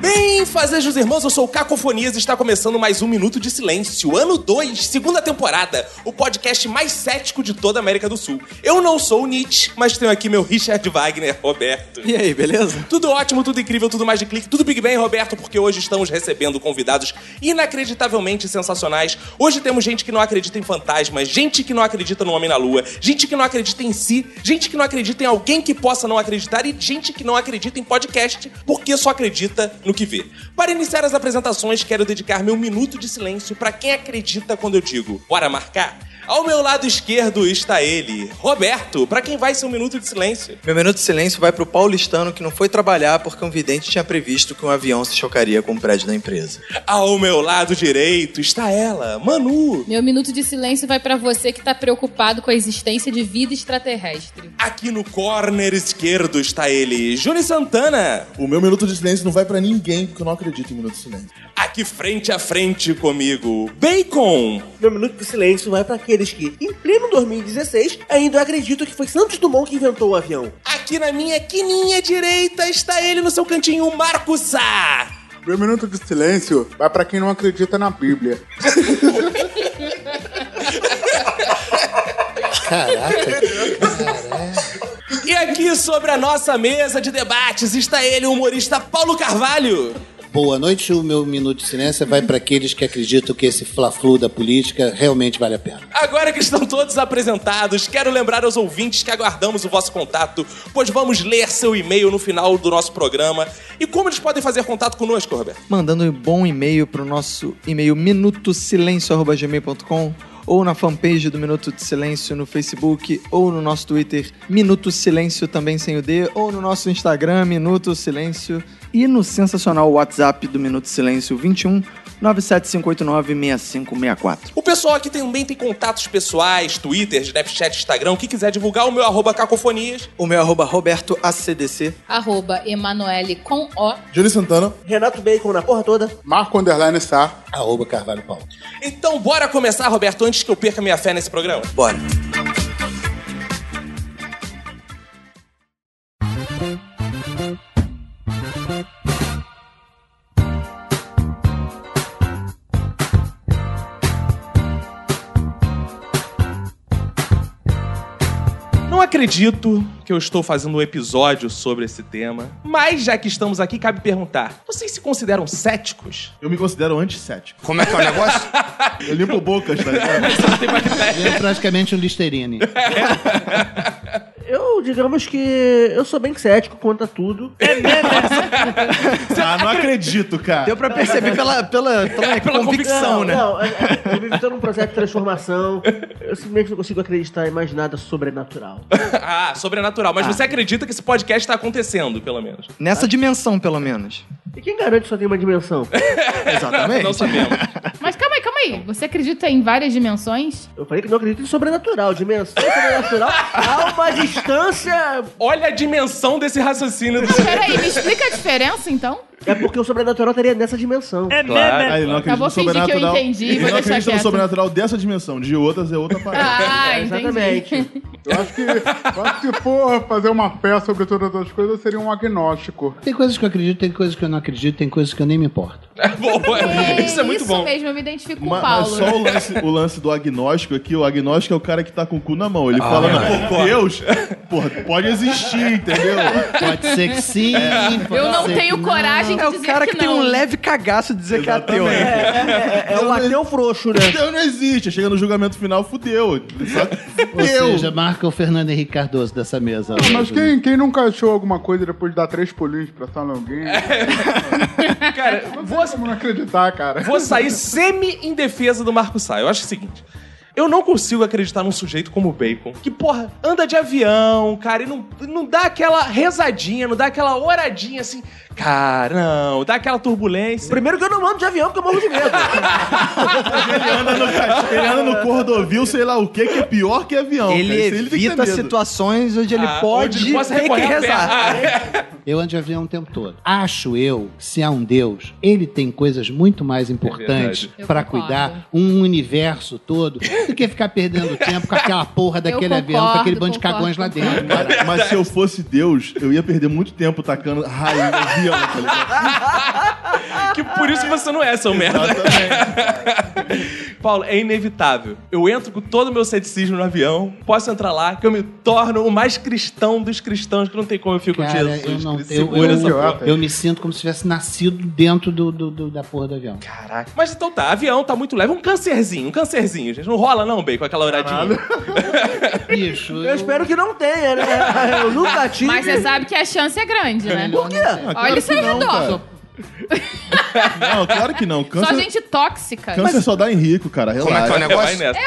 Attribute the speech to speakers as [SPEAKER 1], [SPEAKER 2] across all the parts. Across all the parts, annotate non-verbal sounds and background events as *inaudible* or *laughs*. [SPEAKER 1] Bem, fazejos irmãos, eu sou o Cacofonias e está começando mais um Minuto de Silêncio, ano 2, segunda temporada, o podcast mais cético de toda a América do Sul. Eu não sou o Nietzsche, mas tenho aqui meu Richard Wagner, Roberto.
[SPEAKER 2] E aí, beleza?
[SPEAKER 1] Tudo ótimo, tudo incrível, tudo mais de clique, tudo Big Bang, Roberto, porque hoje estamos recebendo convidados inacreditavelmente sensacionais. Hoje temos gente que não acredita em fantasmas, gente que não acredita no homem na lua, gente que não acredita em si, gente que não acredita em alguém que possa não acreditar e gente que não acredita em podcast, porque só acredita no que vê. Para iniciar as apresentações, quero dedicar meu minuto de silêncio para quem acredita quando eu digo, bora marcar? Ao meu lado esquerdo está ele, Roberto, para quem vai ser um minuto de silêncio.
[SPEAKER 2] Meu minuto de silêncio vai pro paulistano que não foi trabalhar porque um vidente tinha previsto que um avião se chocaria com o prédio da empresa.
[SPEAKER 1] Ao meu lado direito está ela, Manu.
[SPEAKER 3] Meu minuto de silêncio vai pra você que tá preocupado com a existência de vida extraterrestre.
[SPEAKER 1] Aqui no corner esquerdo está ele, Júnior Santana.
[SPEAKER 4] O meu minuto de silêncio não vai pra ninguém, porque eu não acredito em minuto de silêncio.
[SPEAKER 1] Aqui frente a frente comigo, Bacon.
[SPEAKER 5] Meu minuto de silêncio vai para aqueles que, em pleno 2016, ainda acreditam que foi Santos Dumont que inventou o avião.
[SPEAKER 1] Aqui na minha quininha direita está ele no seu cantinho, Marco Sá.
[SPEAKER 6] Meu minuto de silêncio vai pra quem não acredita na Bíblia.
[SPEAKER 1] E aqui sobre a nossa mesa de debates está ele, o humorista Paulo Carvalho.
[SPEAKER 7] Boa noite, o meu minuto de silêncio é vai para aqueles que acreditam que esse fla-flu da política realmente vale a pena.
[SPEAKER 1] Agora que estão todos apresentados, quero lembrar aos ouvintes que aguardamos o vosso contato, pois vamos ler seu e-mail no final do nosso programa. E como eles podem fazer contato conosco, Roberto?
[SPEAKER 2] Mandando um bom e-mail pro nosso e-mail minutosilencio.gmail.com ou na fanpage do Minuto de Silêncio no Facebook ou no nosso Twitter Minuto Silêncio também sem o D ou no nosso Instagram Minuto Silêncio e no sensacional WhatsApp do Minuto Silêncio 21 97589 6564.
[SPEAKER 1] O pessoal aqui também tem contatos pessoais, Twitter, Snapchat, Instagram, o que quiser divulgar, o meu arroba cacofonias.
[SPEAKER 2] O meu arroba Roberto ACDC.
[SPEAKER 3] Arroba Emanuele com O.
[SPEAKER 4] Júlio Santana,
[SPEAKER 5] Renato Bacon na porra toda.
[SPEAKER 6] Marco Underline Sá.
[SPEAKER 7] Arroba Carvalho Paulo.
[SPEAKER 1] Então bora começar, Roberto, antes que eu perca minha fé nesse programa.
[SPEAKER 2] Bora.
[SPEAKER 1] Não acredito que eu estou fazendo um episódio sobre esse tema, mas já que estamos aqui, cabe perguntar: vocês se consideram céticos?
[SPEAKER 4] eu me considero antissético.
[SPEAKER 8] Como é que é o
[SPEAKER 2] *laughs*
[SPEAKER 8] negócio?
[SPEAKER 4] Eu limpo bocas, tá ligado?
[SPEAKER 7] Ele é praticamente um Listerine.
[SPEAKER 5] Eu, digamos que eu sou bem cético quanto a tudo.
[SPEAKER 4] Ah, não acredito, cara.
[SPEAKER 2] Deu pra perceber pela, pela, pela, convicção, né?
[SPEAKER 5] Não, é- é- eu vivo todo um processo de transformação. Eu simplesmente não consigo acreditar em mais nada sobrenatural.
[SPEAKER 1] *laughs* ah, sobrenatural. Mas você acredita que esse podcast está acontecendo, pelo menos?
[SPEAKER 2] Nessa dimensão, pelo menos.
[SPEAKER 5] E quem garante que só tem uma dimensão?
[SPEAKER 1] *laughs*
[SPEAKER 2] Exatamente.
[SPEAKER 1] Não sabemos.
[SPEAKER 3] Mas calma aí, calma aí. Você acredita em várias dimensões?
[SPEAKER 5] Eu falei que não acredito em sobrenatural. Dimensão sobrenatural há uma distância.
[SPEAKER 1] Olha a dimensão desse raciocínio. Do...
[SPEAKER 3] Peraí, me explica a diferença então?
[SPEAKER 5] É porque o sobrenatural estaria nessa dimensão.
[SPEAKER 1] É
[SPEAKER 4] Ah, ele não acredita
[SPEAKER 3] vou
[SPEAKER 4] no
[SPEAKER 3] fingir que eu
[SPEAKER 4] sobrenatural.
[SPEAKER 3] entendi, vou
[SPEAKER 4] ele não
[SPEAKER 3] deixar
[SPEAKER 4] acredita no
[SPEAKER 3] quieto.
[SPEAKER 4] sobrenatural dessa dimensão, de outras é outra parada.
[SPEAKER 3] Ah,
[SPEAKER 5] Exatamente.
[SPEAKER 3] entendi.
[SPEAKER 6] Eu acho que, eu acho que porra, fazer uma fé sobre todas as coisas seria um agnóstico.
[SPEAKER 7] Tem coisas que eu acredito, tem coisas que eu não acredito, tem coisas que eu nem me importo.
[SPEAKER 1] *laughs* Boa. Isso é muito
[SPEAKER 3] isso
[SPEAKER 1] bom.
[SPEAKER 3] mesmo, eu me identifico com
[SPEAKER 4] Ma-
[SPEAKER 3] o
[SPEAKER 4] Mas
[SPEAKER 3] Paulo.
[SPEAKER 7] né?
[SPEAKER 4] só o lance, o lance do agnóstico aqui, o agnóstico é o cara que tá com o cu na mão. Ele fala, não, pô, Deus, *laughs* porra, pode existir, entendeu?
[SPEAKER 7] Pode ser que sim, pode
[SPEAKER 3] Eu não
[SPEAKER 7] ser
[SPEAKER 3] tenho
[SPEAKER 7] que
[SPEAKER 3] coragem de
[SPEAKER 2] É o
[SPEAKER 3] dizer
[SPEAKER 2] cara que, tem
[SPEAKER 3] não.
[SPEAKER 2] um leve cagaço de dizer que é ateu, né?
[SPEAKER 5] É, é o ateu frouxo, né?
[SPEAKER 4] Deus não existe. Chega no julgamento final, fudeu. Só-
[SPEAKER 7] Ou seja, marca o Fernando Henrique Cardoso dessa mesa.
[SPEAKER 6] Mas quem, quem nunca achou alguma coisa depois de dar três pulinhos pra sala alguém?
[SPEAKER 4] É,
[SPEAKER 1] Cara,
[SPEAKER 6] Não tem como não acreditar, cara.
[SPEAKER 1] vou sair semi em defesa do Marco Sá. Eu acho o seguinte. Eu não consigo acreditar num sujeito como o Bacon, que, porra, anda de avião, cara, e não, não dá aquela rezadinha, não dá aquela oradinha assim, cara, não, dá aquela turbulência.
[SPEAKER 5] Primeiro que eu não ando de avião, porque eu morro de medo.
[SPEAKER 9] Ele anda no, ele anda no cordovil, sei lá o que, que é pior que avião.
[SPEAKER 2] Ele
[SPEAKER 9] cara. Isso aí tem que ter
[SPEAKER 2] evita
[SPEAKER 9] medo.
[SPEAKER 2] situações onde ele
[SPEAKER 1] Ah,
[SPEAKER 2] pode
[SPEAKER 1] onde ele possa
[SPEAKER 2] ter que
[SPEAKER 1] recorrer à
[SPEAKER 2] rezar.
[SPEAKER 1] perna. Ah, é.
[SPEAKER 4] Eu ando de avião o tempo todo. Acho eu, se há um Deus, ele tem coisas muito mais importantes
[SPEAKER 3] É Eu
[SPEAKER 4] pra
[SPEAKER 3] concordo.
[SPEAKER 4] cuidar, um universo todo, do que ficar perdendo tempo com aquela porra daquele
[SPEAKER 3] Eu
[SPEAKER 4] avião, com aquele
[SPEAKER 3] concordo,
[SPEAKER 4] bando de cagões lá
[SPEAKER 3] concordo.
[SPEAKER 4] dentro. cara.
[SPEAKER 9] Cara, mas se eu fosse Deus, eu ia perder muito tempo tacando raio no *laughs* avião, tá ligado?
[SPEAKER 1] Que por isso você não é, seu merda. Paulo, é inevitável. Eu entro com todo o meu ceticismo no avião, posso entrar lá, que eu me torno o mais cristão dos cristãos, que não tem como eu fico
[SPEAKER 4] Cara,
[SPEAKER 1] Jesus.
[SPEAKER 4] eu não
[SPEAKER 1] Cristo,
[SPEAKER 4] eu,
[SPEAKER 1] segura
[SPEAKER 4] eu-
[SPEAKER 1] essa porra.
[SPEAKER 4] eu me sinto como se tivesse nascido dentro do, do- do- da porra do avião.
[SPEAKER 1] Caraca. Mas então tá, avião tá muito leve. Um cancerzinho, um cancerzinho, gente. Não rola não, bem, com aquela horadinha.
[SPEAKER 4] Bicho, eu,
[SPEAKER 5] Eu espero que não tenha, né? Eu nunca tive.
[SPEAKER 3] Mas você sabe que a chance é grande, né?
[SPEAKER 4] Melhor não ser.
[SPEAKER 9] Ah,
[SPEAKER 3] Olha isso aí,
[SPEAKER 9] que não,
[SPEAKER 3] redor.
[SPEAKER 9] cara. Não, claro que não.
[SPEAKER 3] Só
[SPEAKER 9] Câncer,
[SPEAKER 3] gente tóxica.
[SPEAKER 9] câncer só dá em rico, cara. Relaxa.
[SPEAKER 10] Como é que é o
[SPEAKER 1] Vai
[SPEAKER 10] negócio?
[SPEAKER 1] nessa.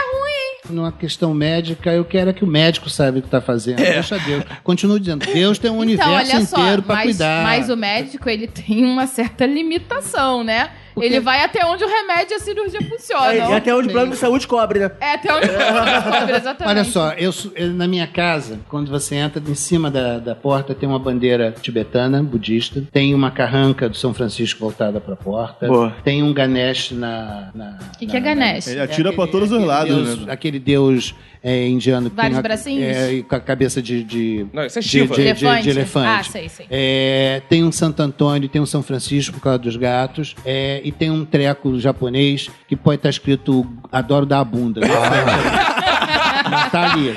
[SPEAKER 4] Numa questão médica, eu quero é que o médico saiba o que tá fazendo. Deixa Deus. Continuo dizendo, Deus tem um
[SPEAKER 3] Então, olha
[SPEAKER 4] universo
[SPEAKER 3] só,
[SPEAKER 4] inteiro pra
[SPEAKER 3] mas,
[SPEAKER 4] cuidar.
[SPEAKER 3] mas o médico, ele *laughs* tem uma certa limitação, né? Ele vai até onde o remédio e a cirurgia
[SPEAKER 5] É,
[SPEAKER 3] funcionam.
[SPEAKER 5] e até onde o plano de saúde cobre, né?
[SPEAKER 3] É até onde o remédio cobre, exatamente.
[SPEAKER 4] Olha só, eu, su- eu- na minha casa, quando você entra, em cima da, da porta tem uma bandeira tibetana, budista, tem uma carranca do São Francisco voltada pra porta,
[SPEAKER 5] Boa.
[SPEAKER 4] tem um Ganesh na... na-
[SPEAKER 3] O que,
[SPEAKER 4] na-
[SPEAKER 3] que é
[SPEAKER 4] na-
[SPEAKER 3] Ganesh?
[SPEAKER 9] Ele atira
[SPEAKER 4] É
[SPEAKER 9] pra
[SPEAKER 4] aquele-
[SPEAKER 9] todos os
[SPEAKER 4] aquele
[SPEAKER 9] lados,
[SPEAKER 4] deus-
[SPEAKER 9] né?
[SPEAKER 4] Aquele deus é, indiano que
[SPEAKER 3] Vários
[SPEAKER 4] tem a-
[SPEAKER 3] bracinhos?
[SPEAKER 4] é, e com a cabeça de. de
[SPEAKER 1] Não, isso é
[SPEAKER 4] de-
[SPEAKER 1] Shiva.
[SPEAKER 4] De, de- de elefante.
[SPEAKER 3] Ah, sei, sei.
[SPEAKER 4] É, tem um Santo Antônio, tem um São Francisco por causa dos gatos, é, e tem um treco japonês que pode estar escrito Adoro dar a bunda. né?
[SPEAKER 2] Ah.
[SPEAKER 4] *laughs* Mas tá ali.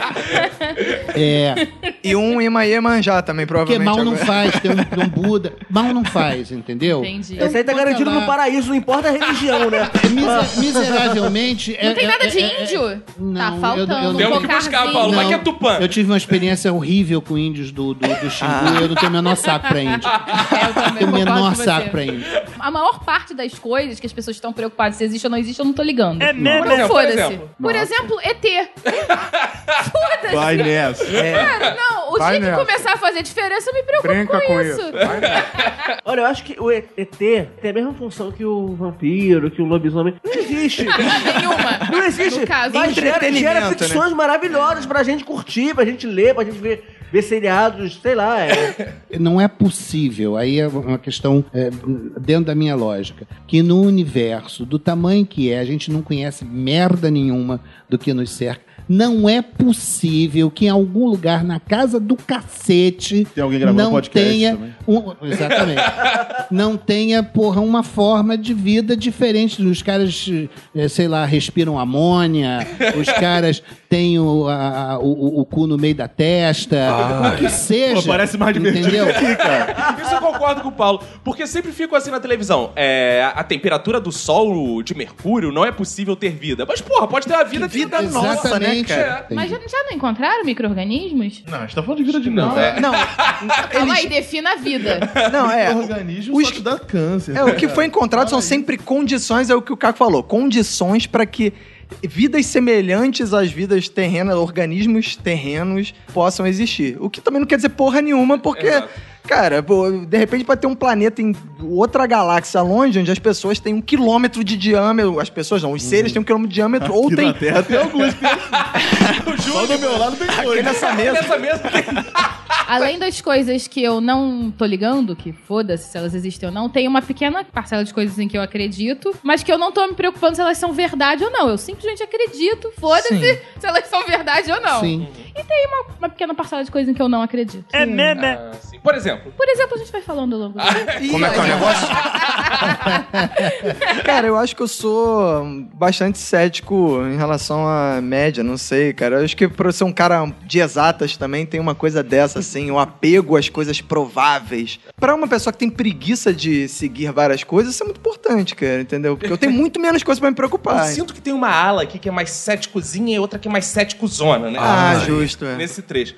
[SPEAKER 4] É,
[SPEAKER 2] E um Imaiemanjá também,
[SPEAKER 4] porque
[SPEAKER 2] provavelmente.
[SPEAKER 4] mal não
[SPEAKER 2] agora.
[SPEAKER 4] faz, tem um, um Buda. Mal não faz, entendeu?
[SPEAKER 3] Entendi.
[SPEAKER 5] Esse aí tá
[SPEAKER 4] bota
[SPEAKER 5] garantido
[SPEAKER 4] lá.
[SPEAKER 5] no paraíso, não importa a
[SPEAKER 3] *laughs*
[SPEAKER 5] religião, né?
[SPEAKER 4] Miser- É, miseravelmente. é,
[SPEAKER 3] Não tem nada de índio?
[SPEAKER 4] não,
[SPEAKER 3] tá
[SPEAKER 4] eu
[SPEAKER 3] faltando
[SPEAKER 4] não- eu não-
[SPEAKER 3] um
[SPEAKER 1] Temos que buscar,
[SPEAKER 3] cocarzinho.
[SPEAKER 1] Paulo. Vai
[SPEAKER 4] Não,
[SPEAKER 1] que é Tupã.
[SPEAKER 4] Eu tive uma experiência horrível com índios do, do, do Xingu
[SPEAKER 2] Ah.
[SPEAKER 4] e eu não tenho o menor saco pra índio.
[SPEAKER 3] *laughs* É, eu também
[SPEAKER 4] tenho o
[SPEAKER 3] concordo
[SPEAKER 4] menor
[SPEAKER 3] com você.
[SPEAKER 4] saco pra índio.
[SPEAKER 3] A maior parte das coisas que as pessoas estão preocupadas se existe ou não existe, eu não tô ligando. É
[SPEAKER 1] mesmo? Por
[SPEAKER 3] Não,
[SPEAKER 1] exemplo, né, por
[SPEAKER 3] foda-se.
[SPEAKER 1] exemplo.
[SPEAKER 3] Por exemplo, ET. *laughs* Foda-se.
[SPEAKER 9] Vai nessa.
[SPEAKER 3] Cara, não, o
[SPEAKER 6] Vai
[SPEAKER 3] dia que
[SPEAKER 6] nessa.
[SPEAKER 3] começar a fazer diferença, eu me preocupo
[SPEAKER 6] Brinca
[SPEAKER 3] com,
[SPEAKER 6] com
[SPEAKER 3] isso.
[SPEAKER 6] isso. Vai, né?
[SPEAKER 5] Ah, Olha, eu acho que o ET tem a mesma função que o vampiro, que o lobisomem. Não existe.
[SPEAKER 3] Nenhuma.
[SPEAKER 5] Não existe.
[SPEAKER 3] No caso,
[SPEAKER 5] Mas gera,
[SPEAKER 2] entretenimento,
[SPEAKER 5] gera ficções maravilhosas pra gente curtir, pra gente ler, pra gente ver, ver seriados, sei lá. É.
[SPEAKER 4] Não é possível, aí é uma questão é, dentro da minha lógica, que no universo, do tamanho que é, a gente não conhece merda nenhuma do que nos cerca. Não é possível que em algum lugar na casa do cacete
[SPEAKER 9] Tem alguém gravando
[SPEAKER 4] não
[SPEAKER 9] podcast
[SPEAKER 4] tenha
[SPEAKER 9] também.
[SPEAKER 4] um- exatamente. não tenha, porra, uma forma de vida diferente. Os caras, eh, sei lá,
[SPEAKER 9] *laughs*
[SPEAKER 4] respiram amônia, os caras têm o, a- a- o- o cu no meio da testa, o que seja.
[SPEAKER 9] Ah, Pô, parece mais divertido
[SPEAKER 4] Entendeu?
[SPEAKER 9] aqui, cara.
[SPEAKER 1] Isso eu concordo com o Paulo. Porque sempre fico assim na televisão. É, a temperatura do sol de Mercúrio não é possível ter vida. Mas, porra, pode ter uma vida que dá-
[SPEAKER 2] vida nossa, né,
[SPEAKER 4] Exatamente.
[SPEAKER 1] cara?
[SPEAKER 4] Tem-
[SPEAKER 3] Mas já, já não encontraram micro-organismos?
[SPEAKER 9] Não, a gente tá falando de vida de não. É.
[SPEAKER 2] Não,
[SPEAKER 3] Calma aí, defina a vida.
[SPEAKER 2] não, é.
[SPEAKER 9] organismo
[SPEAKER 2] Os-
[SPEAKER 9] só te dá câncer.
[SPEAKER 2] É, o que
[SPEAKER 9] cara.
[SPEAKER 2] foi encontrado são sempre condições, é o que o Caco falou, condições para que vidas semelhantes às vidas terrenas, organismos terrenos possam existir. O que também não quer dizer porra nenhuma, porque,
[SPEAKER 1] Exato.
[SPEAKER 2] cara, pô, de repente pode ter um planeta em outra galáxia longe, onde as pessoas têm um quilômetro de diâmetro, as pessoas não, os seres têm um quilômetro de diâmetro, ou
[SPEAKER 9] Uhum. Aqui
[SPEAKER 2] tem...
[SPEAKER 9] na Terra
[SPEAKER 2] *laughs*
[SPEAKER 9] tem alguns. Só do meu lado tem dois.
[SPEAKER 2] Nessa mesa.
[SPEAKER 1] Nessa mesa tem-
[SPEAKER 3] Além das coisas que eu não tô ligando, que foda-se se elas existem ou não, tem uma pequena parcela de coisas em que eu acredito, mas que eu não tô me preocupando se elas são verdade ou não. Eu simplesmente acredito, foda-se
[SPEAKER 2] Sim.
[SPEAKER 3] se elas são verdade ou não.
[SPEAKER 4] Sim.
[SPEAKER 3] Uma pequena parcela de coisas em que eu não acredito.
[SPEAKER 6] É
[SPEAKER 1] Ah, sim. Por exemplo,
[SPEAKER 3] Por exemplo, a gente vai falando ao longo do
[SPEAKER 10] Como é que é o negócio?
[SPEAKER 2] Cara, eu acho que eu sou bastante cético em relação à média, não sei, cara. Eu acho que pra eu ser um cara de exatas também tem uma coisa dessa, assim, o apego às coisas prováveis. Pra uma pessoa que tem preguiça de seguir várias coisas, isso é muito importante, cara, entendeu? Porque eu tenho muito menos coisa pra me
[SPEAKER 1] eu
[SPEAKER 2] preocupar.
[SPEAKER 1] sinto que tem uma ala aqui que é mais céticozinha e outra que é mais céticozona, né?
[SPEAKER 2] Ah, justo, é.
[SPEAKER 1] nesse trecho.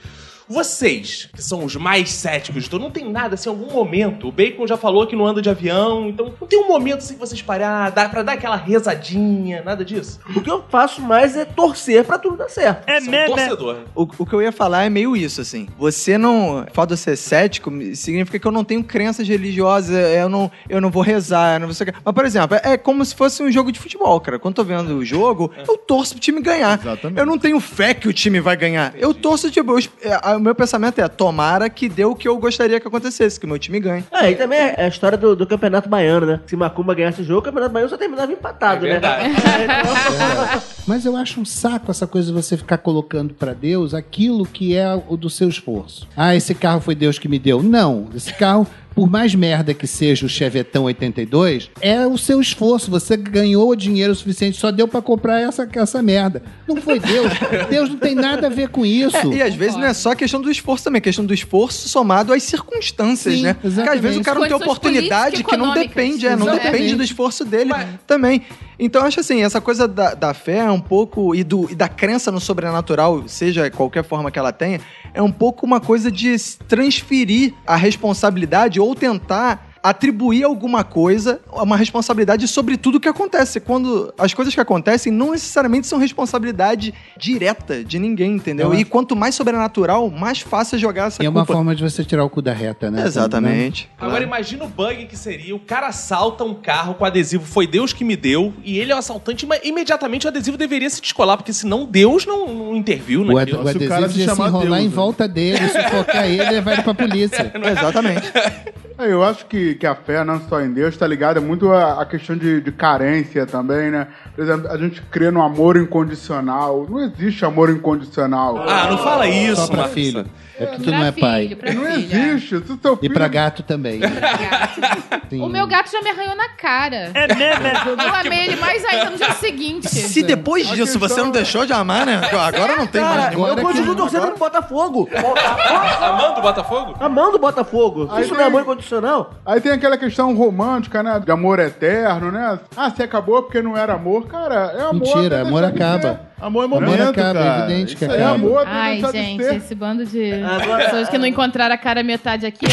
[SPEAKER 1] Vocês, que são os mais céticos de todos, não tem nada assim, algum momento. O Bacon já falou que não anda de avião, então não tem um momento assim que vocês parar, dar, pra dar aquela rezadinha, nada disso.
[SPEAKER 5] O que eu faço mais é torcer pra tudo dar certo.
[SPEAKER 11] É
[SPEAKER 1] Você é um
[SPEAKER 11] meme.
[SPEAKER 1] torcedor. né?
[SPEAKER 2] O, o que eu ia falar é meio isso, assim. Você não. Falta ser cético me- significa que eu não tenho crenças religiosas, eu não, eu não vou rezar, eu não vou ser... Mas, por exemplo, é como se fosse um jogo de futebol, cara. Quando eu tô vendo o jogo,
[SPEAKER 4] É.
[SPEAKER 2] eu torço pro time ganhar.
[SPEAKER 9] Exatamente.
[SPEAKER 2] Eu não tenho fé que o time vai ganhar. Eu torço, tipo, eu es- é, a- o meu pensamento é: tomara que dê o que eu gostaria que acontecesse, que o meu time ganhe.
[SPEAKER 5] Ah, e também é a história do, do Campeonato Baiano, né? Se Macumba ganhasse o jogo, o Campeonato Baiano só terminava empatado,
[SPEAKER 1] É
[SPEAKER 5] né?
[SPEAKER 1] verdade.
[SPEAKER 4] Mas eu acho um saco essa coisa de você ficar colocando pra Deus aquilo que é o do seu esforço. Ah, esse carro foi Deus que me deu. Não, esse carro, por mais merda que seja o Chevetão 82, é o seu esforço. Você ganhou dinheiro suficiente, só deu pra comprar essa, essa merda. Não foi Deus. Deus não tem nada a ver com isso.
[SPEAKER 2] É, e às vezes não é só questão do esforço também, é questão do esforço somado às circunstâncias,
[SPEAKER 4] Sim,
[SPEAKER 2] né? Porque às
[SPEAKER 4] exatamente.
[SPEAKER 2] vezes o cara não tem
[SPEAKER 3] Condições
[SPEAKER 2] oportunidade que não
[SPEAKER 3] político-econômicas.
[SPEAKER 2] depende, é, não
[SPEAKER 4] Exatamente.
[SPEAKER 2] depende do esforço dele também. Então eu acho assim, essa coisa da, da fé é um pouco, e, do, e da crença no sobrenatural, seja qualquer forma que ela tenha, é um pouco uma coisa de s- transferir a responsabilidade ou tentar atribuir alguma coisa, uma responsabilidade sobre tudo que acontece. Quando as coisas que acontecem não necessariamente são responsabilidade direta de ninguém, entendeu?
[SPEAKER 4] Eu
[SPEAKER 2] E
[SPEAKER 4] acho-
[SPEAKER 2] quanto mais sobrenatural, mais fácil é jogar essa
[SPEAKER 4] E é uma
[SPEAKER 2] culpa.
[SPEAKER 4] forma de você tirar o cu da reta, né?
[SPEAKER 2] Exatamente.
[SPEAKER 1] Agora imagina o bug que seria: o cara assalta um carro com adesivo, foi Deus que me deu, e ele é o assaltante, mas imediatamente o adesivo deveria se descolar, porque senão Deus não, não interviu
[SPEAKER 4] O,
[SPEAKER 1] naquilo.
[SPEAKER 4] ad o
[SPEAKER 9] Se o cara
[SPEAKER 4] adesivo
[SPEAKER 9] se
[SPEAKER 4] ia se
[SPEAKER 9] chamar
[SPEAKER 4] enrolar
[SPEAKER 9] Deus,
[SPEAKER 4] em
[SPEAKER 9] né?
[SPEAKER 4] volta dele, sufocar ele, é levar ele
[SPEAKER 9] *laughs*
[SPEAKER 4] pra polícia.
[SPEAKER 2] Exatamente.
[SPEAKER 6] É, eu acho que, que a fé, não só em Deus, tá ligada muito à, à questão de, de carência também, né? Por exemplo, a gente crê no amor incondicional. Não existe amor incondicional.
[SPEAKER 1] Ah, não fala isso, né?
[SPEAKER 4] Só pra
[SPEAKER 1] Marcos.
[SPEAKER 4] filho. É porque tu
[SPEAKER 3] Pra
[SPEAKER 4] não é
[SPEAKER 3] filho,
[SPEAKER 4] pai.
[SPEAKER 3] pra
[SPEAKER 6] não
[SPEAKER 3] filha.
[SPEAKER 6] existe.
[SPEAKER 9] né?
[SPEAKER 6] Se seu
[SPEAKER 4] E
[SPEAKER 6] filho
[SPEAKER 4] pra gato também. né? Sim.
[SPEAKER 3] O meu gato já me arranhou na cara.
[SPEAKER 11] É meme.
[SPEAKER 3] Eu amei ele mais ainda no dia seguinte.
[SPEAKER 2] Se depois disso você
[SPEAKER 6] Então,
[SPEAKER 2] não deixou de amar, né? Agora não tem mais
[SPEAKER 5] *laughs* Cara,
[SPEAKER 2] nenhuma.
[SPEAKER 4] Agora
[SPEAKER 5] eu continuo
[SPEAKER 4] que-
[SPEAKER 5] torcendo pro Botafogo. *laughs*
[SPEAKER 1] Amando o Botafogo?
[SPEAKER 5] Amando o Botafogo.
[SPEAKER 6] Aí
[SPEAKER 5] Isso não é
[SPEAKER 6] vem-
[SPEAKER 5] amor incondicional?
[SPEAKER 6] Aí tem aquela questão romântica, né? De amor eterno, né? Ah, se acabou porque não era amor. Cara, é amor.
[SPEAKER 4] Mentira,
[SPEAKER 6] até
[SPEAKER 4] amor
[SPEAKER 6] deixar de
[SPEAKER 4] acaba.
[SPEAKER 6] ser.
[SPEAKER 9] Amor é
[SPEAKER 4] Amor
[SPEAKER 9] momento,
[SPEAKER 4] acaba, é
[SPEAKER 9] cara.
[SPEAKER 4] evidente que
[SPEAKER 9] Isso aí é
[SPEAKER 4] acaba.
[SPEAKER 6] amor até
[SPEAKER 3] Ai,
[SPEAKER 6] deixar de
[SPEAKER 3] gente,
[SPEAKER 6] ser.
[SPEAKER 3] esse bando de
[SPEAKER 5] Agora-
[SPEAKER 3] pessoas que não encontraram a cara metade aqui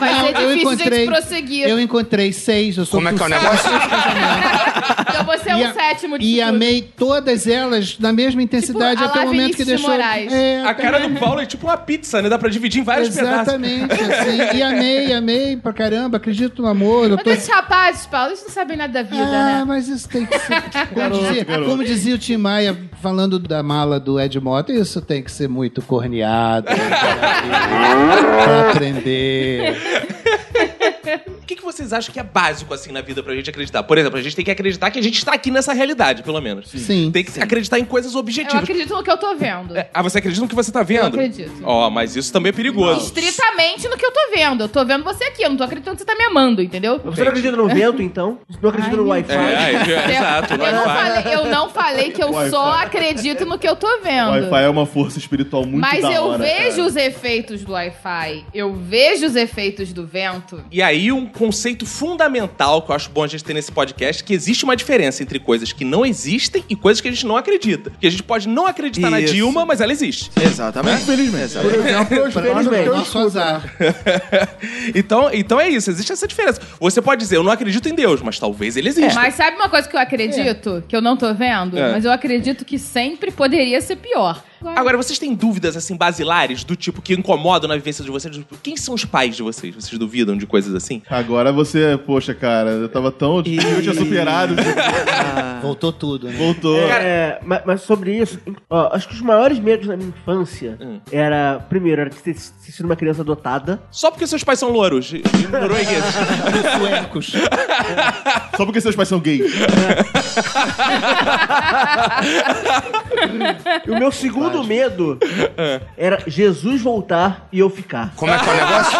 [SPEAKER 3] vai ser
[SPEAKER 4] Eu
[SPEAKER 3] difícil de
[SPEAKER 4] encontrei,
[SPEAKER 3] gente prosseguir. *laughs*
[SPEAKER 4] eu encontrei seis, eu sou
[SPEAKER 12] Como é que é o negócio?
[SPEAKER 4] possível.
[SPEAKER 3] Então você é
[SPEAKER 4] E
[SPEAKER 3] um
[SPEAKER 4] a-
[SPEAKER 3] sétimo de
[SPEAKER 4] E
[SPEAKER 3] tudo.
[SPEAKER 4] amei todas elas na mesma intensidade
[SPEAKER 3] Tipo, a
[SPEAKER 4] até o
[SPEAKER 3] lá
[SPEAKER 4] momento que
[SPEAKER 3] Vinícius de
[SPEAKER 4] deixou.
[SPEAKER 3] Moraes.
[SPEAKER 4] É,
[SPEAKER 1] A cara do Paulo é tipo uma pizza, né? Dá pra dividir em vários pedaços.
[SPEAKER 4] exatamente, assim. E amei, amei pra caramba, acredito no amor. Eu
[SPEAKER 3] Mas
[SPEAKER 4] tô...
[SPEAKER 3] esses rapazes, Paulo, eles não sabem nada da vida,
[SPEAKER 4] Ah,
[SPEAKER 3] né?
[SPEAKER 4] mas isso tem
[SPEAKER 3] *laughs*
[SPEAKER 4] que ser. Como dizia, como dizia o Tim Maia falando da mala do Ed Mota, isso tem que ser muito corneado pra aprender.
[SPEAKER 1] O que, que vocês acham que é básico, assim, na vida pra gente acreditar? Por exemplo, a gente tem que acreditar que a gente está aqui nessa realidade, pelo menos.
[SPEAKER 4] Sim.
[SPEAKER 1] Tem que acreditar em coisas
[SPEAKER 3] Eu
[SPEAKER 1] objetivas.
[SPEAKER 3] acredito no que eu tô vendo.
[SPEAKER 1] É, Ah, você acredita no que você tá vendo?
[SPEAKER 3] Eu acredito.
[SPEAKER 1] Ó, mas isso também é perigoso.
[SPEAKER 3] Estritamente no que eu tô vendo. Eu tô vendo você aqui, eu não tô acreditando que você tá me amando, entendeu?
[SPEAKER 5] Você não acredita no vento, então? Você não acredita
[SPEAKER 3] Ai,
[SPEAKER 5] no
[SPEAKER 3] meu
[SPEAKER 5] Wi-Fi?
[SPEAKER 1] É, é, é, *laughs* exato.
[SPEAKER 3] eu,
[SPEAKER 1] Não
[SPEAKER 3] não
[SPEAKER 1] é
[SPEAKER 3] falei, eu não falei que eu só acredito no que eu tô
[SPEAKER 9] O
[SPEAKER 3] vendo.
[SPEAKER 9] Wi-Fi é uma força espiritual muito
[SPEAKER 3] Mas
[SPEAKER 9] da
[SPEAKER 3] eu
[SPEAKER 9] hora,
[SPEAKER 3] vejo
[SPEAKER 9] cara.
[SPEAKER 3] os efeitos do Wi-Fi, eu vejo os efeitos do vento.
[SPEAKER 1] E aí, um conceito fundamental que eu acho bom a gente ter nesse podcast, que existe uma diferença entre coisas que não existem e coisas que a gente não acredita. Porque a gente pode não acreditar na
[SPEAKER 2] Isso.
[SPEAKER 1] Dilma, mas ela existe.
[SPEAKER 2] Exatamente. Infelizmente.
[SPEAKER 3] é
[SPEAKER 6] Por exemplo, eu espelho no
[SPEAKER 4] É
[SPEAKER 6] teu
[SPEAKER 4] nosso azar.
[SPEAKER 1] *laughs* então, então é isso, existe essa diferença. Você pode dizer, eu não acredito em Deus, mas talvez ele exista.
[SPEAKER 3] Mas sabe uma coisa que eu acredito? Que eu não tô vendo?
[SPEAKER 1] É.
[SPEAKER 3] Mas eu acredito que sempre poderia ser pior.
[SPEAKER 1] Agora, vocês têm dúvidas, assim, basilares, do tipo, que incomodam na vivência de vocês? Tipo, Quem são os pais de vocês? Vocês duvidam de coisas assim?
[SPEAKER 6] Ah.
[SPEAKER 9] Agora você, poxa, cara, eu tava tão. Eu tinha superado, você
[SPEAKER 4] Voltou tudo, né?
[SPEAKER 9] voltou.
[SPEAKER 5] É, mas, mas sobre isso, ó, acho que os maiores medos na minha infância
[SPEAKER 1] Hum.
[SPEAKER 5] era, primeiro, era de ter, ter sido uma criança adotada.
[SPEAKER 1] Só porque seus pais são louros e e noruegueses.
[SPEAKER 4] Suecos.
[SPEAKER 9] Só porque seus pais são gays.
[SPEAKER 5] E o meu segundo medo
[SPEAKER 1] É.
[SPEAKER 5] era Jesus voltar e eu ficar.
[SPEAKER 12] Como é que é o negócio?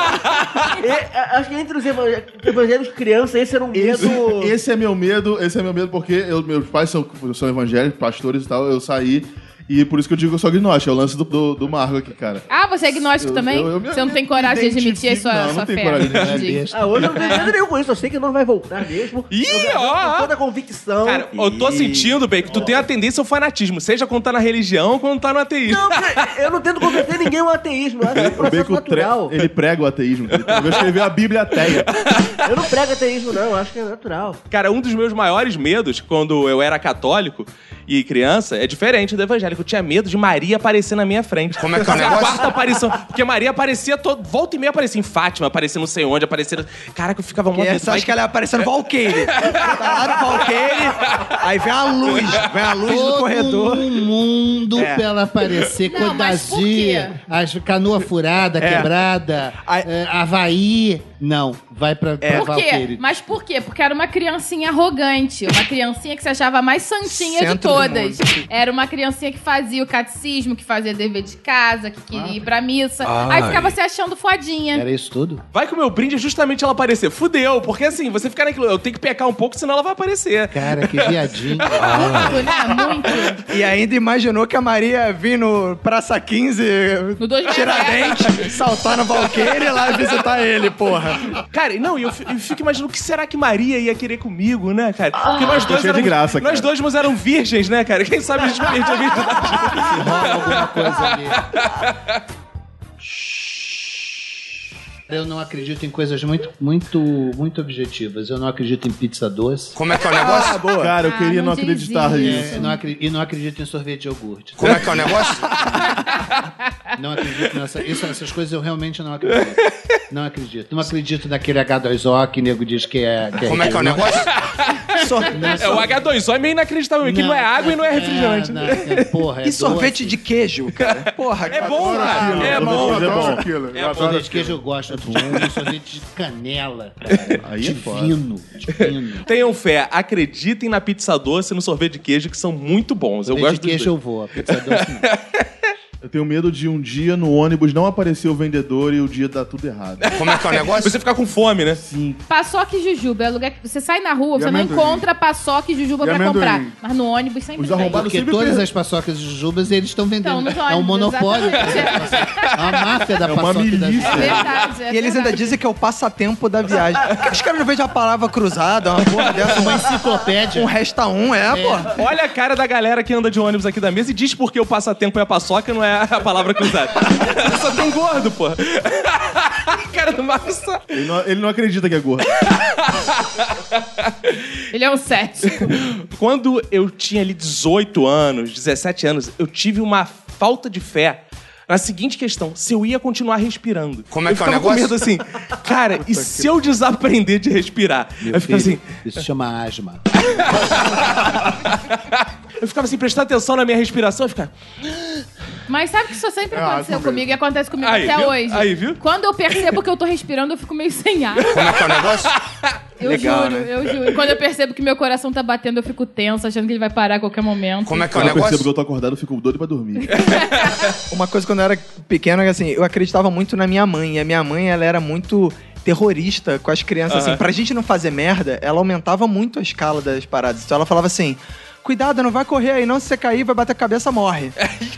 [SPEAKER 5] E, a- acho que entre os evangé- evangélicos criança, esse era um medo.
[SPEAKER 9] Esse, esse é meu medo, esse é meu medo porque eu- meus pais são, são evangélicos, pastores e tal. Eu saí
[SPEAKER 6] E por isso que eu digo que eu sou agnóstico. É o lance do, do, do Marco aqui, cara.
[SPEAKER 3] Ah, você é agnóstico
[SPEAKER 6] Eu-
[SPEAKER 3] também?
[SPEAKER 6] eu- eu me-
[SPEAKER 3] você não tem
[SPEAKER 6] me
[SPEAKER 3] coragem de admitir a
[SPEAKER 6] identifico-
[SPEAKER 3] sua,
[SPEAKER 6] não, não
[SPEAKER 3] sua
[SPEAKER 6] tenho
[SPEAKER 3] fé.
[SPEAKER 6] coragem de
[SPEAKER 4] É
[SPEAKER 3] entendi.
[SPEAKER 4] besta.
[SPEAKER 5] Ah, hoje eu não tenho nada nenhum com isso, eu sei que nós vai voltar mesmo.
[SPEAKER 1] Ih,
[SPEAKER 5] Eu garanto
[SPEAKER 1] ó, ó.
[SPEAKER 5] Com toda a convicção.
[SPEAKER 1] Cara, eu tô assim- sentindo, bem que tu tem uma tendência ao fanatismo, seja quando tá na religião ou quando tá no ateísmo.
[SPEAKER 5] Não, porque eu não tento convencer ninguém ao ateísmo. É um
[SPEAKER 6] O
[SPEAKER 5] processo
[SPEAKER 6] Bacon tre-
[SPEAKER 12] *laughs*
[SPEAKER 5] natural.
[SPEAKER 6] ele prega o ateísmo. Ele eu escrever a Bíblia ateia.
[SPEAKER 5] Eu não prego ateísmo, não. Eu acho que é natural.
[SPEAKER 1] Cara, um dos meus maiores medos quando eu era católico e criança é diferente do evangélico. Eu tinha medo de Maria aparecer na minha frente. Como é que é o negócio? A quarta aparição. Porque Maria aparecia todo. Volta e meia aparecia em Fátima, aparecia não sei onde, aparecia. Caraca, eu ficava
[SPEAKER 2] E
[SPEAKER 1] muito.
[SPEAKER 2] essa acho que ela apareceu no Valkyrie. Tá lá no Valkyrie, aí vem a luz, vem a luz do
[SPEAKER 4] Todo
[SPEAKER 2] corredor. É.
[SPEAKER 4] mundo pra ela aparecer.
[SPEAKER 3] Não, mas por quê?
[SPEAKER 4] Codazinha, as canoa furada, quebrada,
[SPEAKER 2] É. Ai- É.
[SPEAKER 4] é, Havaí. Não, vai pra, pra
[SPEAKER 3] Por quê?
[SPEAKER 4] Valqueire.
[SPEAKER 3] Mas por quê? Porque era uma criancinha arrogante, uma criancinha que se achava a mais santinha
[SPEAKER 2] Centro
[SPEAKER 3] de
[SPEAKER 2] do
[SPEAKER 3] todas.
[SPEAKER 2] mundo.
[SPEAKER 3] Era uma criancinha que fazia o catecismo, que fazia dever de casa, que queria ir pra missa. Aí
[SPEAKER 9] Ai.
[SPEAKER 3] ficava se achando fodinha.
[SPEAKER 4] Era isso tudo?
[SPEAKER 1] Vai que o meu brinde é justamente ela aparecer. Fudeu, porque assim, você ficar naquilo. Eu tenho que pecar um pouco, senão ela vai aparecer.
[SPEAKER 4] Cara, que viadinho.
[SPEAKER 3] Muito, né? Muito.
[SPEAKER 2] E ainda imaginou que a Maria vinha no Praça 15,
[SPEAKER 3] No 2000
[SPEAKER 2] Tiradentes, saltar no Valkyrie e lá visitar ele, porra.
[SPEAKER 1] Cara, não, e eu, fi- eu fico imaginando o que será que Maria ia querer comigo, né, cara? Porque nós dois
[SPEAKER 6] cheio de
[SPEAKER 1] éramos,
[SPEAKER 6] graça,
[SPEAKER 1] Nós
[SPEAKER 6] cara.
[SPEAKER 1] dois mas eram virgens, né, cara? Quem sabe a gente perde a virgindade.
[SPEAKER 4] rola alguma coisa ali. Eu não acredito em coisas muito, muito, muito objetivas. Eu não acredito em pizza doce.
[SPEAKER 9] Como é que é o negócio?
[SPEAKER 6] Cara, eu
[SPEAKER 3] Ah,
[SPEAKER 6] queria
[SPEAKER 3] não
[SPEAKER 6] não
[SPEAKER 3] diz
[SPEAKER 6] acreditar
[SPEAKER 3] isso.
[SPEAKER 6] nisso.
[SPEAKER 4] É, não acre- e não acredito em sorvete de iogurte.
[SPEAKER 9] Como é que é o negócio?
[SPEAKER 4] Não acredito nessa. Isso, essas coisas eu realmente não acredito. Não acredito. Não acredito naquele H2O que o nego diz que é. Que
[SPEAKER 9] Como é que é o negócio?
[SPEAKER 1] É, o H2O é meio inacreditável, que não é água e não é refrigerante.
[SPEAKER 4] É, não, é, porra, é
[SPEAKER 2] E sorvete de queijo, cara. Porra,
[SPEAKER 1] É bom, cara. É
[SPEAKER 6] Eu vou
[SPEAKER 1] bom.
[SPEAKER 6] fazer
[SPEAKER 13] Eu adoro
[SPEAKER 6] bom.
[SPEAKER 13] aquilo. Eu
[SPEAKER 4] doce.
[SPEAKER 13] adoro
[SPEAKER 4] Sorvete de queijo eu gosto. Outro dia eu comi sorvete de canela. cara.
[SPEAKER 6] Aí é foda.
[SPEAKER 4] divino, divino.
[SPEAKER 1] Tenham fé, acreditem na pizza doce e no sorvete de queijo, que são muito bons. Eu
[SPEAKER 4] Sorvete
[SPEAKER 1] gosto
[SPEAKER 4] de
[SPEAKER 1] dos
[SPEAKER 4] queijo
[SPEAKER 1] dois.
[SPEAKER 4] eu vou. a Pizza doce não.
[SPEAKER 6] Eu tenho medo de um dia no ônibus não aparecer o vendedor e o dia dar tudo errado.
[SPEAKER 9] Como é que é o negócio?
[SPEAKER 1] Você ficar com fome, né?
[SPEAKER 3] Paçoca e jujuba. É lugar que você sai na rua,
[SPEAKER 13] E
[SPEAKER 3] você
[SPEAKER 13] amendoim.
[SPEAKER 3] não encontra paçoca e jujuba
[SPEAKER 13] E
[SPEAKER 3] pra
[SPEAKER 13] amendoim.
[SPEAKER 3] comprar. Mas no ônibus sempre
[SPEAKER 6] Os
[SPEAKER 3] tem.
[SPEAKER 6] arrombados-
[SPEAKER 4] Porque
[SPEAKER 6] sempre
[SPEAKER 4] todas
[SPEAKER 6] penso.
[SPEAKER 4] as paçocas de jujubas eles estão
[SPEAKER 3] Então,
[SPEAKER 4] vendendo.
[SPEAKER 3] nos
[SPEAKER 4] é um
[SPEAKER 3] ônibus,
[SPEAKER 4] monopólio.
[SPEAKER 3] exatamente.
[SPEAKER 4] *laughs* É uma máfia da
[SPEAKER 6] É uma
[SPEAKER 4] paçoca. e da
[SPEAKER 3] É
[SPEAKER 6] milícia.
[SPEAKER 3] verdade. é
[SPEAKER 2] E eles ainda
[SPEAKER 3] verdade.
[SPEAKER 2] dizem que é o passatempo da viagem. Por que os caras não veem a palavra cruzada, uma porra dessa,
[SPEAKER 4] É Uma
[SPEAKER 2] uma um
[SPEAKER 6] *laughs*
[SPEAKER 4] enciclopédia.
[SPEAKER 2] resta um, é, porra.
[SPEAKER 1] Olha a cara da galera que anda de ônibus aqui da mesa e diz porque o passatempo é a paçoca e não é a palavra cruzada. *laughs* Só tem gordo, pô. *laughs* cara do Marcos. Sá.
[SPEAKER 6] Ele não, ele não acredita que é gordo.
[SPEAKER 3] Ele é um cético.
[SPEAKER 1] Quando eu tinha ali 18 anos, 17 anos, eu tive uma falta de fé na seguinte questão: se eu ia continuar respirando.
[SPEAKER 9] Como é
[SPEAKER 1] eu
[SPEAKER 9] que é o
[SPEAKER 1] ficava com
[SPEAKER 9] negócio?
[SPEAKER 1] medo assim, cara, e se eu desaprender de respirar?
[SPEAKER 4] Meu
[SPEAKER 1] eu ficava
[SPEAKER 6] Um
[SPEAKER 1] assim,
[SPEAKER 4] filho, Isso se chama asma.
[SPEAKER 1] eu ficava assim, prestando atenção na minha respiração, eu ficava.
[SPEAKER 3] Mas sabe que isso sempre
[SPEAKER 13] É,
[SPEAKER 3] aconteceu
[SPEAKER 13] acho mesmo.
[SPEAKER 3] comigo e acontece comigo
[SPEAKER 1] Aí,
[SPEAKER 3] até
[SPEAKER 1] viu?
[SPEAKER 3] hoje.
[SPEAKER 1] Aí, viu?
[SPEAKER 3] Quando eu percebo que eu tô respirando, eu fico meio sem ar.
[SPEAKER 9] Como é que é o negócio?
[SPEAKER 3] *laughs* Eu
[SPEAKER 2] Legal,
[SPEAKER 3] juro,
[SPEAKER 2] né?
[SPEAKER 3] eu juro. Quando eu percebo que meu coração tá batendo, eu fico tensa, achando que ele vai parar a qualquer momento.
[SPEAKER 9] Como é que é o
[SPEAKER 6] Quando eu percebo que
[SPEAKER 9] negócio?
[SPEAKER 6] eu tô acordado, eu fico doido pra dormir.
[SPEAKER 2] Uma coisa quando eu era pequeno, é que, assim, eu acreditava muito na minha mãe. E a minha mãe, ela era muito terrorista com as crianças, assim. Pra gente não fazer merda, ela aumentava muito a escala das paradas. Então ela falava assim... Cuidado, não vai correr aí, não. Se você cair, vai bater a cabeça, morre.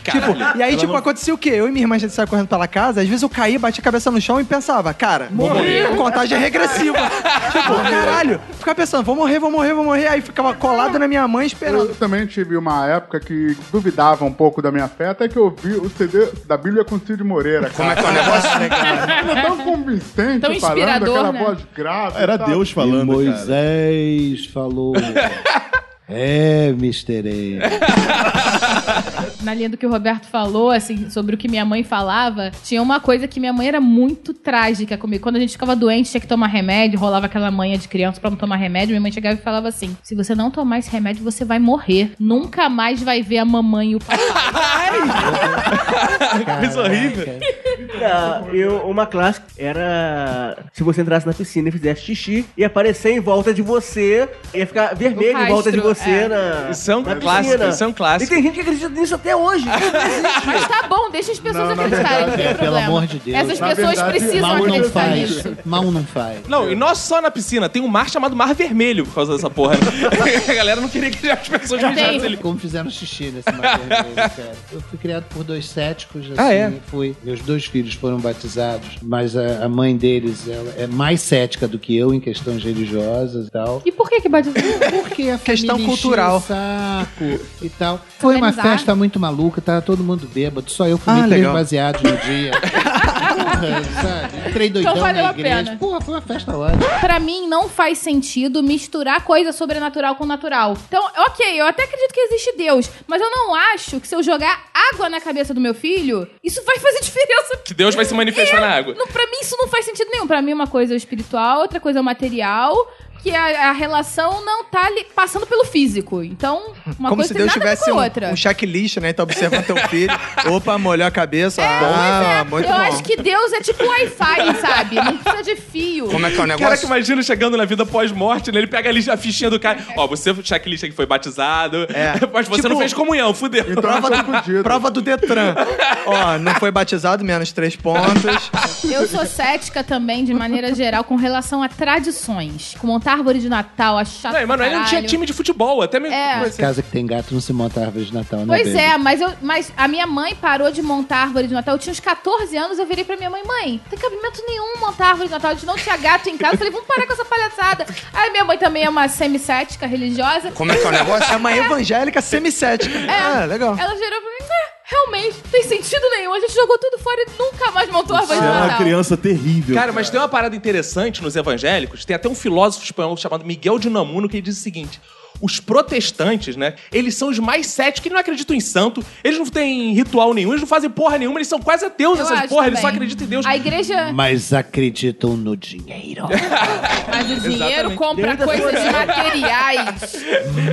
[SPEAKER 2] tipo, e aí, tipo, acontecia o quê? Eu e minha irmã, a gente saia correndo pela casa. Às vezes eu caía, batia a cabeça no chão e pensava, cara, morrer. contagem é regressiva. tipo, caralho. Ficava pensando, vou morrer, vou morrer, vou morrer. Aí ficava colado na minha mãe esperando.
[SPEAKER 13] Eu também tive uma época que duvidava um pouco da minha fé, até que eu vi o CD da Bíblia com Cid Moreira,
[SPEAKER 9] Como é
[SPEAKER 13] cara.
[SPEAKER 9] que é o negócio?
[SPEAKER 13] Era tão convincente
[SPEAKER 3] Tão
[SPEAKER 13] falando,
[SPEAKER 3] inspirador,
[SPEAKER 13] aquela
[SPEAKER 3] né?
[SPEAKER 13] voz grave.
[SPEAKER 6] Era
[SPEAKER 13] sabe?
[SPEAKER 6] Deus
[SPEAKER 4] e
[SPEAKER 6] falando, cara.
[SPEAKER 4] Moisés
[SPEAKER 6] *laughs*
[SPEAKER 4] falou. É, Mr. E.
[SPEAKER 3] *laughs* Na linha do que o Roberto falou, assim, sobre o que minha mãe falava, tinha uma coisa que minha mãe era muito trágica comigo. Quando a gente ficava doente, tinha que tomar remédio, rolava aquela manha de criança pra não tomar remédio. Minha mãe chegava e falava assim: se você não tomar esse remédio, você vai morrer. Nunca mais vai ver a mamãe e o papai.
[SPEAKER 1] Ai, coisa horrível.
[SPEAKER 5] Não, Ah, eu, uma clássica era se você entrasse na piscina e fizesse xixi, ia aparecer em volta de você, ia ficar vermelho em volta de
[SPEAKER 3] rastro,
[SPEAKER 5] você
[SPEAKER 3] é.
[SPEAKER 5] na.
[SPEAKER 14] São
[SPEAKER 5] na
[SPEAKER 14] clássicos,
[SPEAKER 5] piscina.
[SPEAKER 14] são clássicos.
[SPEAKER 5] E tem gente que acredita nisso até hoje.
[SPEAKER 3] Mas tá bom, deixa as pessoas
[SPEAKER 6] Não, na
[SPEAKER 3] acreditarem, não
[SPEAKER 6] verdade,
[SPEAKER 3] tem
[SPEAKER 4] é, pelo
[SPEAKER 3] problema.
[SPEAKER 4] amor de Deus.
[SPEAKER 3] Essas
[SPEAKER 6] Na
[SPEAKER 3] pessoas
[SPEAKER 6] verdade,
[SPEAKER 3] precisam
[SPEAKER 4] Mal não
[SPEAKER 3] acreditar
[SPEAKER 4] faz.
[SPEAKER 3] nisso.
[SPEAKER 4] Mal não faz.
[SPEAKER 14] Não, e não só na piscina, tem um mar chamado Mar Vermelho por causa dessa porra. né? a galera não queria que as pessoas mijassem ali.
[SPEAKER 4] Como fizeram xixi nesse mar vermelho, cara. Eu fui criado por dois céticos, assim,
[SPEAKER 14] Ah, é?
[SPEAKER 4] fui. Meus dois filhos foram batizados, mas a, a mãe deles ela é mais cética do que eu em questões religiosas e tal.
[SPEAKER 3] E por que que batizou?
[SPEAKER 4] Porque a
[SPEAKER 2] Questão
[SPEAKER 4] família enchia
[SPEAKER 2] cultural.
[SPEAKER 4] o saco e
[SPEAKER 3] *laughs*
[SPEAKER 4] tal. Foi uma
[SPEAKER 3] Organizar.
[SPEAKER 4] festa muito maluca, tava todo mundo bêbado, só eu comi
[SPEAKER 2] Ah,
[SPEAKER 4] três
[SPEAKER 2] legal.
[SPEAKER 4] baseados no dia. Porra, sabe? Entrei doidão
[SPEAKER 3] Então valeu
[SPEAKER 4] na
[SPEAKER 3] a
[SPEAKER 4] igreja.
[SPEAKER 3] pena.
[SPEAKER 4] Porra, foi uma festa ótima.
[SPEAKER 3] Pra mim, não faz sentido misturar coisa sobrenatural com natural. Então, ok, eu até acredito que existe Deus, mas eu não acho que se eu jogar água na cabeça do meu filho, isso vai fazer *laughs* diferença.
[SPEAKER 1] Que Deus vai se manifestar na água.
[SPEAKER 3] Não, pra mim, isso não faz sentido nenhum. Pra mim, uma coisa é o espiritual, outra coisa é o material, que a, a relação não tá ali- passando pelo físico. Então, uma
[SPEAKER 2] Como
[SPEAKER 3] coisa
[SPEAKER 2] se
[SPEAKER 3] tem
[SPEAKER 2] Deus
[SPEAKER 3] nada a ver
[SPEAKER 2] tivesse
[SPEAKER 3] com
[SPEAKER 2] um,
[SPEAKER 3] a outra.
[SPEAKER 2] um checklist, né? Então observa *laughs* teu filho. Opa, molhou a cabeça.
[SPEAKER 3] Pois é,
[SPEAKER 2] ah, muito
[SPEAKER 3] eu
[SPEAKER 2] bom.
[SPEAKER 3] acho que Deus é tipo Wi-Fi, sabe? Não precisa de fio.
[SPEAKER 2] Como é que é o negócio?
[SPEAKER 1] Caraca, imagina chegando na vida pós-morte, né? Ele pega ali a fichinha do cara. Ó, você foi checklist que foi batizado,
[SPEAKER 2] É.
[SPEAKER 1] *laughs* mas você
[SPEAKER 2] Tipo,
[SPEAKER 1] não fez comunhão, fudeu.
[SPEAKER 6] Então eu tô fudido.
[SPEAKER 2] Prova do Detran. Ó, não foi batizado, menos três pontos.
[SPEAKER 3] Eu sou cética também, de maneira geral, com relação a tradições. Como montar árvore de Natal,
[SPEAKER 1] *laughs*
[SPEAKER 3] achar.
[SPEAKER 1] Não, Emanuel não tinha time de futebol, até mesmo.
[SPEAKER 3] É.
[SPEAKER 1] Mas-
[SPEAKER 4] Casa que tem gato não se monta árvore de Natal, né?
[SPEAKER 3] Pois
[SPEAKER 4] baby?
[SPEAKER 3] é, mas, eu, mas a minha mãe parou de montar árvore de Natal. Eu tinha uns 14 anos, eu virei pra minha mãe, mãe, não tem cabimento nenhum montar árvore de Natal. A gente não tinha gato em casa. Eu falei, vamos parar com essa palhaçada. Aí minha mãe também é uma semicética religiosa.
[SPEAKER 2] Como é que é o negócio? É uma evangélica semicética. Ah, legal.
[SPEAKER 3] Ela gerou pra mim, "Ah, realmente, não tem sentido nenhum. A gente jogou tudo fora e nunca mais montou árvore de
[SPEAKER 15] Você é uma
[SPEAKER 3] Natal.
[SPEAKER 15] criança terrível.
[SPEAKER 1] Cara, mas tem uma parada interessante nos evangélicos. Tem até um filósofo espanhol chamado Miguel de Unamuno que ele diz o seguinte. Os protestantes, né? Eles são os mais céticos, eles não acreditam em santo, eles não têm ritual nenhum, eles não fazem porra nenhuma, eles são quase ateus,
[SPEAKER 3] Eu
[SPEAKER 1] essas
[SPEAKER 3] acho
[SPEAKER 1] porra, eles só
[SPEAKER 3] também.
[SPEAKER 1] acreditam em Deus. *laughs*
[SPEAKER 3] A igreja
[SPEAKER 4] Mas acreditam no dinheiro.
[SPEAKER 3] Mas o dinheiro
[SPEAKER 1] Exatamente.
[SPEAKER 3] compra
[SPEAKER 5] é
[SPEAKER 3] coisas materiais.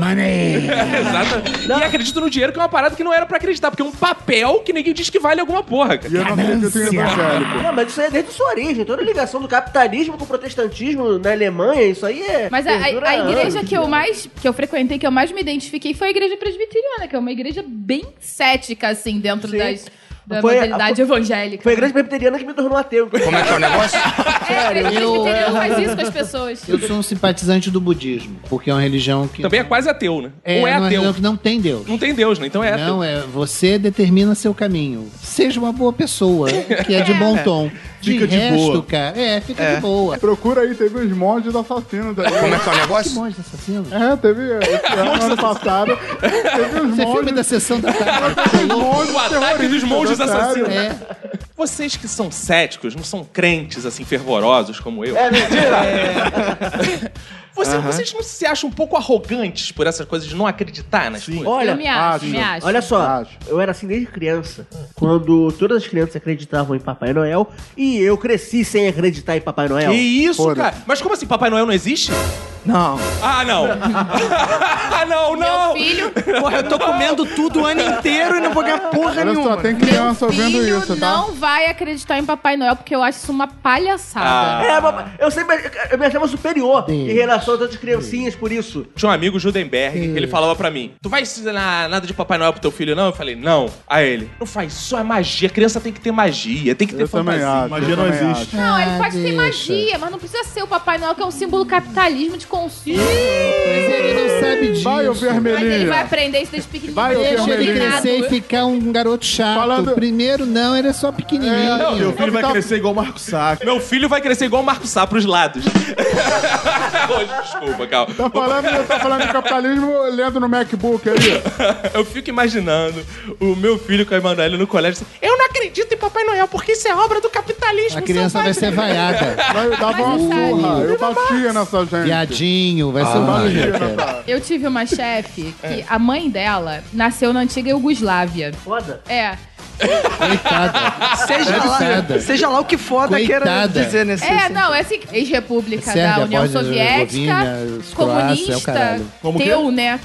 [SPEAKER 4] Money!
[SPEAKER 1] Exatamente. E acreditam no dinheiro, que é uma parada que não era pra acreditar, porque é um papel que ninguém diz que vale alguma porra, cara.
[SPEAKER 6] E eu não acredito em evangélico.
[SPEAKER 5] Não, mas isso aí é desde sua origem. Toda ligação do capitalismo com o protestantismo na Alemanha, isso aí é.
[SPEAKER 3] Mas a, a-
[SPEAKER 5] perdura
[SPEAKER 3] a
[SPEAKER 5] há
[SPEAKER 3] igreja
[SPEAKER 5] anos,
[SPEAKER 3] que eu
[SPEAKER 5] né?
[SPEAKER 3] mais que eu frequentei, que eu mais me identifiquei, foi a igreja presbiteriana, que é uma igreja bem cética, assim, dentro
[SPEAKER 5] Sim.
[SPEAKER 3] das, da
[SPEAKER 5] Foi a-
[SPEAKER 3] modalidade evangélica.
[SPEAKER 5] Foi a igreja presbiteriana que me tornou ateu.
[SPEAKER 9] Como é que é o negócio?
[SPEAKER 3] É, a igreja
[SPEAKER 4] Eu-
[SPEAKER 3] presbiteriana faz
[SPEAKER 5] É.
[SPEAKER 3] isso com as pessoas.
[SPEAKER 4] Eu sou um simpatizante do budismo, porque é uma religião que.
[SPEAKER 1] Também é quase ateu, né?
[SPEAKER 4] É,
[SPEAKER 1] Ou é
[SPEAKER 4] uma
[SPEAKER 1] ateu.
[SPEAKER 4] religião que não tem Deus.
[SPEAKER 1] Não tem Deus, né? Então é ateu.
[SPEAKER 4] Não, é você determina seu caminho. Seja uma boa pessoa, que é de bom tom. De
[SPEAKER 15] Fica de
[SPEAKER 4] resto,
[SPEAKER 15] boa.
[SPEAKER 4] cara, é, fica de boa.
[SPEAKER 6] Procura aí, teve os monges assassinos aí.
[SPEAKER 9] Como é que é o
[SPEAKER 4] Que
[SPEAKER 9] negócio?
[SPEAKER 4] monstro assassino.
[SPEAKER 6] É, teve esse ano, ano passado. Teve os
[SPEAKER 4] Você é filme
[SPEAKER 6] monges.
[SPEAKER 4] da sessão
[SPEAKER 3] *laughs*
[SPEAKER 4] da tarde.
[SPEAKER 6] monges
[SPEAKER 1] O ataque dos
[SPEAKER 6] terroristas,
[SPEAKER 1] monges
[SPEAKER 6] né, cara?
[SPEAKER 1] assassinos.
[SPEAKER 4] É.
[SPEAKER 1] Vocês que são céticos, não são crentes, assim, fervorosos como eu.
[SPEAKER 5] É
[SPEAKER 1] *laughs*
[SPEAKER 5] mentira!
[SPEAKER 4] É.
[SPEAKER 1] Você- Vocês não se acham um pouco arrogantes por essas coisas de não acreditar nas coisas?
[SPEAKER 5] Olha, ah,
[SPEAKER 3] eu me acho,
[SPEAKER 6] acho.
[SPEAKER 3] me acho.
[SPEAKER 5] Olha só,
[SPEAKER 6] Acho.
[SPEAKER 5] eu era assim desde criança, quando todas as crianças acreditavam em Papai Noel e eu cresci sem acreditar em Papai Noel.
[SPEAKER 1] Que isso,
[SPEAKER 6] Foda-se.
[SPEAKER 1] cara? Mas como assim? Papai Noel não existe?
[SPEAKER 2] Não.
[SPEAKER 1] Ah,
[SPEAKER 4] *laughs*
[SPEAKER 1] não! *laughs* ah, não,
[SPEAKER 3] Meu
[SPEAKER 1] não!
[SPEAKER 3] filho,
[SPEAKER 2] Porra, eu tô comendo tudo o ano inteiro e não vou ganhar porra
[SPEAKER 6] Olha só,
[SPEAKER 2] nenhuma.
[SPEAKER 6] tem
[SPEAKER 3] meu
[SPEAKER 6] criança ouvindo
[SPEAKER 3] filho
[SPEAKER 6] isso, tá?
[SPEAKER 3] não vai acreditar em Papai Noel, porque eu acho isso uma palhaçada.
[SPEAKER 5] É, mas eu sempre eu me achava superior em relação a tantas criancinhas por isso.
[SPEAKER 1] Tinha um amigo, Judenberg, que ele falava pra mim: Tu vai ensinar nada de Papai Noel pro teu filho, não? Eu falei: Não. Aí ele: Não faz, só é magia. Criança tem que ter magia, tem que ter
[SPEAKER 6] Eu também
[SPEAKER 1] fantasia.
[SPEAKER 6] acho.
[SPEAKER 15] Magia
[SPEAKER 6] eu
[SPEAKER 15] não
[SPEAKER 6] também
[SPEAKER 15] existe.
[SPEAKER 3] Não, ele pode ter
[SPEAKER 4] Ah, deixa.
[SPEAKER 3] magia, mas não precisa ser o Papai Noel, que é um símbolo capitalismo de consumo.
[SPEAKER 4] Mas ele não sabe disso.
[SPEAKER 6] acho. Vai, ô
[SPEAKER 3] Mas ele vai
[SPEAKER 6] vermelhinho.
[SPEAKER 3] aprender isso desde pequenininho.
[SPEAKER 6] Vai, ô
[SPEAKER 4] Deixa ele
[SPEAKER 6] vermelhinho.
[SPEAKER 4] crescer e ficar um garoto chato.
[SPEAKER 6] Falando-
[SPEAKER 4] Primeiro, não, ele é só pequenininho.
[SPEAKER 15] Não, meu filho vai
[SPEAKER 6] Tá-
[SPEAKER 15] crescer igual o Marco Saco.
[SPEAKER 1] Meu filho vai crescer igual o Marco Sá pros
[SPEAKER 4] *laughs*
[SPEAKER 1] lados. Desculpa, calma.
[SPEAKER 6] Tá falando, tá falando de capitalismo lendo no MacBook aí.
[SPEAKER 1] Eu fico imaginando o meu filho com a Emanuele no colégio. assim, eu não acredito em Papai Noel, porque isso é obra do capitalismo.
[SPEAKER 4] A criança vai ser vaiada.
[SPEAKER 6] Vai, dava uma surra. Eu batia nessa gente.
[SPEAKER 4] Viadinho, vai ser
[SPEAKER 15] Ah.
[SPEAKER 6] Eu
[SPEAKER 4] horrível,
[SPEAKER 6] batia
[SPEAKER 4] cara.
[SPEAKER 6] nessa.
[SPEAKER 3] Eu tive
[SPEAKER 4] É.
[SPEAKER 3] uma chefe que a mãe dela nasceu na antiga Iugoslávia.
[SPEAKER 5] Foda.
[SPEAKER 3] É.
[SPEAKER 4] Coitada.
[SPEAKER 2] Seja lá,
[SPEAKER 4] Coitada.
[SPEAKER 2] seja lá o que foda que
[SPEAKER 4] Coitada.
[SPEAKER 2] era dizer nesse.
[SPEAKER 3] É, não, é assim, ex-república
[SPEAKER 4] Sérvia,
[SPEAKER 3] da União
[SPEAKER 4] Bósnia,
[SPEAKER 3] Soviética,
[SPEAKER 4] Herzegovina, Croácia, é o
[SPEAKER 3] comunista,
[SPEAKER 4] caralho. Como que é?
[SPEAKER 3] teu, né?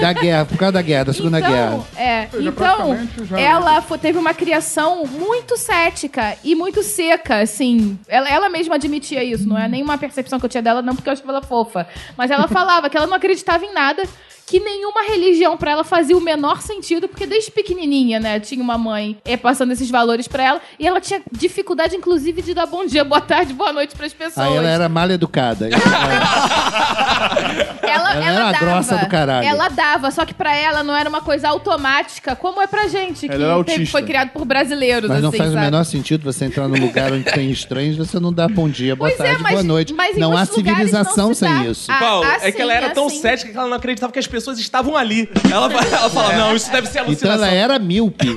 [SPEAKER 4] Da guerra, por causa da guerra, da Segunda Guerra.
[SPEAKER 3] É, então, ela fo- teve uma criação muito cética e muito seca, assim. Ela, ela mesma admitia isso, não é nenhuma percepção que eu tinha dela, não porque eu achava ela fofa. Mas
[SPEAKER 4] *laughs*
[SPEAKER 3] ela falava que ela não acreditava em nada, que nenhuma religião pra ela fazia o menor sentido, porque desde pequenininha, né, tinha uma mãe é, passando esses valores pra ela, e ela tinha dificuldade, inclusive, de dar bom dia, boa tarde, boa noite pras pessoas.
[SPEAKER 4] Aí ela era mal educada.
[SPEAKER 3] Ela,
[SPEAKER 4] Ela
[SPEAKER 3] ela
[SPEAKER 4] era a
[SPEAKER 3] dava.
[SPEAKER 4] grossa do caralho.
[SPEAKER 3] Ela dava, só que pra ela não era uma coisa automática, como é pra gente, que
[SPEAKER 4] Ela era
[SPEAKER 3] teve-
[SPEAKER 4] autista.
[SPEAKER 3] foi criado por brasileiros,
[SPEAKER 4] Mas não
[SPEAKER 3] assim,
[SPEAKER 4] faz
[SPEAKER 3] sabe?
[SPEAKER 4] o menor sentido você entrar num lugar onde tem estranhos, você não dá bom dia, boa
[SPEAKER 3] Pois é,
[SPEAKER 4] tarde,
[SPEAKER 3] mas-
[SPEAKER 4] boa noite.
[SPEAKER 3] mas em
[SPEAKER 4] não há
[SPEAKER 3] muitos lugares
[SPEAKER 4] civilização
[SPEAKER 3] não se dá.
[SPEAKER 4] sem isso.
[SPEAKER 3] Ah,
[SPEAKER 1] Paulo, é
[SPEAKER 3] assim,
[SPEAKER 1] que ela era tão
[SPEAKER 3] assim.
[SPEAKER 1] cética que ela não acreditava que as pessoas estavam ali. Ela, ela fala, não, isso deve ser
[SPEAKER 4] Então
[SPEAKER 1] alucinação.
[SPEAKER 4] ela era míope.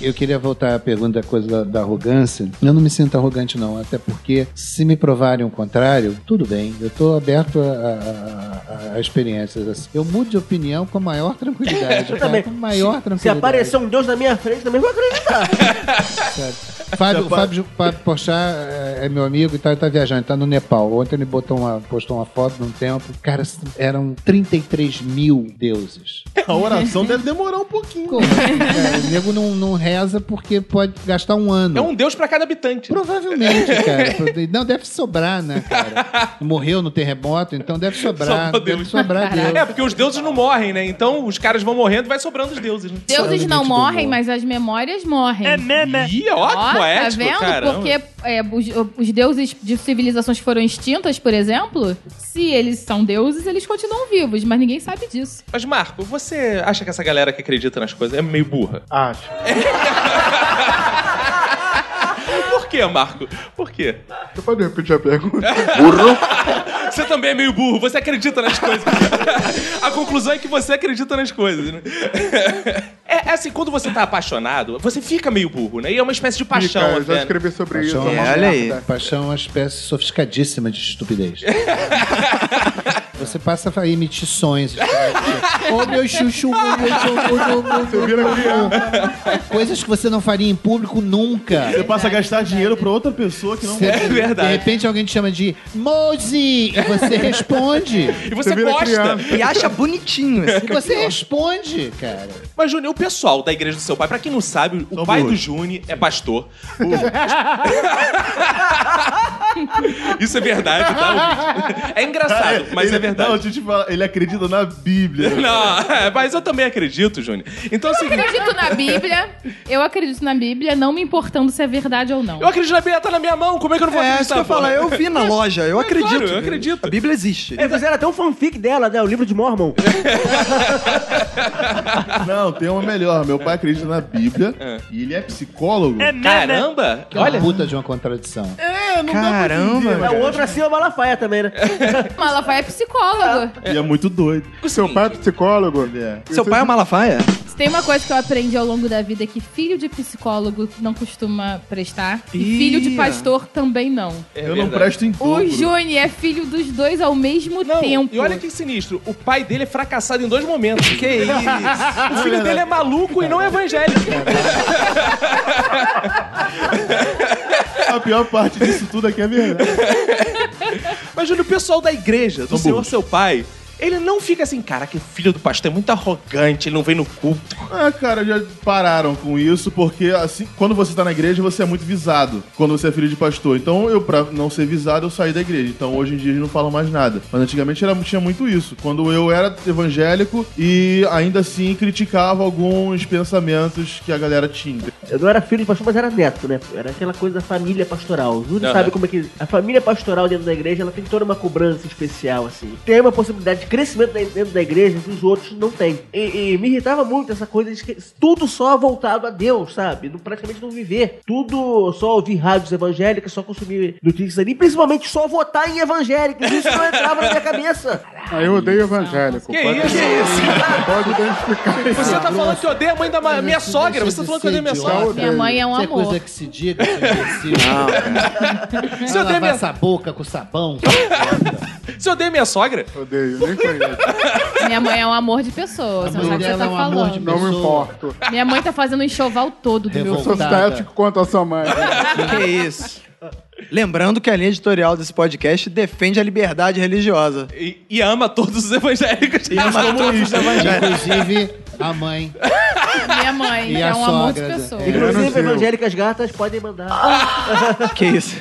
[SPEAKER 4] Eu queria voltar à pergunta da coisa da, da arrogância. Eu não me sinto arrogante, não. Até porque, se me provarem o contrário, tudo bem. Eu estou aberto a, a- a- a experiências. assim. Eu mudo de opinião com a maior tranquilidade.
[SPEAKER 5] *laughs* Eu
[SPEAKER 4] cara,
[SPEAKER 5] também.
[SPEAKER 4] com a maior tranquilidade.
[SPEAKER 5] Se aparecer um Deus na minha frente, também vou acreditar.
[SPEAKER 4] Fábio, Fábio, Fábio Porchat é, é meu amigo e tal, ele tá viajando, tá no Nepal. Ontem ele botou uma, postou uma foto num templo. Cara, eram 33 mil deuses.
[SPEAKER 6] *laughs* A oração deve demorar um pouquinho.
[SPEAKER 4] Cara, o nego não, não reza porque pode gastar um ano.
[SPEAKER 1] É um deus pra cada habitante.
[SPEAKER 6] *laughs*
[SPEAKER 4] Provavelmente, cara. Não, deve sobrar, né, cara? Morreu no terremoto, então deve sobrar.
[SPEAKER 1] Sobrou
[SPEAKER 4] deve
[SPEAKER 1] Deus.
[SPEAKER 4] sobrar Deus.
[SPEAKER 1] É, porque os deuses não morrem, né? Então os caras vão morrendo e vai sobrando os deuses. Né?
[SPEAKER 3] Deuses não morrem, mas as memórias morrem. *laughs* É, né, né?
[SPEAKER 1] Ih, ó, que
[SPEAKER 3] tá
[SPEAKER 1] poético,
[SPEAKER 3] vendo?
[SPEAKER 1] caramba.
[SPEAKER 3] Porque é, os, os deuses de civilizações que foram extintas, por exemplo, se eles são deuses, eles continuam vivos, mas ninguém sabe disso.
[SPEAKER 1] Mas, Marco, você acha que essa galera que acredita nas coisas é meio burra?
[SPEAKER 16] Acho.
[SPEAKER 1] *laughs* Por quê, Marco? Por quê?
[SPEAKER 16] Você pode repetir a
[SPEAKER 6] *laughs*
[SPEAKER 16] pergunta?
[SPEAKER 1] Você também é meio burro, você acredita nas coisas. *laughs* A conclusão é que você acredita nas coisas, né? É, é assim, quando você tá apaixonado, você fica meio burro, né? E é uma espécie de paixão,
[SPEAKER 16] Cara, eu
[SPEAKER 1] até,
[SPEAKER 16] já
[SPEAKER 1] né?
[SPEAKER 16] escrevi sobre isso.
[SPEAKER 4] Paixão,
[SPEAKER 16] é uma
[SPEAKER 4] é, olha aí.
[SPEAKER 16] merda.
[SPEAKER 4] Paixão é uma espécie sofisticadíssima de
[SPEAKER 3] *laughs*
[SPEAKER 4] estupidez. Você passa a emitir sonhos. Ô meu chuchu, ô, meu chuchu, ô, meu chuchu. Coisas que você não faria em público nunca.
[SPEAKER 6] Você passa a gastar dinheiro pra outra pessoa que não
[SPEAKER 4] Você-
[SPEAKER 1] É verdade.
[SPEAKER 4] De repente alguém te chama de Mozi e
[SPEAKER 3] *laughs*
[SPEAKER 4] você responde.
[SPEAKER 1] E você gosta.
[SPEAKER 2] E acha bonitinho. assim.
[SPEAKER 4] E você responde, cara.
[SPEAKER 1] Mas, Júnior, o pessoal da igreja do seu pai, pra quem não sabe, o pai do Júnior é pastor. O- Isso é verdade, tá? ouvinte? É engraçado, mas
[SPEAKER 6] ele,
[SPEAKER 1] é verdade.
[SPEAKER 6] Não, deixa eu te falar, ele acredita na Bíblia.
[SPEAKER 1] *laughs* Não, é, mas eu também acredito, Júnior. Então é o
[SPEAKER 3] Eu
[SPEAKER 1] seguinte.
[SPEAKER 3] acredito na Bíblia, eu acredito na Bíblia, não me importando se é verdade ou não.
[SPEAKER 1] Eu acredito na Bíblia, tá na minha mão. Como é que eu não vou
[SPEAKER 2] É,
[SPEAKER 1] acreditar?
[SPEAKER 2] isso que eu
[SPEAKER 1] pô?
[SPEAKER 2] falo. Eu vi na loja, eu acredito.
[SPEAKER 1] claro, eu acredito.
[SPEAKER 2] A Bíblia existe.
[SPEAKER 5] E fizeram até um fanfic dela, né? O livro de Mormon.
[SPEAKER 4] É
[SPEAKER 6] Não, tem uma melhor. Meu pai acredita na Bíblia e ele é psicólogo.
[SPEAKER 1] né,
[SPEAKER 6] É,
[SPEAKER 1] Caramba!
[SPEAKER 4] Que é uma puta de uma contradição.
[SPEAKER 6] não
[SPEAKER 2] Caramba.
[SPEAKER 5] É o outro assim, o Malafaia também, né?
[SPEAKER 3] Malafaia é psicólogo.
[SPEAKER 6] dá pra... E é muito doido.
[SPEAKER 16] Seu pai é psicólogo?
[SPEAKER 6] É.
[SPEAKER 2] Seu pai é uma Malafaia?
[SPEAKER 3] Se tem uma coisa que eu aprendi ao longo da vida é que filho de psicólogo não costuma prestar
[SPEAKER 2] Ih.
[SPEAKER 3] e filho de pastor também não.
[SPEAKER 1] É
[SPEAKER 6] Eu não
[SPEAKER 1] verdade.
[SPEAKER 6] presto em tudo.
[SPEAKER 3] O Juni é filho dos dois ao mesmo
[SPEAKER 1] Não,
[SPEAKER 3] tempo.
[SPEAKER 1] e olha que sinistro. O pai dele é fracassado em dois momentos. Que isso? O filho dele é maluco e não é evangélico.
[SPEAKER 6] A pior parte disso tudo aqui é verdade.
[SPEAKER 1] Mas, Júnior, o pessoal da igreja, do senhor seu pai, ele não fica assim, cara, que filho do pastor é muito arrogante, ele não vem no culto.
[SPEAKER 6] Ah, cara, já pararam com isso, porque assim, quando você tá na igreja, você é muito visado. Quando você é filho de pastor. Então, eu, pra não ser visado, eu saí da igreja. Então, hoje em dia, eles não falam mais nada. Mas antigamente era, tinha muito isso. Quando eu era evangélico e ainda assim criticava alguns pensamentos que a galera tinha.
[SPEAKER 5] Eu não era filho de pastor, mas era neto, né? Era aquela coisa da família pastoral. O Júlio
[SPEAKER 1] Aham.
[SPEAKER 5] sabe como é que. A família pastoral dentro da igreja, ela tem toda uma cobrança especial, assim. Tem uma possibilidade de crescimento da- dentro da igreja que os outros não têm. E, e me irritava muito essa coisa de que tudo só voltado a Deus, sabe? Não- praticamente não viver. Tudo só ouvir rádios evangélicas, só consumir notícias ali. Principalmente só votar em evangélicos. Isso não entrava na minha cabeça.
[SPEAKER 16] Ah, eu odeio evangélico.
[SPEAKER 1] Que
[SPEAKER 16] pode,
[SPEAKER 1] isso?
[SPEAKER 16] pode identificar isso.
[SPEAKER 1] Você tá falando que odeia a mãe da ma- minha sogra. Você tá falando que odeia minha sogra.
[SPEAKER 3] Minha mãe é um
[SPEAKER 4] Isso é
[SPEAKER 3] amor. é.
[SPEAKER 4] coisa que se diga, seu imbecil. Não,
[SPEAKER 1] Se eu
[SPEAKER 4] lavar
[SPEAKER 1] der minha-
[SPEAKER 4] essa boca com sabão.
[SPEAKER 17] Você odeia minha sogra?
[SPEAKER 6] Odeio, nem conheço. *laughs*
[SPEAKER 3] Minha mãe é um amor de pessoa, você não sabe o que
[SPEAKER 9] é
[SPEAKER 3] você tá
[SPEAKER 9] um
[SPEAKER 3] falando.
[SPEAKER 6] Não me importo.
[SPEAKER 3] Minha mãe tá fazendo um enxoval todo do
[SPEAKER 6] Eu
[SPEAKER 3] meu
[SPEAKER 6] sou cético quanto à sua mãe.
[SPEAKER 2] Que é isso? Lembrando que a linha editorial desse podcast defende a liberdade religiosa.
[SPEAKER 17] E, e ama todos os evangélicos.
[SPEAKER 1] *laughs*
[SPEAKER 2] E ama todos os evangélicos.
[SPEAKER 4] Inclusive, a mãe.
[SPEAKER 3] Minha mãe
[SPEAKER 4] E
[SPEAKER 3] é
[SPEAKER 4] a
[SPEAKER 3] um amor de
[SPEAKER 4] sogra,
[SPEAKER 3] pessoa.
[SPEAKER 4] é.
[SPEAKER 6] Menos
[SPEAKER 5] Inclusive,
[SPEAKER 6] eu.
[SPEAKER 5] evangélicas gatas podem mandar.
[SPEAKER 2] Que isso?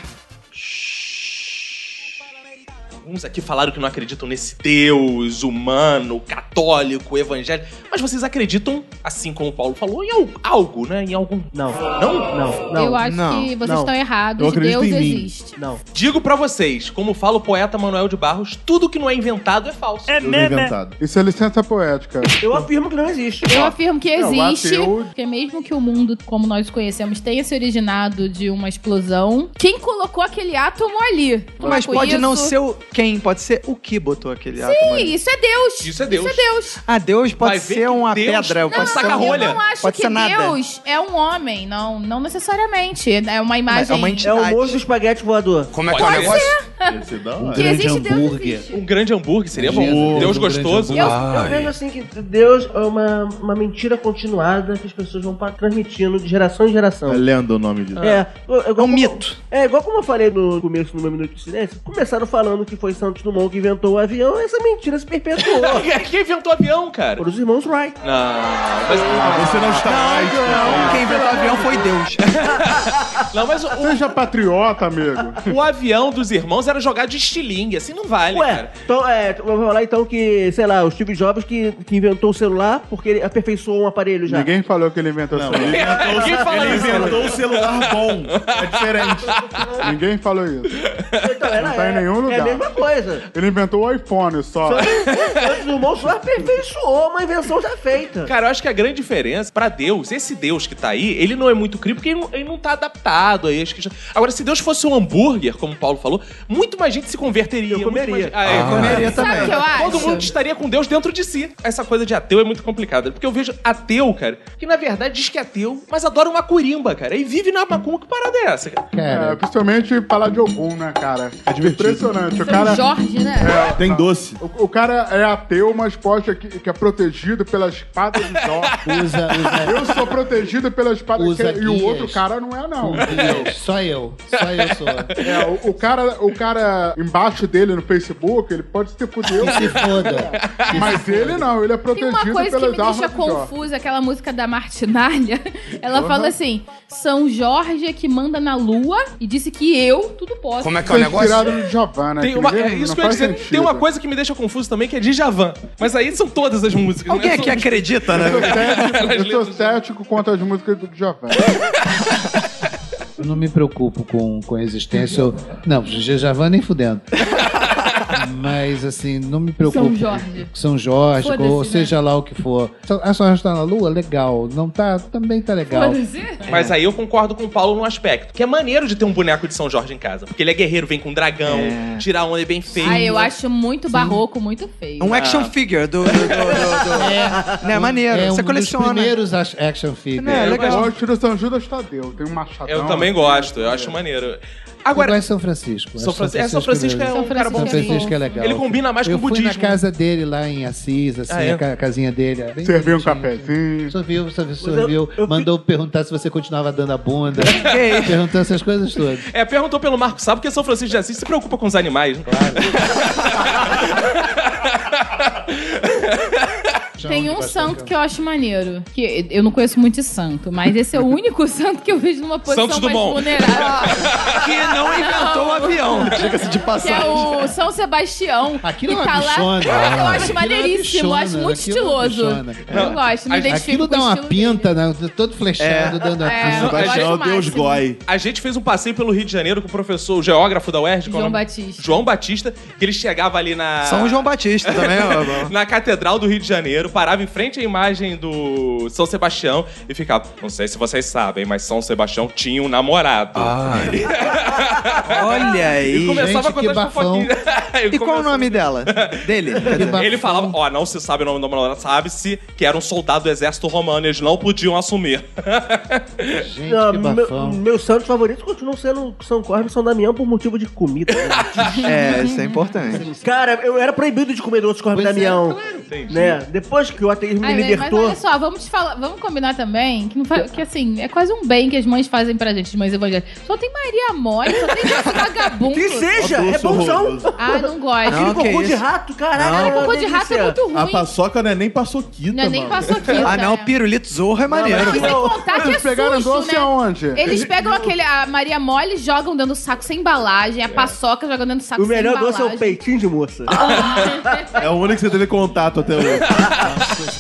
[SPEAKER 1] Alguns aqui falaram que não acreditam nesse Deus humano, católico, evangélico. Mas vocês acreditam, assim como o Paulo falou, em al- algo, né? Em algum.
[SPEAKER 5] Não.
[SPEAKER 1] Não?
[SPEAKER 5] Não,
[SPEAKER 3] eu
[SPEAKER 5] não,
[SPEAKER 3] acho
[SPEAKER 2] não,
[SPEAKER 3] que vocês
[SPEAKER 5] não.
[SPEAKER 3] estão
[SPEAKER 9] Eu
[SPEAKER 3] errados.
[SPEAKER 9] acredito
[SPEAKER 3] Deus
[SPEAKER 9] em mim.
[SPEAKER 3] existe.
[SPEAKER 5] não.
[SPEAKER 1] Digo pra vocês, como fala o poeta Manuel de Barros, tudo que não é inventado é falso.
[SPEAKER 9] Tudo inventado.
[SPEAKER 6] Isso é licença poética.
[SPEAKER 5] Eu afirmo que não existe.
[SPEAKER 3] Eu afirmo que
[SPEAKER 6] Não,
[SPEAKER 3] existe,
[SPEAKER 6] ateu-
[SPEAKER 3] porque mesmo que o mundo como nós o conhecemos tenha se originado de uma explosão, quem colocou aquele átomo ali? Um
[SPEAKER 2] Mas pode não
[SPEAKER 3] arco-íris?
[SPEAKER 2] ser o quem, pode ser o que botou aquele átomo
[SPEAKER 3] Ih,
[SPEAKER 2] ali.
[SPEAKER 3] Isso é Deus.
[SPEAKER 1] Isso é Deus.
[SPEAKER 3] Isso é Deus.
[SPEAKER 2] Ah, Deus
[SPEAKER 1] Vai
[SPEAKER 2] pode
[SPEAKER 1] ver
[SPEAKER 2] ser
[SPEAKER 1] que
[SPEAKER 2] uma
[SPEAKER 1] Deus-
[SPEAKER 2] pedra,
[SPEAKER 1] Não,
[SPEAKER 2] pode ser
[SPEAKER 1] saca
[SPEAKER 2] um...
[SPEAKER 1] rolha.
[SPEAKER 3] Eu não acho
[SPEAKER 2] Pode
[SPEAKER 3] que
[SPEAKER 2] ser nada.
[SPEAKER 3] Deus é um homem, não, não necessariamente. É uma imagem.
[SPEAKER 2] uma
[SPEAKER 5] É o
[SPEAKER 2] Verdade.
[SPEAKER 5] moço do espaguete voador.
[SPEAKER 18] Como é que é o negócio?
[SPEAKER 9] Ia ser da hora.
[SPEAKER 3] que existe
[SPEAKER 4] grande
[SPEAKER 3] Deus
[SPEAKER 4] hambúrguer.
[SPEAKER 3] existe.
[SPEAKER 1] Um grande hambúrguer seria bom.
[SPEAKER 4] Imagina,
[SPEAKER 1] Deus
[SPEAKER 4] um grande
[SPEAKER 1] gostoso. *laughs*
[SPEAKER 5] Eu,
[SPEAKER 2] Ah.
[SPEAKER 5] eu vejo assim que Deus é uma, uma mentira continuada que as pessoas vão pa- transmitindo de geração em geração.
[SPEAKER 9] É lenda o nome disso.
[SPEAKER 5] É, eu- eu-
[SPEAKER 2] É um
[SPEAKER 5] como-
[SPEAKER 2] mito.
[SPEAKER 5] É, igual como eu falei no começo do meu Minuto de Silêncio, começaram falando que foi Santos Dumont que inventou o avião, essa mentira se perpetuou.
[SPEAKER 1] Quem inventou avião, cara?
[SPEAKER 5] Foram os irmãos Wright.
[SPEAKER 1] Não, mas,
[SPEAKER 9] Você não está mais.
[SPEAKER 2] Quem inventou o avião foi Deus.
[SPEAKER 1] não, mas o,
[SPEAKER 6] Seja patriota, amigo.
[SPEAKER 1] o avião dos irmãos era jogado de estilingue, assim não vale,
[SPEAKER 5] Ué,
[SPEAKER 1] cara.
[SPEAKER 5] então, é, vamos falar então que, sei lá, o Steve Jobs que, que inventou o celular porque ele aperfeiçoou um aparelho já.
[SPEAKER 6] *laughs* Ninguém falou que ele inventou isso. aí.
[SPEAKER 1] Quem fala
[SPEAKER 9] Ele
[SPEAKER 1] isso?
[SPEAKER 9] inventou o celular bom. É diferente.
[SPEAKER 6] Ninguém falou isso.
[SPEAKER 5] Então, era,
[SPEAKER 6] Não tá em
[SPEAKER 5] é-
[SPEAKER 6] nenhum
[SPEAKER 5] É a
[SPEAKER 6] lugar.
[SPEAKER 5] mesma
[SPEAKER 6] *laughs*
[SPEAKER 5] coisa.
[SPEAKER 6] Ele inventou o iPhone só. É,
[SPEAKER 5] Santos Dumont só aperfeiçoou uma invenção já feita.
[SPEAKER 1] Cara, eu acho que a grande diferença pra Deus, esse Deus que tá aí, ele não é muito crível porque ele não, ele não tá adaptado aí. Acho que já- Agora, se Deus fosse um hambúrguer, como o Paulo falou, muito mais gente se converteria.
[SPEAKER 5] Eu
[SPEAKER 1] muito mais
[SPEAKER 5] comeria.
[SPEAKER 1] gente- Ah, é,
[SPEAKER 2] Comeria
[SPEAKER 3] Sabe o
[SPEAKER 2] também.
[SPEAKER 3] que eu acho?
[SPEAKER 1] Todo mundo estaria com Deus dentro de si. Essa coisa de ateu é muito complicada. Porque eu vejo ateu, cara, que na verdade diz que é ateu, mas adora uma curimba, cara. E vive na macumba. Que parada é essa, cara?
[SPEAKER 4] Cara,
[SPEAKER 6] É, principalmente falar de algum, né, cara? É
[SPEAKER 9] divertido.
[SPEAKER 6] Impressionante. O
[SPEAKER 3] São
[SPEAKER 6] cara,
[SPEAKER 3] Jorge, né?
[SPEAKER 9] Tem doce.
[SPEAKER 6] o, o cara é ateu, mas posta que, que é protegido pela espada de *laughs* Jó.
[SPEAKER 4] usa, usa.
[SPEAKER 6] Eu sou protegido pela espada
[SPEAKER 4] Usa
[SPEAKER 6] que- e o
[SPEAKER 4] guias.
[SPEAKER 6] outro cara não é, não.
[SPEAKER 4] com guias. Só eu. Só eu sou.
[SPEAKER 6] É, o, o cara, o cara embaixo dele no Facebook, ele pode se fuder,
[SPEAKER 4] Que
[SPEAKER 1] *laughs*
[SPEAKER 4] se foda.
[SPEAKER 6] mas ele não, ele é
[SPEAKER 3] Tem uma
[SPEAKER 6] protegido
[SPEAKER 3] coisa que me
[SPEAKER 6] pelas armas
[SPEAKER 3] deixa
[SPEAKER 6] de Jó.
[SPEAKER 3] confusa, aquela música da Martinalha. Ela fala assim: São Jorge é que manda na lua e disse que eu tudo posso.
[SPEAKER 18] Como é que é o
[SPEAKER 6] Foi
[SPEAKER 18] negócio?
[SPEAKER 6] inspirado no Giovanna.
[SPEAKER 1] um Tem
[SPEAKER 6] que
[SPEAKER 1] uma,
[SPEAKER 6] ninguém-
[SPEAKER 1] é isso
[SPEAKER 6] não
[SPEAKER 1] que eu ia
[SPEAKER 6] faz
[SPEAKER 1] dizer. Tem
[SPEAKER 6] sentido.
[SPEAKER 1] uma coisa que me deixa confuso também, que é Djavan. Mas aí são todas as músicas.
[SPEAKER 2] Alguém
[SPEAKER 1] né?
[SPEAKER 2] aqui
[SPEAKER 1] São-
[SPEAKER 2] acredita,
[SPEAKER 6] Eu sou
[SPEAKER 2] né?
[SPEAKER 6] cético-
[SPEAKER 1] Elas
[SPEAKER 6] Eu sou
[SPEAKER 1] lembram-
[SPEAKER 6] cético quanto às músicas do Giovanna.
[SPEAKER 4] Eu não me preocupo com, com a existência. Eu, não, Javan nem fudendo. Mas assim, não me preocupo.
[SPEAKER 3] São Jorge.
[SPEAKER 4] São Jorge,
[SPEAKER 3] Foda-se,
[SPEAKER 4] ou
[SPEAKER 3] né?
[SPEAKER 4] seja lá o que for. A sua está na lua? Legal. Não tá? Também tá legal.
[SPEAKER 3] Foda-se.
[SPEAKER 1] Mas aí eu concordo com o Paulo num aspecto. Que é maneiro de ter um boneco de São Jorge em casa. Porque ele é guerreiro, vem com um dragão, tirar onda é bem feio.
[SPEAKER 3] Ah, eu acho muito barroco, muito feio.
[SPEAKER 2] Um action figure do... do, do, do- Né, maneiro.
[SPEAKER 4] É
[SPEAKER 2] Você
[SPEAKER 4] um
[SPEAKER 2] coleciona.
[SPEAKER 4] dos primeiros as- action *laughs* figures.
[SPEAKER 2] Né,
[SPEAKER 6] Eu
[SPEAKER 2] legal.
[SPEAKER 6] gosto do São Judas Tadeu, tem um machadão.
[SPEAKER 1] Eu também gosto, eu acho maneiro. Agora,
[SPEAKER 4] Agora é São Francisco.
[SPEAKER 1] São Francisco, é, São Francisco é
[SPEAKER 4] mesmo.
[SPEAKER 1] um
[SPEAKER 3] São
[SPEAKER 1] cara
[SPEAKER 3] Francisco
[SPEAKER 1] bom.
[SPEAKER 4] São Francisco é legal.
[SPEAKER 1] Ele combina mais
[SPEAKER 4] eu
[SPEAKER 1] com o
[SPEAKER 4] fui na
[SPEAKER 1] budismo.
[SPEAKER 4] casa dele lá em Assis, assim,
[SPEAKER 1] Ah, é?
[SPEAKER 4] a ca- casinha dele. era bem
[SPEAKER 6] Serviu um
[SPEAKER 4] bonitinha.
[SPEAKER 6] cafezinho.
[SPEAKER 4] Sorviu, sorviu,
[SPEAKER 5] eu- é
[SPEAKER 4] sorviu.
[SPEAKER 5] eu fi-
[SPEAKER 4] mandou perguntar se você continuava dando a
[SPEAKER 5] *laughs*
[SPEAKER 4] bunda.
[SPEAKER 2] Que
[SPEAKER 4] perguntou essas coisas todas.
[SPEAKER 1] É, perguntou pelo Marco Sá, porque São Francisco de Assis se preocupa com os animais. né?
[SPEAKER 3] Tem um santo que eu acho maneiro. Que eu não conheço muito de santo, mas esse é o único *laughs* santo que eu vejo numa posição
[SPEAKER 1] Santos
[SPEAKER 3] mais
[SPEAKER 1] Dumont.
[SPEAKER 4] *laughs*
[SPEAKER 3] vulnerável.
[SPEAKER 17] Que não inventou o avião.
[SPEAKER 2] Diga-se de
[SPEAKER 3] que é
[SPEAKER 2] passagem.
[SPEAKER 3] o São Sebastião.
[SPEAKER 4] assim Aquilo é
[SPEAKER 3] que
[SPEAKER 4] uma
[SPEAKER 3] tá lá.
[SPEAKER 4] bichona.
[SPEAKER 3] Eu
[SPEAKER 4] Aquilo é
[SPEAKER 3] acho
[SPEAKER 4] uma
[SPEAKER 3] maneiríssimo, eu acho
[SPEAKER 4] bichona,
[SPEAKER 3] muito
[SPEAKER 4] aquilo é uma
[SPEAKER 3] estiloso.
[SPEAKER 4] bichona.
[SPEAKER 3] Eu gosto, me identifico
[SPEAKER 4] Aquilo
[SPEAKER 3] com
[SPEAKER 4] dá
[SPEAKER 3] o
[SPEAKER 4] uma
[SPEAKER 3] estilo
[SPEAKER 4] pinta, né? Todo flechado, dando a
[SPEAKER 3] É,
[SPEAKER 4] pinta.
[SPEAKER 3] eu acho
[SPEAKER 9] Sebastião,
[SPEAKER 3] o
[SPEAKER 9] Deus
[SPEAKER 3] máximo.
[SPEAKER 9] goi.
[SPEAKER 1] A gente fez um passeio pelo Rio de Janeiro com o professor, o geógrafo da UERJ. qual é o
[SPEAKER 3] João
[SPEAKER 1] nome?
[SPEAKER 3] Batista.
[SPEAKER 1] João Batista, que ele chegava ali na...
[SPEAKER 2] São João Batista tá também, ó.
[SPEAKER 1] *laughs* na Catedral do Rio de Janeiro, parava em frente à imagem do São Sebastião e ficava, não sei se vocês sabem, mas São Sebastião tinha um namorado.
[SPEAKER 2] Olha aí.
[SPEAKER 1] *laughs* e começava
[SPEAKER 4] gente,
[SPEAKER 1] a contar um
[SPEAKER 4] que
[SPEAKER 1] as *laughs* fofoquinhas.
[SPEAKER 2] E qual o nome dela? Dele? quer dizer.
[SPEAKER 1] Ele falava, ó, não se sabe o nome do namorado, sabe-se que era um soldado do exército romano, eles não podiam assumir.
[SPEAKER 4] Gente,
[SPEAKER 5] Ah,
[SPEAKER 4] que
[SPEAKER 5] meu,
[SPEAKER 4] bafão.
[SPEAKER 5] meus santos favoritos continuam sendo São Cosme e São Damião por motivo de comida. né?
[SPEAKER 2] É, isso é importante.
[SPEAKER 5] Cara, eu era proibido de comer doce Cosme e
[SPEAKER 4] Pois é,
[SPEAKER 5] Damião. né? Depois que o ateísmo me
[SPEAKER 3] Ai, velho, Ah, é, mas
[SPEAKER 5] libertou.
[SPEAKER 3] olha só, vamos, te falar, vamos combinar também que, não fa- que, assim, é quase um bem que as mães fazem pra gente, as mães evangélicas. Só tem Maria Mole, só tem
[SPEAKER 4] *laughs*
[SPEAKER 3] esse vagabundo.
[SPEAKER 5] Que seja,
[SPEAKER 9] Ó,
[SPEAKER 5] é
[SPEAKER 9] doce
[SPEAKER 5] bonzão.
[SPEAKER 9] horroroso.
[SPEAKER 3] Ah, não gosto.
[SPEAKER 5] Aquele
[SPEAKER 2] Não, que
[SPEAKER 5] cocô de
[SPEAKER 2] isso.
[SPEAKER 5] rato, caralho.
[SPEAKER 3] Cara,
[SPEAKER 5] uma
[SPEAKER 3] cocô de rato
[SPEAKER 5] delícia.
[SPEAKER 3] é muito
[SPEAKER 9] A
[SPEAKER 3] ruim.
[SPEAKER 9] paçoca não é nem paçoquita,
[SPEAKER 3] Não é nem
[SPEAKER 9] mano.
[SPEAKER 3] passou aqui.
[SPEAKER 2] Ah, não, pirulito zorro é maneiro.
[SPEAKER 3] E sem contar que é
[SPEAKER 6] Eles pegaram
[SPEAKER 3] susto,
[SPEAKER 6] doce
[SPEAKER 3] né?
[SPEAKER 6] aonde?
[SPEAKER 3] Eles pegam aquele, a Maria Mole e jogam dentro do saco sem embalagem, a paçoca jogam dentro do saco
[SPEAKER 5] O
[SPEAKER 3] sem
[SPEAKER 5] melhor
[SPEAKER 3] embalagem.
[SPEAKER 5] doce é
[SPEAKER 3] *laughs*
[SPEAKER 5] o peitinho de moça.
[SPEAKER 9] É o único que você teve contato até hoje.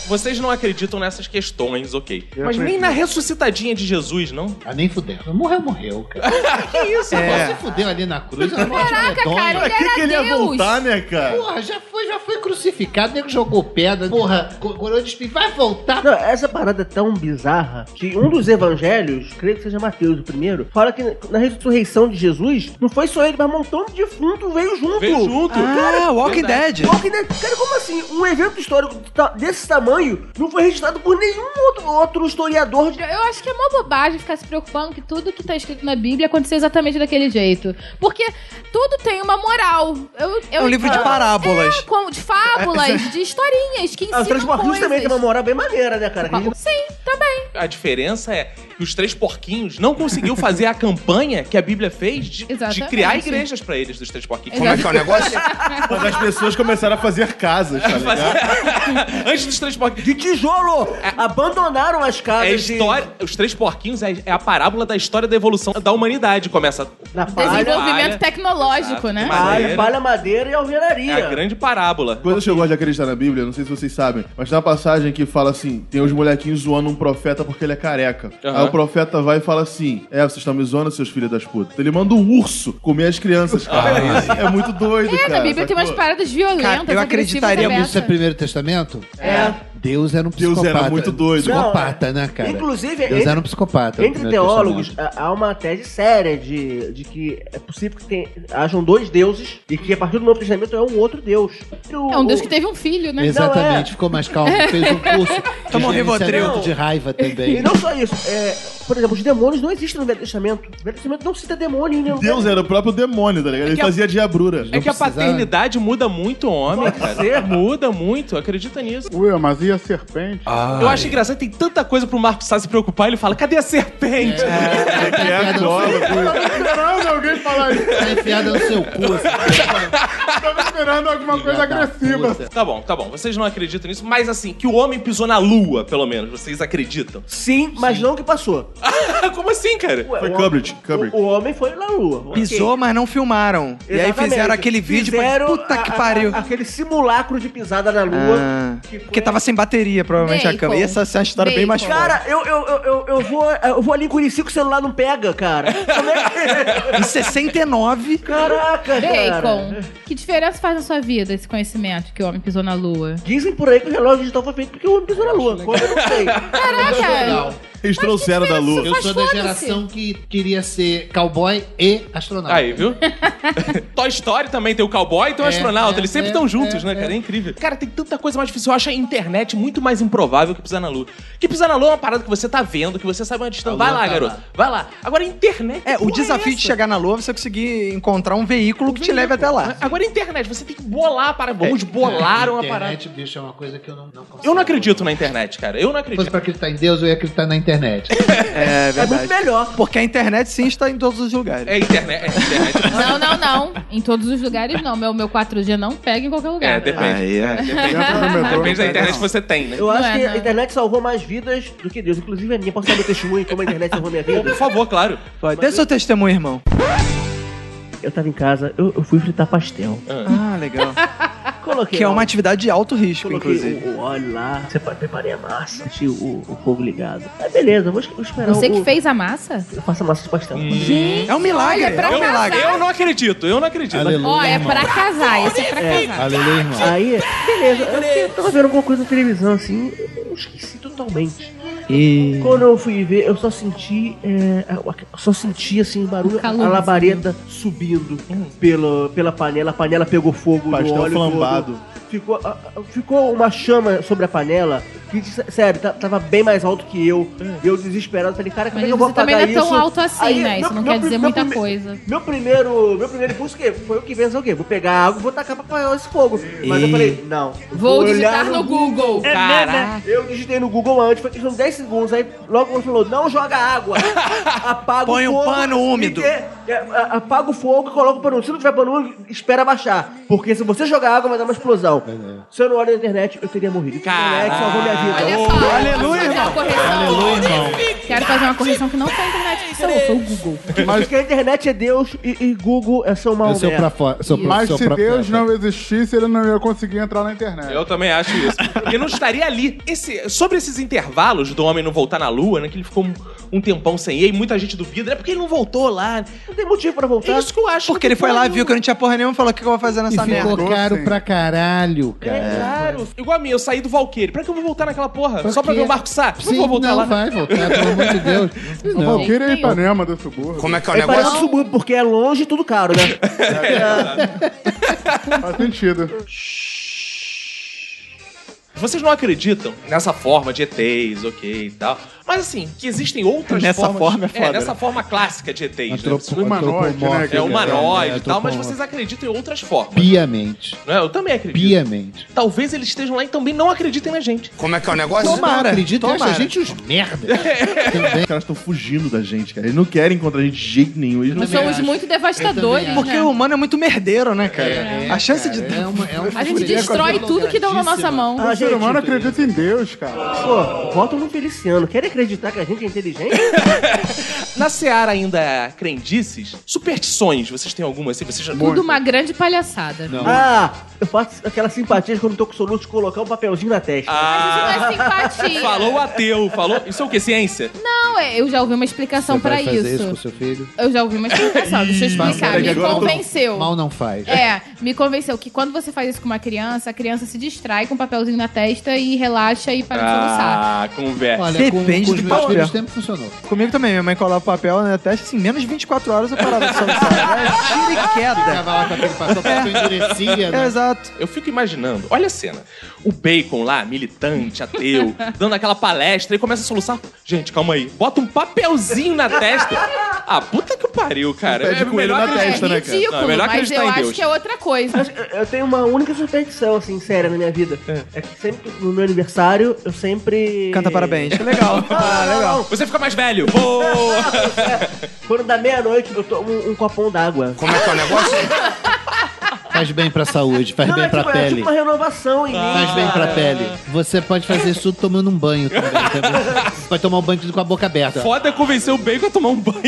[SPEAKER 1] Vocês não acreditam nessas questões, ok.
[SPEAKER 6] Eu
[SPEAKER 1] Mas nem
[SPEAKER 6] acredito.
[SPEAKER 1] na ressuscitadinha de Jesus, não? É.
[SPEAKER 4] Ah, nem fudeu. Morreu, morreu, cara.
[SPEAKER 1] Que isso,
[SPEAKER 5] É.
[SPEAKER 4] Você fudeu ali na cruz. era uma morte é
[SPEAKER 3] Caraca,
[SPEAKER 4] medonha.
[SPEAKER 3] cara,
[SPEAKER 9] Pra
[SPEAKER 3] ele
[SPEAKER 9] que,
[SPEAKER 3] era
[SPEAKER 9] que ele ia
[SPEAKER 3] Deus.
[SPEAKER 9] voltar, né, cara?
[SPEAKER 4] Porra, já foi, já foi crucificado, nego jogou pedra, porra, co- coroa de espinho, vai voltar.
[SPEAKER 5] Não, essa parada é tão bizarra que um dos evangelhos, creio que seja Mateus o primeiro, fala que na ressurreição de Jesus, não foi só ele, mas um montão de defunto veio junto.
[SPEAKER 1] Veio junto.
[SPEAKER 2] Ah, Walking Dead.
[SPEAKER 5] Qual que deve- Cara, como assim? Um evento histórico ta- desse tamanho não foi registrado por nenhum outro, outro historiador de.
[SPEAKER 3] Eu acho que é uma bobagem ficar se preocupando que tudo que tá escrito na Bíblia aconteceu exatamente daquele jeito. Porque tudo tem uma moral. Eu, eu
[SPEAKER 2] É um livro de
[SPEAKER 3] Ah,
[SPEAKER 2] parábolas.
[SPEAKER 3] é, como- de fábulas, de historinhas que
[SPEAKER 5] Ah, os
[SPEAKER 3] ensinam
[SPEAKER 5] Três Porquinhos
[SPEAKER 3] coisas.
[SPEAKER 5] também tem uma moral bem maneira, né, cara? Que a gente-
[SPEAKER 3] Sim, também.
[SPEAKER 1] A diferença é que os três porquinhos não conseguiu fazer a campanha que a Bíblia fez de, de
[SPEAKER 3] Exatamente.
[SPEAKER 1] criar igrejas pra eles dos três porquinhos.
[SPEAKER 3] Exato.
[SPEAKER 19] que é o negócio?
[SPEAKER 9] *laughs* Mas as pessoas começaram a fazer casas, tá ligado?
[SPEAKER 1] *laughs* Antes dos três porquinhos.
[SPEAKER 5] De tijolo! Abandonaram as casas.
[SPEAKER 1] É a
[SPEAKER 5] de-
[SPEAKER 1] história, os três porquinhos é, é a parábola da história da evolução da humanidade. Começa
[SPEAKER 5] Na palha,
[SPEAKER 3] Desenvolvimento
[SPEAKER 1] Palha.
[SPEAKER 3] tecnológico,
[SPEAKER 1] Exato.
[SPEAKER 3] né?
[SPEAKER 1] Mas-
[SPEAKER 5] palha, palha, madeira e
[SPEAKER 1] é
[SPEAKER 5] alvenaria.
[SPEAKER 1] a grande parábola.
[SPEAKER 9] Coisa que eu gosto de acreditar na Bíblia, não sei se vocês sabem, mas tem uma passagem que fala assim: tem os molequinhos zoando um profeta porque ele é careca.
[SPEAKER 1] Aham.
[SPEAKER 9] Aí o profeta vai e fala assim: É, vocês estão me zoando, seus filhos das putas. Então ele manda um urso comer as crianças, cara. é muito doido,
[SPEAKER 3] É,
[SPEAKER 9] cara.
[SPEAKER 3] na Bíblia tem umas
[SPEAKER 9] sacou?
[SPEAKER 3] paradas violentas,
[SPEAKER 2] Cara, eu
[SPEAKER 3] agressivas,
[SPEAKER 2] acreditaria
[SPEAKER 3] abertas.
[SPEAKER 4] Isso é primeiro testamento?
[SPEAKER 5] É.
[SPEAKER 4] Deus era um
[SPEAKER 9] Deus
[SPEAKER 4] psicopata.
[SPEAKER 9] era muito doido.
[SPEAKER 5] Não,
[SPEAKER 4] Psicopata, né, cara?
[SPEAKER 5] Inclusive,
[SPEAKER 4] Deus
[SPEAKER 5] entre-
[SPEAKER 4] era um psicopata. no
[SPEAKER 5] Entre
[SPEAKER 4] Primeiro
[SPEAKER 5] teólogos,
[SPEAKER 4] Testamento.
[SPEAKER 5] há há uma tese séria de, de que é possível que tem, hajam dois deuses e que a partir do Novo Testamento é um outro deus. Então, O-
[SPEAKER 3] É um Deus que teve um filho, né?
[SPEAKER 4] Exatamente, ficou mais calmo,
[SPEAKER 1] É.
[SPEAKER 4] fez um
[SPEAKER 1] *laughs*
[SPEAKER 4] curso de
[SPEAKER 2] Tomou
[SPEAKER 4] gerenciamento
[SPEAKER 2] Rivotril.
[SPEAKER 4] de raiva
[SPEAKER 5] E
[SPEAKER 4] também.
[SPEAKER 5] não só isso, é, por exemplo, os demônios não existem no Velho Testamento. O Velho Testamento não cita demônio, né?
[SPEAKER 2] é-
[SPEAKER 9] Deus era o próprio demônio, tá ligado? Ele
[SPEAKER 1] que a-
[SPEAKER 9] fazia diabrura.
[SPEAKER 1] É que a
[SPEAKER 4] precisava.
[SPEAKER 1] paternidade muda muito o homem, cara. Muda muito, acredita nisso.
[SPEAKER 6] Ué, mas e a serpente?
[SPEAKER 1] Eu acho engraçado, tem tanta coisa pro Marco Sá se preocupar, ele fala, cadê a serpente?
[SPEAKER 9] É que é agora.
[SPEAKER 6] Eu tava esperando alguém falar isso.
[SPEAKER 4] Tá enfiada no seu cu.
[SPEAKER 6] Eu tava esperando alguma coisa agressiva.
[SPEAKER 1] Tá bom, tá bom, vocês não acreditam nisso, mas assim, que o homem pisou na lua, pelo menos, vocês acreditam? *laughs*
[SPEAKER 5] Sim, mas não que passou.
[SPEAKER 1] Como assim, cara?
[SPEAKER 5] Ué,
[SPEAKER 9] Foi
[SPEAKER 5] o-
[SPEAKER 9] Cambridge,
[SPEAKER 5] O,
[SPEAKER 9] Cambridge.
[SPEAKER 5] o homem foi na lua.
[SPEAKER 2] Pisou, mas não filmaram.
[SPEAKER 5] Ok.
[SPEAKER 2] E aí fizeram
[SPEAKER 5] Exatamente.
[SPEAKER 2] aquele vídeo pra...
[SPEAKER 5] Fizeram
[SPEAKER 2] Puta
[SPEAKER 5] a-
[SPEAKER 2] que
[SPEAKER 5] a-
[SPEAKER 2] pariu.
[SPEAKER 5] a- aquele simulacro de pisada na lua.
[SPEAKER 2] Ah,
[SPEAKER 5] que foi-
[SPEAKER 2] porque tava sem bateria, provavelmente, a
[SPEAKER 3] Bacon.
[SPEAKER 2] câmera. E essa, essa é uma história bem mais
[SPEAKER 3] Bacon.
[SPEAKER 2] foda.
[SPEAKER 5] Cara, eu, eu, eu, eu, eu vou, eu vou ali em Curicica que o celular não pega, cara. Como é que...
[SPEAKER 2] Em 69,
[SPEAKER 5] Caraca, cara.
[SPEAKER 3] Bacon. Que diferença faz na sua vida esse conhecimento que o homem pisou na lua?
[SPEAKER 5] Dizem por aí que o relógio digital foi feito porque o homem pisou na lua. Como eu não sei.
[SPEAKER 3] Caraca!
[SPEAKER 9] Eles trouxeram da lua.
[SPEAKER 4] Eu
[SPEAKER 3] Mas
[SPEAKER 4] sou da
[SPEAKER 3] foda-se.
[SPEAKER 4] geração que queria ser cowboy e astronauta.
[SPEAKER 1] Aí,
[SPEAKER 4] *laughs*
[SPEAKER 1] viu? Toy Story também tem o cowboy e tem o
[SPEAKER 4] É,
[SPEAKER 1] astronauta.
[SPEAKER 4] é,
[SPEAKER 1] Eles sempre
[SPEAKER 4] é,
[SPEAKER 1] estão juntos,
[SPEAKER 4] é,
[SPEAKER 1] né, cara? É. incrível. Cara, tem tanta coisa mais difícil. Eu acho a internet muito mais improvável que pisar na lua. Que pisar na lua é uma parada que você tá vendo, que você sabe onde estão.
[SPEAKER 4] A lua
[SPEAKER 1] Vai lá,
[SPEAKER 4] tá
[SPEAKER 1] garoto. Vai lá. Agora, a internet.
[SPEAKER 2] É, o
[SPEAKER 1] porra
[SPEAKER 2] desafio de
[SPEAKER 1] essa?
[SPEAKER 2] chegar na lua é você conseguir encontrar um veículo que te leve até lá.
[SPEAKER 1] Agora, a internet. Você tem que bolar para. Vamos bolar uma parada.
[SPEAKER 4] É. *laughs* Internet, bicho, é uma coisa que eu não, não consigo.
[SPEAKER 1] Eu não acredito na internet, cara. Eu não
[SPEAKER 4] Se fosse
[SPEAKER 1] acredito.
[SPEAKER 4] pra acreditar em Deus, eu ia acreditar na internet.
[SPEAKER 2] É
[SPEAKER 5] É muito
[SPEAKER 2] verdade.
[SPEAKER 5] melhor.
[SPEAKER 2] Porque a internet sim está em todos os lugares.
[SPEAKER 1] É internet. É internet.
[SPEAKER 3] Não, não, não. Em todos os lugares, não. Meu, meu 4G não pega em qualquer
[SPEAKER 1] É,
[SPEAKER 3] lugar.
[SPEAKER 1] depende.
[SPEAKER 2] é.
[SPEAKER 6] Dentro do metrô.
[SPEAKER 1] Depende da
[SPEAKER 6] não
[SPEAKER 1] internet
[SPEAKER 6] pega,
[SPEAKER 1] que você tem, né?
[SPEAKER 5] Eu
[SPEAKER 3] Não
[SPEAKER 5] acho
[SPEAKER 3] é,
[SPEAKER 5] que
[SPEAKER 3] não.
[SPEAKER 5] a internet salvou mais vidas do que Deus. Inclusive a minha. Posso dar meu testemunho como a internet salvou minha vida?
[SPEAKER 1] Por favor, claro.
[SPEAKER 2] Dê seu testemunho, irmão.
[SPEAKER 5] Eu tava em casa, eu, eu fui fritar pastel.
[SPEAKER 2] Ah, legal.
[SPEAKER 5] Coloquei
[SPEAKER 20] que é
[SPEAKER 5] lá
[SPEAKER 20] uma
[SPEAKER 5] um-
[SPEAKER 20] atividade de alto risco,
[SPEAKER 5] Coloquei
[SPEAKER 20] inclusive.
[SPEAKER 5] o, o óleo lá, sepa- preparei a massa, deixei o, o fogo ligado. Aí beleza, vou, es- vou esperar
[SPEAKER 3] Você
[SPEAKER 5] o,
[SPEAKER 3] que fez a massa?
[SPEAKER 5] Eu faço a massa de pastel.
[SPEAKER 3] Gente,
[SPEAKER 20] É um milagre,
[SPEAKER 3] olha,
[SPEAKER 20] é
[SPEAKER 3] pra
[SPEAKER 20] um milagre.
[SPEAKER 3] casar.
[SPEAKER 1] Eu não acredito, eu não acredito.
[SPEAKER 3] Ó, é pra casar, esse é pra casar.
[SPEAKER 4] Aleluia, irmão.
[SPEAKER 5] Aí, beleza, eu fiquei- eu tava vendo alguma coisa na televisão assim, eu esqueci totalmente.
[SPEAKER 20] E...
[SPEAKER 5] Quando eu fui ver, eu só senti. é, eu só senti assim o barulho,
[SPEAKER 3] Calor.
[SPEAKER 5] a labareda subindo pela, pela panela, a panela pegou fogo,
[SPEAKER 9] Pastel
[SPEAKER 5] no óleo
[SPEAKER 9] flambado.
[SPEAKER 5] todo. Ficou, a- a- ficou uma chama sobre a panela que, sé- sério, ta- tava bem mais alto que eu. Eu desesperado, falei, cara, como
[SPEAKER 3] Mas
[SPEAKER 5] é que eu vou
[SPEAKER 3] você também
[SPEAKER 5] apagar
[SPEAKER 3] não é
[SPEAKER 5] isso?
[SPEAKER 3] tão alto assim,
[SPEAKER 5] Aí,
[SPEAKER 3] né? Isso
[SPEAKER 5] meu-
[SPEAKER 3] não
[SPEAKER 5] meu
[SPEAKER 3] quer
[SPEAKER 5] pri-
[SPEAKER 3] dizer
[SPEAKER 5] meu
[SPEAKER 3] muita
[SPEAKER 5] prime-
[SPEAKER 3] coisa.
[SPEAKER 5] Meu primeiro, meu primeiro impulso que foi o que pensa o quê? Vou pegar água e vou tacar pra apagar esse fogo. Mas eu falei, não. eu
[SPEAKER 3] Vou
[SPEAKER 5] olhar É
[SPEAKER 3] digitar no Google. Caraca.
[SPEAKER 5] né? eu digitei no Google antes, foi questão de 10 segundos, aí logo ele falou, não joga água, apaga
[SPEAKER 20] Põe
[SPEAKER 5] o
[SPEAKER 20] um
[SPEAKER 5] fogo.
[SPEAKER 20] pano úmido.
[SPEAKER 5] e- e- a- apaga o fogo e coloca o pano úmido. Se não tiver pano úmido, espera baixar. Porque se você jogar água, vai dar uma explosão. Se eu não olho na internet, eu teria morrido.
[SPEAKER 1] Caraca.
[SPEAKER 5] A internet salvou minha vida.
[SPEAKER 3] Olha só. Aleluia, irmão. Aleluia, irmão. Quero fazer uma correção que não foi a internet que salvou, foi o Google.
[SPEAKER 5] Mas que a internet é Deus e, e Google é São
[SPEAKER 4] Eu
[SPEAKER 5] Maomé.
[SPEAKER 4] sou pra fora. Sou pro-
[SPEAKER 6] Mas
[SPEAKER 4] sou
[SPEAKER 6] se
[SPEAKER 4] profeta.
[SPEAKER 6] Deus não existisse, ele não ia conseguir entrar na internet.
[SPEAKER 1] Eu também acho isso. Ele não estaria ali. Esse- sobre esses intervalos do homem não voltar na lua, né? Que ele ficou um, um tempão sem ir, e muita gente duvida, é porque ele não voltou lá.
[SPEAKER 5] Não tem motivo pra
[SPEAKER 1] É
[SPEAKER 5] voltar.
[SPEAKER 1] isso que eu acho.
[SPEAKER 20] Porque ele foi lá, viu que eu não tinha porra nenhuma e falou: o que que eu vou fazer
[SPEAKER 4] E
[SPEAKER 20] nessa merda?
[SPEAKER 4] ficou
[SPEAKER 6] merda.
[SPEAKER 4] caro
[SPEAKER 6] Sim.
[SPEAKER 4] pra caralho, cara.
[SPEAKER 5] É claro.
[SPEAKER 1] Igual a mim, eu saí do Valqueire. Pra que eu vou voltar naquela porra?
[SPEAKER 4] Pra
[SPEAKER 1] Só pra
[SPEAKER 4] quê?
[SPEAKER 1] ver o Marco Sá?
[SPEAKER 4] Sim,
[SPEAKER 1] não vou voltar
[SPEAKER 4] não
[SPEAKER 1] lá. né?
[SPEAKER 4] vai voltar, pelo amor de Deus. Não.
[SPEAKER 6] Valquíria é
[SPEAKER 3] Tem outro.
[SPEAKER 6] Ipanema do subúrbio.
[SPEAKER 21] Como é que é o
[SPEAKER 5] É parece
[SPEAKER 21] negócio?
[SPEAKER 5] um subúrbio, porque é longe e tudo caro, *laughs* né?
[SPEAKER 6] Faz sentido.
[SPEAKER 1] Vocês não acreditam nessa forma de ETs, ok e tal. Mas assim, que existem outras
[SPEAKER 20] Nessa
[SPEAKER 1] formas.
[SPEAKER 20] forma é foda,
[SPEAKER 1] nessa
[SPEAKER 20] né?
[SPEAKER 1] forma clássica de ETs, né?
[SPEAKER 4] Antropo-
[SPEAKER 6] Humanoide, né,
[SPEAKER 4] antropomórfico.
[SPEAKER 1] É humanoide
[SPEAKER 4] É,
[SPEAKER 1] e tal, mas
[SPEAKER 4] antropomórfico.
[SPEAKER 1] vocês acreditam em outras formas.
[SPEAKER 4] Piamente.
[SPEAKER 1] Né? Eu também acredito.
[SPEAKER 4] Piamente.
[SPEAKER 1] Talvez eles estejam lá e também não acreditem na gente.
[SPEAKER 21] Como é que é o negócio?
[SPEAKER 4] Não acredito, acha a
[SPEAKER 20] tomara.
[SPEAKER 4] gente uns merda. Também.
[SPEAKER 9] Os caras estão fugindo da gente, cara. Eles não querem encontrar a gente de jeito nenhum. Eles não
[SPEAKER 3] Nós somos muito devastadores,
[SPEAKER 4] acho.
[SPEAKER 20] Porque
[SPEAKER 3] né?
[SPEAKER 20] o humano é muito merdeiro, né, cara?
[SPEAKER 4] É,
[SPEAKER 20] a chance
[SPEAKER 4] cara,
[SPEAKER 20] de.
[SPEAKER 4] é uma- é uma
[SPEAKER 3] A gente
[SPEAKER 4] frescura
[SPEAKER 3] destrói tudo que dão na nossa mão.
[SPEAKER 6] o ser humano acredita em Deus, cara.
[SPEAKER 5] é Pô, votam no Feliciano. Querem acreditar que a gente é inteligente?
[SPEAKER 1] Na Seara ainda é crendices, superstições, vocês têm alguma assim? Vocês já...
[SPEAKER 3] Tudo uma grande palhaçada. Não.
[SPEAKER 5] Ah, eu faço aquela simpatia de quando tô com soluço de colocar um papelzinho na testa.
[SPEAKER 1] Ah,
[SPEAKER 3] Mas isso não é
[SPEAKER 1] *laughs*
[SPEAKER 3] simpatia.
[SPEAKER 1] falou o ateu, falou... Isso é o que, ciência?
[SPEAKER 3] Não, é, eu já ouvi uma explicação
[SPEAKER 4] Você
[SPEAKER 3] pra
[SPEAKER 4] vai fazer
[SPEAKER 3] isso.
[SPEAKER 4] isso. com seu é filho?
[SPEAKER 3] Eu já ouvi uma explicação, deixa eu explicar.
[SPEAKER 9] peraí,
[SPEAKER 3] Me
[SPEAKER 9] agora eu tô-
[SPEAKER 3] convenceu.
[SPEAKER 4] Mal não faz.
[SPEAKER 3] É, me convenceu que quando você faz isso com uma criança, a criança se distrai com um papelzinho na testa e relaxa e para de soluçar.
[SPEAKER 1] Ah, conversa.
[SPEAKER 4] Olha,
[SPEAKER 20] Depende
[SPEAKER 4] com, com os
[SPEAKER 20] do
[SPEAKER 4] meus
[SPEAKER 20] papel.
[SPEAKER 4] filhos sempre funcionou.
[SPEAKER 20] Comigo também, minha mãe colava o papel na testa, assim, menos 24 horas eu parava de soluçar. *laughs* É tira e queda.
[SPEAKER 4] Ficava lá com aquele passou, passou endurecia,
[SPEAKER 20] É,
[SPEAKER 4] né?
[SPEAKER 20] exato.
[SPEAKER 1] Eu fico imaginando, olha a cena. O Bacon lá, militante, *laughs* ateu, dando aquela palestra e começa a soluçar. Gente, calma aí. Bota um papelzinho na testa. *laughs* Ah, puta que pariu, cara.
[SPEAKER 9] Um pé de coelho na
[SPEAKER 1] acreditar-
[SPEAKER 9] testa,
[SPEAKER 3] é
[SPEAKER 9] né, cara?
[SPEAKER 3] ridículo,
[SPEAKER 1] Não, é melhor
[SPEAKER 3] mas
[SPEAKER 1] acreditar
[SPEAKER 3] eu
[SPEAKER 1] em
[SPEAKER 3] acho
[SPEAKER 1] Deus.
[SPEAKER 3] que é outra coisa.
[SPEAKER 5] Mas eu- Eu tenho uma única superstição, assim, séria na minha vida. É, que sempre no meu aniversário, eu sempre.
[SPEAKER 20] Canta parabéns. Que
[SPEAKER 5] *laughs*
[SPEAKER 20] legal. Ah, legal.
[SPEAKER 1] Você fica mais velho. Boa!
[SPEAKER 5] Quando dá meia-noite, eu tomo um, um copão d'água.
[SPEAKER 21] Como é que é o negócio?
[SPEAKER 4] Faz bem pra saúde, faz
[SPEAKER 5] Não,
[SPEAKER 4] bem
[SPEAKER 5] é
[SPEAKER 4] pra
[SPEAKER 5] tipo, é
[SPEAKER 4] pele. Ah.
[SPEAKER 5] tipo uma renovação em mim.
[SPEAKER 4] Faz bem pra pele. Você pode fazer isso tudo tomando um banho também. também. Pode tomar um banho tudo com a boca aberta.
[SPEAKER 1] *laughs* Foda é convencer o Bacon a tomar um banho.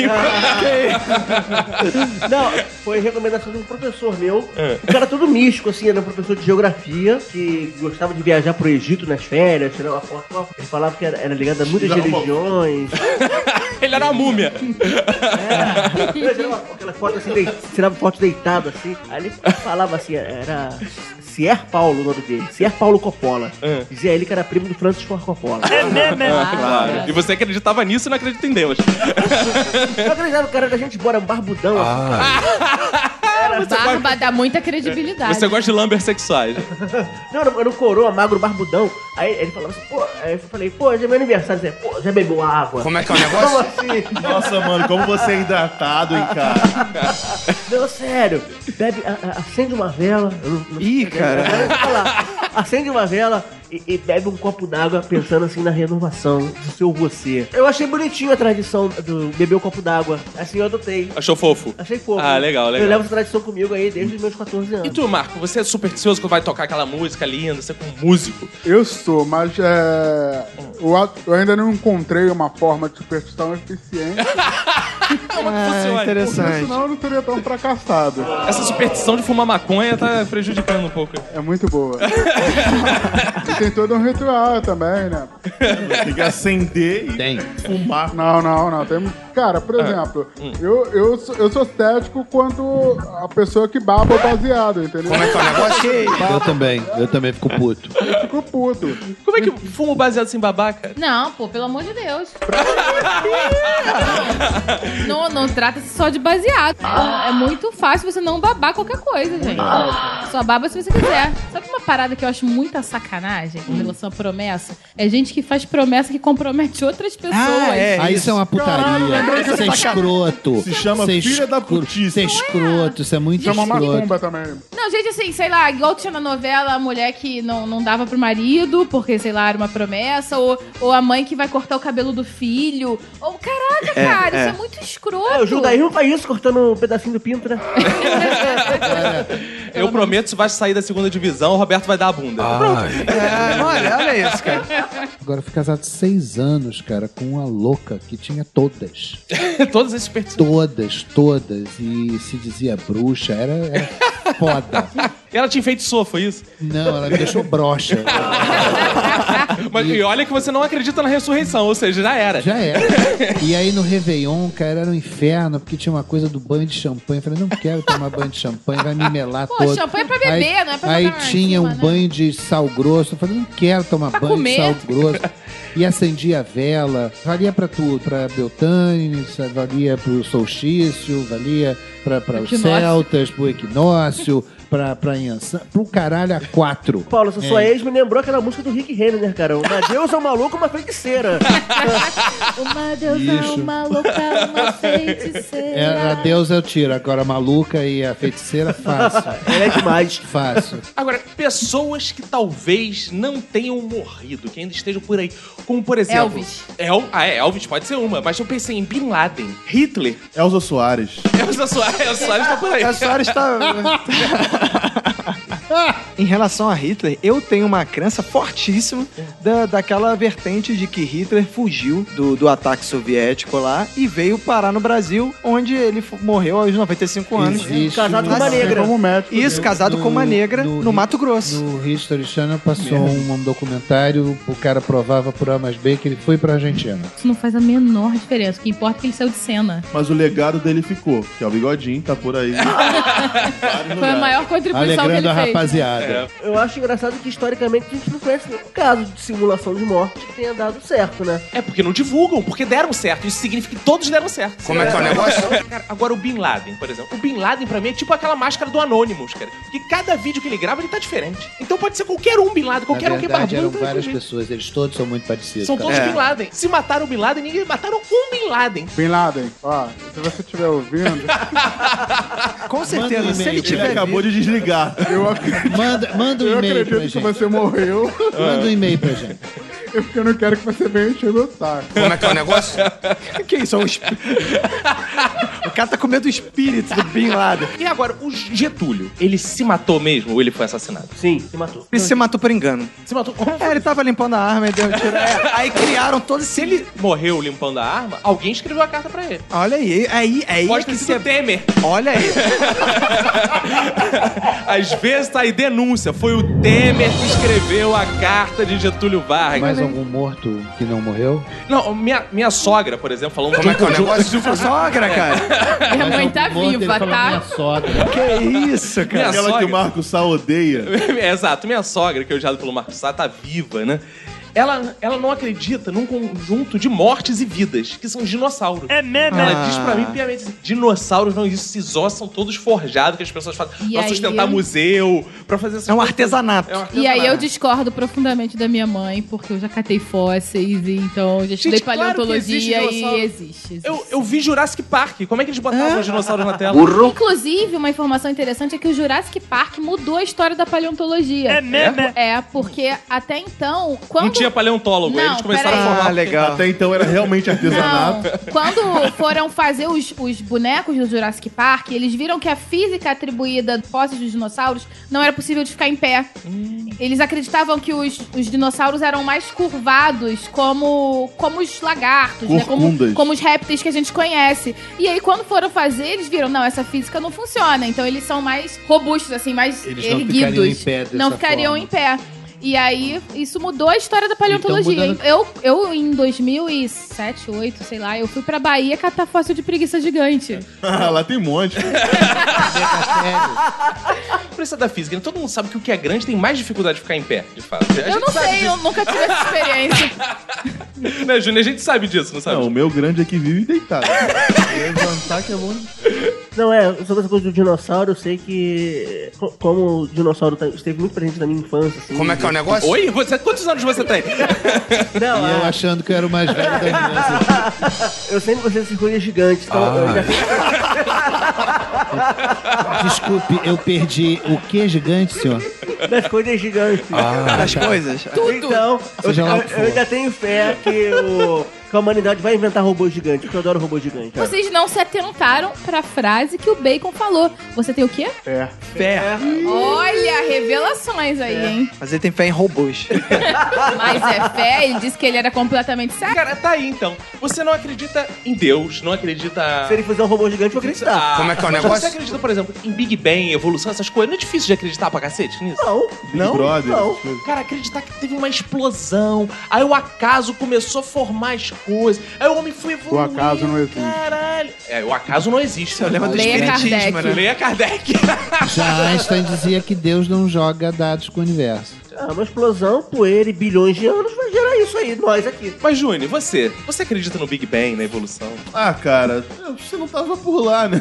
[SPEAKER 5] *laughs* Não, foi recomendação de um professor meu. Um cara todo místico, assim, era um professor de geografia, que gostava de viajar pro Egito nas férias, tirar uma foto. ó. Ele falava que era, era ligado a muitas religiões.
[SPEAKER 1] *laughs* Ele era uma múmia.
[SPEAKER 5] Eu É. tirava uma- aquela foto assim, dei- tirava foto deitado assim. Aí ele falava assim, era. Cier Paulo o nome dele. Cier Paulo Coppola. Dizia ele que era primo do Francis Ford Coppola.
[SPEAKER 1] Ah, E você acreditava nisso e não acredita em Deus.
[SPEAKER 5] Eu acreditava que era da gente bora, um barbudão. assim.
[SPEAKER 3] Barba dá muita credibilidade.
[SPEAKER 1] Você gosta de lamber sexuais.
[SPEAKER 5] Não, era, era um coroa magro, barbudão. Aí ele falava assim, pô, aí eu falei, pô, hoje é meu aniversário. Ele dizia, pô, já bebeu água.
[SPEAKER 21] Como é que é o
[SPEAKER 5] Como
[SPEAKER 21] negócio?
[SPEAKER 5] assim?
[SPEAKER 9] Nossa, mano, como você é hidratado, hein, cara?
[SPEAKER 5] Não, sério. Bebe, a- a- acende uma vela. Eu não- não-
[SPEAKER 20] Ih, cara.
[SPEAKER 5] Agora eu vou falar. Acende uma vela e, e bebe um copo d'água pensando assim na renovação do seu você. Eu achei bonitinho a tradição do beber o copo d'água. Assim eu adotei.
[SPEAKER 1] Achou fofo?
[SPEAKER 5] Achei fofo.
[SPEAKER 1] Ah, legal, legal.
[SPEAKER 5] Eu levo essa tradição comigo aí desde os meus 14
[SPEAKER 1] E
[SPEAKER 5] anos.
[SPEAKER 1] tu, Marco, você é supersticioso que vai tocar aquela música linda, você é um músico.
[SPEAKER 6] Eu sou, mas é, eu, a- eu ainda não encontrei uma forma de superstição eficiente
[SPEAKER 1] como que
[SPEAKER 20] Ah,
[SPEAKER 1] funciona.
[SPEAKER 20] interessante.
[SPEAKER 6] Senão eu não teria tão fracassado.
[SPEAKER 1] Essa superstição de fumar maconha tá prejudicando um pouco.
[SPEAKER 6] É muito
[SPEAKER 9] *laughs*
[SPEAKER 6] boa. e tem todo um ritual também, né?
[SPEAKER 9] Tem que acender e
[SPEAKER 4] Tem.
[SPEAKER 9] fumar.
[SPEAKER 6] Não, não, não. Tem... Cara,
[SPEAKER 9] É.
[SPEAKER 6] por exemplo,
[SPEAKER 9] Hum.
[SPEAKER 6] eu, eu, sou- eu sou cético quanto a pessoa que baba o baseado, entendeu?
[SPEAKER 21] Como é que é o negócio?
[SPEAKER 4] Eu também, eu também fico puto.
[SPEAKER 6] Eu fico puto.
[SPEAKER 1] Como é que fumo baseado sem babaca?
[SPEAKER 3] Não, pô, pelo amor de Deus. não, não trata-se só de baseado. É muito fácil você não babar qualquer coisa, gente. Só baba se você quiser. Sabe uma parada que eu acho muita sacanagem em relação à promessa? É gente que faz promessa que compromete outras pessoas.
[SPEAKER 4] Ah, isso é uma putaria. Isso é escroto.
[SPEAKER 9] Se chama
[SPEAKER 4] Isso é
[SPEAKER 9] filha da
[SPEAKER 4] escro-
[SPEAKER 9] putice.
[SPEAKER 4] Isso é escroto, isso é muito
[SPEAKER 6] Chama
[SPEAKER 4] escroto.
[SPEAKER 6] macumba também.
[SPEAKER 3] Não, gente, assim, sei lá, igual tinha na novela a mulher que não, não dava pro marido, porque, sei lá, era uma promessa, ou, ou a mãe que vai cortar o cabelo do filho. Ou, caraca, cara, isso é muito escroto.
[SPEAKER 5] É, o Judaísmo faz isso, cortando um pedacinho do pinto, né?
[SPEAKER 21] *laughs*
[SPEAKER 1] eu prometo, se vai sair da segunda divisão, o Roberto vai dar a bunda.
[SPEAKER 20] É, olha, olha isso, cara.
[SPEAKER 4] Agora eu fui casado seis anos, cara, com uma louca que tinha todas.
[SPEAKER 1] *laughs* Todas as superstições.
[SPEAKER 4] Todas, todas. E se dizia bruxa, era, era foda.
[SPEAKER 1] Ela te enfeitiçou, foi isso?
[SPEAKER 4] Não, ela me deixou broxa.
[SPEAKER 1] Mas, e olha que você não acredita na ressurreição, ou seja, já era.
[SPEAKER 4] Já era. E aí no Réveillon, cara, era um inferno, porque tinha uma coisa do banho de champanhe. Eu falei, não quero tomar banho de champanhe, vai me melar
[SPEAKER 3] Pô,
[SPEAKER 4] todo.
[SPEAKER 3] champanhe é pra beber,
[SPEAKER 4] aí,
[SPEAKER 3] não é pra
[SPEAKER 4] Aí
[SPEAKER 3] jogar em
[SPEAKER 4] tinha
[SPEAKER 3] cima,
[SPEAKER 4] um
[SPEAKER 3] né?
[SPEAKER 4] banho de sal grosso. Eu falei, não quero tomar
[SPEAKER 3] Pra
[SPEAKER 4] banho
[SPEAKER 3] comer.
[SPEAKER 4] de sal grosso. E acendia a vela. Valia pra tudo, pra Beltane, valia pro solstício, valia pra, pra os
[SPEAKER 3] Equinócio.
[SPEAKER 4] celtas, pro equinócio, pra, pra Iansã, pro caralho a quatro.
[SPEAKER 5] Paulo, essa sua ex me lembrou aquela música do Rick Renner, né, cara? Uma deusa, um maluco, uma feiticeira.
[SPEAKER 3] Uma deusa,
[SPEAKER 4] Isso.
[SPEAKER 3] uma louca, uma feiticeira.
[SPEAKER 4] É, a deusa eu tiro, agora a maluca e a
[SPEAKER 3] *laughs*
[SPEAKER 4] feiticeira fácil.
[SPEAKER 5] Ela é demais.
[SPEAKER 4] Fácil.
[SPEAKER 1] Agora, pessoas que talvez não tenham morrido, que ainda estejam por aí. Como, por exemplo.
[SPEAKER 3] Elvis.
[SPEAKER 1] El... Ah, é, Elvis pode ser uma, mas eu pensei em Bin Laden, Hitler.
[SPEAKER 9] Elza Soares.
[SPEAKER 1] Elvis Soares, Elvis Soares tá por aí.
[SPEAKER 20] A senhora está. *laughs* em relação a Hitler, eu tenho uma crença fortíssima da, daquela vertente de que Hitler fugiu do, do ataque soviético lá e veio parar no Brasil, onde ele fu- morreu aos 95 anos.
[SPEAKER 4] Existe
[SPEAKER 5] Casado com
[SPEAKER 4] um-
[SPEAKER 5] uma
[SPEAKER 20] Assim,
[SPEAKER 5] negra.
[SPEAKER 6] Como médico.
[SPEAKER 20] Isso, casado com uma negra no, Mato Grosso.
[SPEAKER 4] No History Channel passou um, um documentário, o cara provava por A mais B que ele foi pra Argentina.
[SPEAKER 3] Isso não faz a menor diferença. O que importa é que ele saiu de cena.
[SPEAKER 9] Mas o legado dele ficou, que é o bigodinho, tá por
[SPEAKER 3] *laughs*
[SPEAKER 9] aí.
[SPEAKER 3] Foi a maior contribuição que
[SPEAKER 4] Alegrando
[SPEAKER 3] ele
[SPEAKER 4] a
[SPEAKER 3] fez.
[SPEAKER 6] É.
[SPEAKER 4] rapaziada.
[SPEAKER 5] Eu acho engraçado que, historicamente, a gente não conhece nenhum caso de simulação de morte que tenha dado certo, né?
[SPEAKER 1] É porque não divulgam, porque deram certo. Isso significa que todos deram certo.
[SPEAKER 21] Como é que é o negócio?
[SPEAKER 1] Cara, agora o Bin Laden, por exemplo. O Bin Laden, pra mim, é tipo aquela máscara do Anonymous, cara. Porque cada vídeo que ele grava, ele tá diferente. Então pode ser qualquer um Bin Laden, qualquer
[SPEAKER 21] É
[SPEAKER 4] Na
[SPEAKER 1] um que
[SPEAKER 4] verdade,
[SPEAKER 1] barbudo. tá
[SPEAKER 4] eram várias
[SPEAKER 1] diferente.
[SPEAKER 4] pessoas, eles todos são muito parecidos.
[SPEAKER 1] São
[SPEAKER 4] cara.
[SPEAKER 1] todos Bin Laden. Se mataram o Bin Laden, ninguém mataram um Bin Laden.
[SPEAKER 6] Bin Laden, ó, se você estiver ouvindo,
[SPEAKER 20] Com certeza,
[SPEAKER 4] um
[SPEAKER 20] se ele
[SPEAKER 4] e-mail.
[SPEAKER 9] Ele
[SPEAKER 20] tiver.
[SPEAKER 9] acabou de desligar.
[SPEAKER 6] eu, ac-
[SPEAKER 4] Manda, manda um
[SPEAKER 6] eu
[SPEAKER 4] e-mail pra
[SPEAKER 6] acredito que
[SPEAKER 4] gente.
[SPEAKER 6] você morreu, *laughs*
[SPEAKER 4] Manda um e-mail pra *laughs* gente.
[SPEAKER 6] é porque eu não quero que você venha encher o saco.
[SPEAKER 21] Como é que é o negócio?
[SPEAKER 20] Que isso? É um esp... o cara tá com medo do espírito do Bin Laden.
[SPEAKER 21] um
[SPEAKER 1] E agora, o Getúlio, ele se matou mesmo ou ele foi assassinado?
[SPEAKER 5] Sim. Se matou.
[SPEAKER 20] Ele se matou por engano.
[SPEAKER 1] Se matou como?
[SPEAKER 20] É, ele tava limpando a arma e deu um tiro. É, aí criaram todo esse.
[SPEAKER 1] Se ele morreu limpando a arma, alguém escreveu a carta pra ele.
[SPEAKER 20] Olha aí, é aí, aí
[SPEAKER 1] Pode
[SPEAKER 20] que
[SPEAKER 1] ter
[SPEAKER 20] se.
[SPEAKER 1] sido é Temer.
[SPEAKER 20] Olha aí.
[SPEAKER 1] *laughs* Às vezes tá aí denúncia. Foi o Temer que escreveu a carta de Getúlio Vargas.
[SPEAKER 4] Mais algum morto que não morreu?
[SPEAKER 1] Não, minha, minha sogra, por exemplo, falou
[SPEAKER 21] Como é que é o negócio?
[SPEAKER 20] Sua sogra,
[SPEAKER 1] É,
[SPEAKER 20] cara.
[SPEAKER 3] Minha
[SPEAKER 4] Mais
[SPEAKER 3] mãe
[SPEAKER 4] algum
[SPEAKER 3] tá
[SPEAKER 4] morto? Ele
[SPEAKER 3] viva,
[SPEAKER 4] falou,
[SPEAKER 3] tá?
[SPEAKER 4] Minha sogra.
[SPEAKER 20] Que isso, cara.
[SPEAKER 3] É
[SPEAKER 1] Minha
[SPEAKER 9] Aquela
[SPEAKER 1] sogra.
[SPEAKER 9] que o Marco Sá odeia.
[SPEAKER 1] *laughs* É, Exato, minha sogra, que é odiada pelo Marcos Sá, tá viva, né? Ela, ela não acredita num conjunto de mortes e vidas, que são dinossauros. É mesmo? Ela
[SPEAKER 20] Ah.
[SPEAKER 3] né?
[SPEAKER 1] diz pra mim piamente assim, dinossauros não existem, esses ossos são todos forjados, que as pessoas fazem
[SPEAKER 3] E
[SPEAKER 1] pra
[SPEAKER 3] aí
[SPEAKER 1] sustentar
[SPEAKER 3] eu-
[SPEAKER 1] museu, pra fazer essas
[SPEAKER 20] É um
[SPEAKER 1] coisas.
[SPEAKER 20] artesanato.
[SPEAKER 1] É um artesanato.
[SPEAKER 3] E aí eu discordo profundamente da minha mãe, porque eu já catei fósseis, e então já estudei
[SPEAKER 1] Gente, claro que existe
[SPEAKER 3] paleontologia
[SPEAKER 1] dinossauro.
[SPEAKER 3] e existe. assim. existe.
[SPEAKER 1] Eu, eu vi Jurassic Park. Como é que eles botavam os dinossauros na tela?
[SPEAKER 3] Inclusive, uma informação interessante é que o Jurassic Park mudou a história da paleontologia. É mesmo? É, porque até então, quando
[SPEAKER 1] Não tinha tinha paleontólogo.
[SPEAKER 3] Não,
[SPEAKER 1] aí eles começaram a
[SPEAKER 3] peraí.
[SPEAKER 1] formar.
[SPEAKER 8] Ah, legal.
[SPEAKER 9] Até então era realmente
[SPEAKER 3] Não.
[SPEAKER 9] artesanato.
[SPEAKER 3] Quando foram fazer os, os bonecos do Jurassic Park, eles viram que a física atribuída dos fósseis dos dinossauros não era possível de ficar em pé.
[SPEAKER 4] Hum.
[SPEAKER 3] Eles acreditavam que os, os dinossauros eram mais curvados, como, como os lagartos, né?
[SPEAKER 9] Corcundas.
[SPEAKER 3] como, como os répteis que a gente conhece. E aí, quando foram fazer, eles viram, não, essa física não funciona. Então, eles são mais robustos, assim, mais
[SPEAKER 4] Eles não
[SPEAKER 3] erguidos.
[SPEAKER 4] ficariam em pé dessa
[SPEAKER 3] Não ficariam
[SPEAKER 4] forma.
[SPEAKER 3] em pé. E aí, isso mudou a história da paleontologia.
[SPEAKER 4] Então, mudando-
[SPEAKER 3] Eu, eu, em 2007, 2008, sei lá, eu fui pra Bahia catar fóssil de preguiça gigante.
[SPEAKER 9] Lá tem um monte.
[SPEAKER 1] Precisa da física. né? Todo mundo sabe que o que é grande tem mais dificuldade de ficar em pé, de fato. *laughs* É. A
[SPEAKER 3] Eu
[SPEAKER 1] gente É.
[SPEAKER 3] não sei, eu nunca tive essa
[SPEAKER 1] *laughs*
[SPEAKER 3] experiência.
[SPEAKER 1] sabe, né, Júnior? A gente sabe disso, não sabe?
[SPEAKER 9] Não, o meu grande é que vive deitado. Levantar que é bom.
[SPEAKER 5] Não, é, sobre essa coisa do dinossauro, eu sei que. co- Como o dinossauro tá- esteve muito presente na minha infância, assim.
[SPEAKER 21] Como é que é o negócio?
[SPEAKER 1] Tipo, Oi? Você, quantos anos
[SPEAKER 21] *laughs*
[SPEAKER 1] você tem?
[SPEAKER 5] Não,
[SPEAKER 4] E eu
[SPEAKER 5] é,
[SPEAKER 4] achando que eu era o mais velho da minha.
[SPEAKER 5] eu sempre gostei dessas coisas gigantes. Então eu já
[SPEAKER 4] *laughs* Desculpe, eu perdi o que gigante, senhor?
[SPEAKER 5] das coisas gigantes.
[SPEAKER 2] Ah.
[SPEAKER 20] Ah,
[SPEAKER 8] As coisas.
[SPEAKER 5] Então, eu,
[SPEAKER 4] Seja lá o
[SPEAKER 5] eu-
[SPEAKER 4] que
[SPEAKER 5] eu
[SPEAKER 4] for.
[SPEAKER 5] ainda tenho fé que, o- que a humanidade vai inventar robô gigante, porque eu adoro robô gigante. cara.
[SPEAKER 3] Vocês não se atentaram pra frase que o Bacon falou. Você tem o quê?
[SPEAKER 6] É.
[SPEAKER 3] Olha, revelações aí, hein?
[SPEAKER 8] Mas ele tem fé em robôs.
[SPEAKER 3] É. Mas é fé, ele disse que ele era completamente sério.
[SPEAKER 1] Cara, tá aí então. Você não acredita em Deus, não acredita.
[SPEAKER 5] Se ele fizer um robô gigante, eu vou acreditar.
[SPEAKER 1] Ah,
[SPEAKER 21] Como é que é o
[SPEAKER 1] mas
[SPEAKER 21] negócio?
[SPEAKER 1] Você acredita, por exemplo, em Big Bang, evolução, essas coisas? Não é difícil de acreditar pra cacete nisso?
[SPEAKER 5] Não,
[SPEAKER 9] Não, brother.
[SPEAKER 5] não.
[SPEAKER 1] Cara, acreditar que teve uma explosão, aí o acaso começou a formar as coisas, aí o homem foi evoluindo.
[SPEAKER 6] acaso não existe.
[SPEAKER 1] Caralho. É, o acaso não existe. Você
[SPEAKER 8] lembra do
[SPEAKER 3] Leia
[SPEAKER 8] espiritismo,
[SPEAKER 3] Kardec.
[SPEAKER 8] né?
[SPEAKER 1] Leia *laughs* Kardec.
[SPEAKER 4] Já Einstein dizia que Deus não joga dados com o universo.
[SPEAKER 5] Ah, uma explosão, poeira e bilhões de anos vai gerar isso aí, nós aqui.
[SPEAKER 1] Mas, Júnior, você? Você acredita no Big Bang, na evolução?
[SPEAKER 9] Ah, cara, você não tava por lá,
[SPEAKER 3] *laughs*
[SPEAKER 9] né?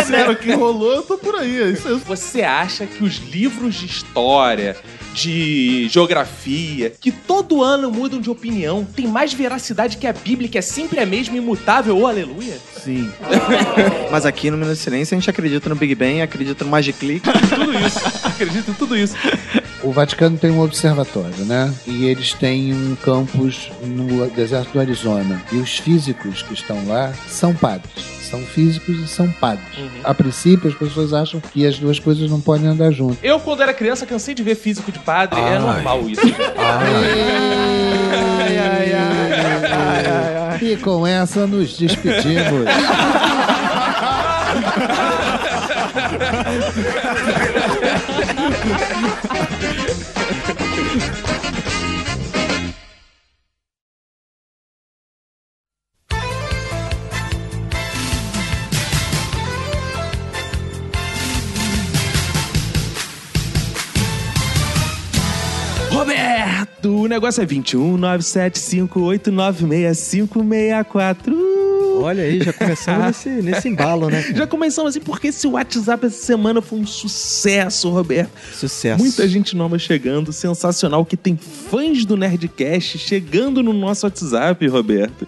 [SPEAKER 9] Disseram que rolou, eu tô por aí. Isso é
[SPEAKER 1] Você acha que os livros de história, de geografia, que todo ano mudam de opinião, tem mais veracidade que a Bíblia, que é sempre a mesma, imutável, ou aleluia?
[SPEAKER 9] sim.
[SPEAKER 8] Mas aqui no Minuto de Silêncio a gente acredita no Big Bang, acredita no Magic Click.
[SPEAKER 1] Tudo isso. Acredito em tudo isso.
[SPEAKER 4] O Vaticano tem um observatório, né? E eles têm um campus no deserto do Arizona. E os físicos que estão lá são padres. São físicos e são padres. A princípio, as pessoas acham que as duas coisas não podem andar juntas.
[SPEAKER 1] Eu, quando era criança, cansei de ver físico de padre. É normal isso.
[SPEAKER 4] Ai, ai, ai, ai. E com essa nos despedimos.
[SPEAKER 1] Roberto, o negócio é 21975896564.
[SPEAKER 8] Olha aí, já começamos nesse, nesse embalo, né? cara?
[SPEAKER 1] Já começamos assim, porque esse WhatsApp essa semana foi um sucesso, Roberto.
[SPEAKER 8] Sucesso.
[SPEAKER 1] Muita gente nova chegando, sensacional, que tem fãs do Nerdcast chegando no nosso WhatsApp, Roberto.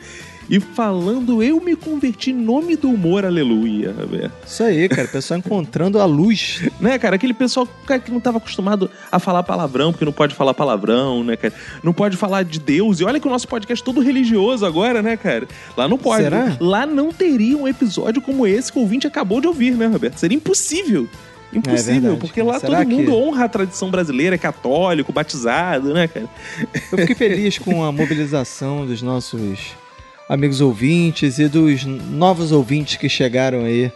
[SPEAKER 1] E falando, eu me converti em nome do humor, aleluia, Roberto.
[SPEAKER 8] Isso aí, cara. O pessoal encontrando a luz.
[SPEAKER 1] Né, cara? Aquele pessoal cara, que não tava acostumado a falar palavrão, porque não pode falar palavrão, né, cara? Não pode falar de Deus. E olha que o nosso podcast é todo religioso agora, né, cara? Lá não pode.
[SPEAKER 8] Será?
[SPEAKER 1] Lá não teria um episódio como esse que o ouvinte acabou de ouvir, né, Roberto? Seria impossível.
[SPEAKER 8] É
[SPEAKER 1] Impossível,
[SPEAKER 8] verdade,
[SPEAKER 1] porque
[SPEAKER 8] cara.
[SPEAKER 1] lá
[SPEAKER 8] Será
[SPEAKER 1] todo mundo
[SPEAKER 8] que-
[SPEAKER 1] honra a tradição brasileira, é católico, batizado, né, cara?
[SPEAKER 8] Eu fiquei feliz com a mobilização dos nossos amigos ouvintes e dos novos ouvintes que chegaram aí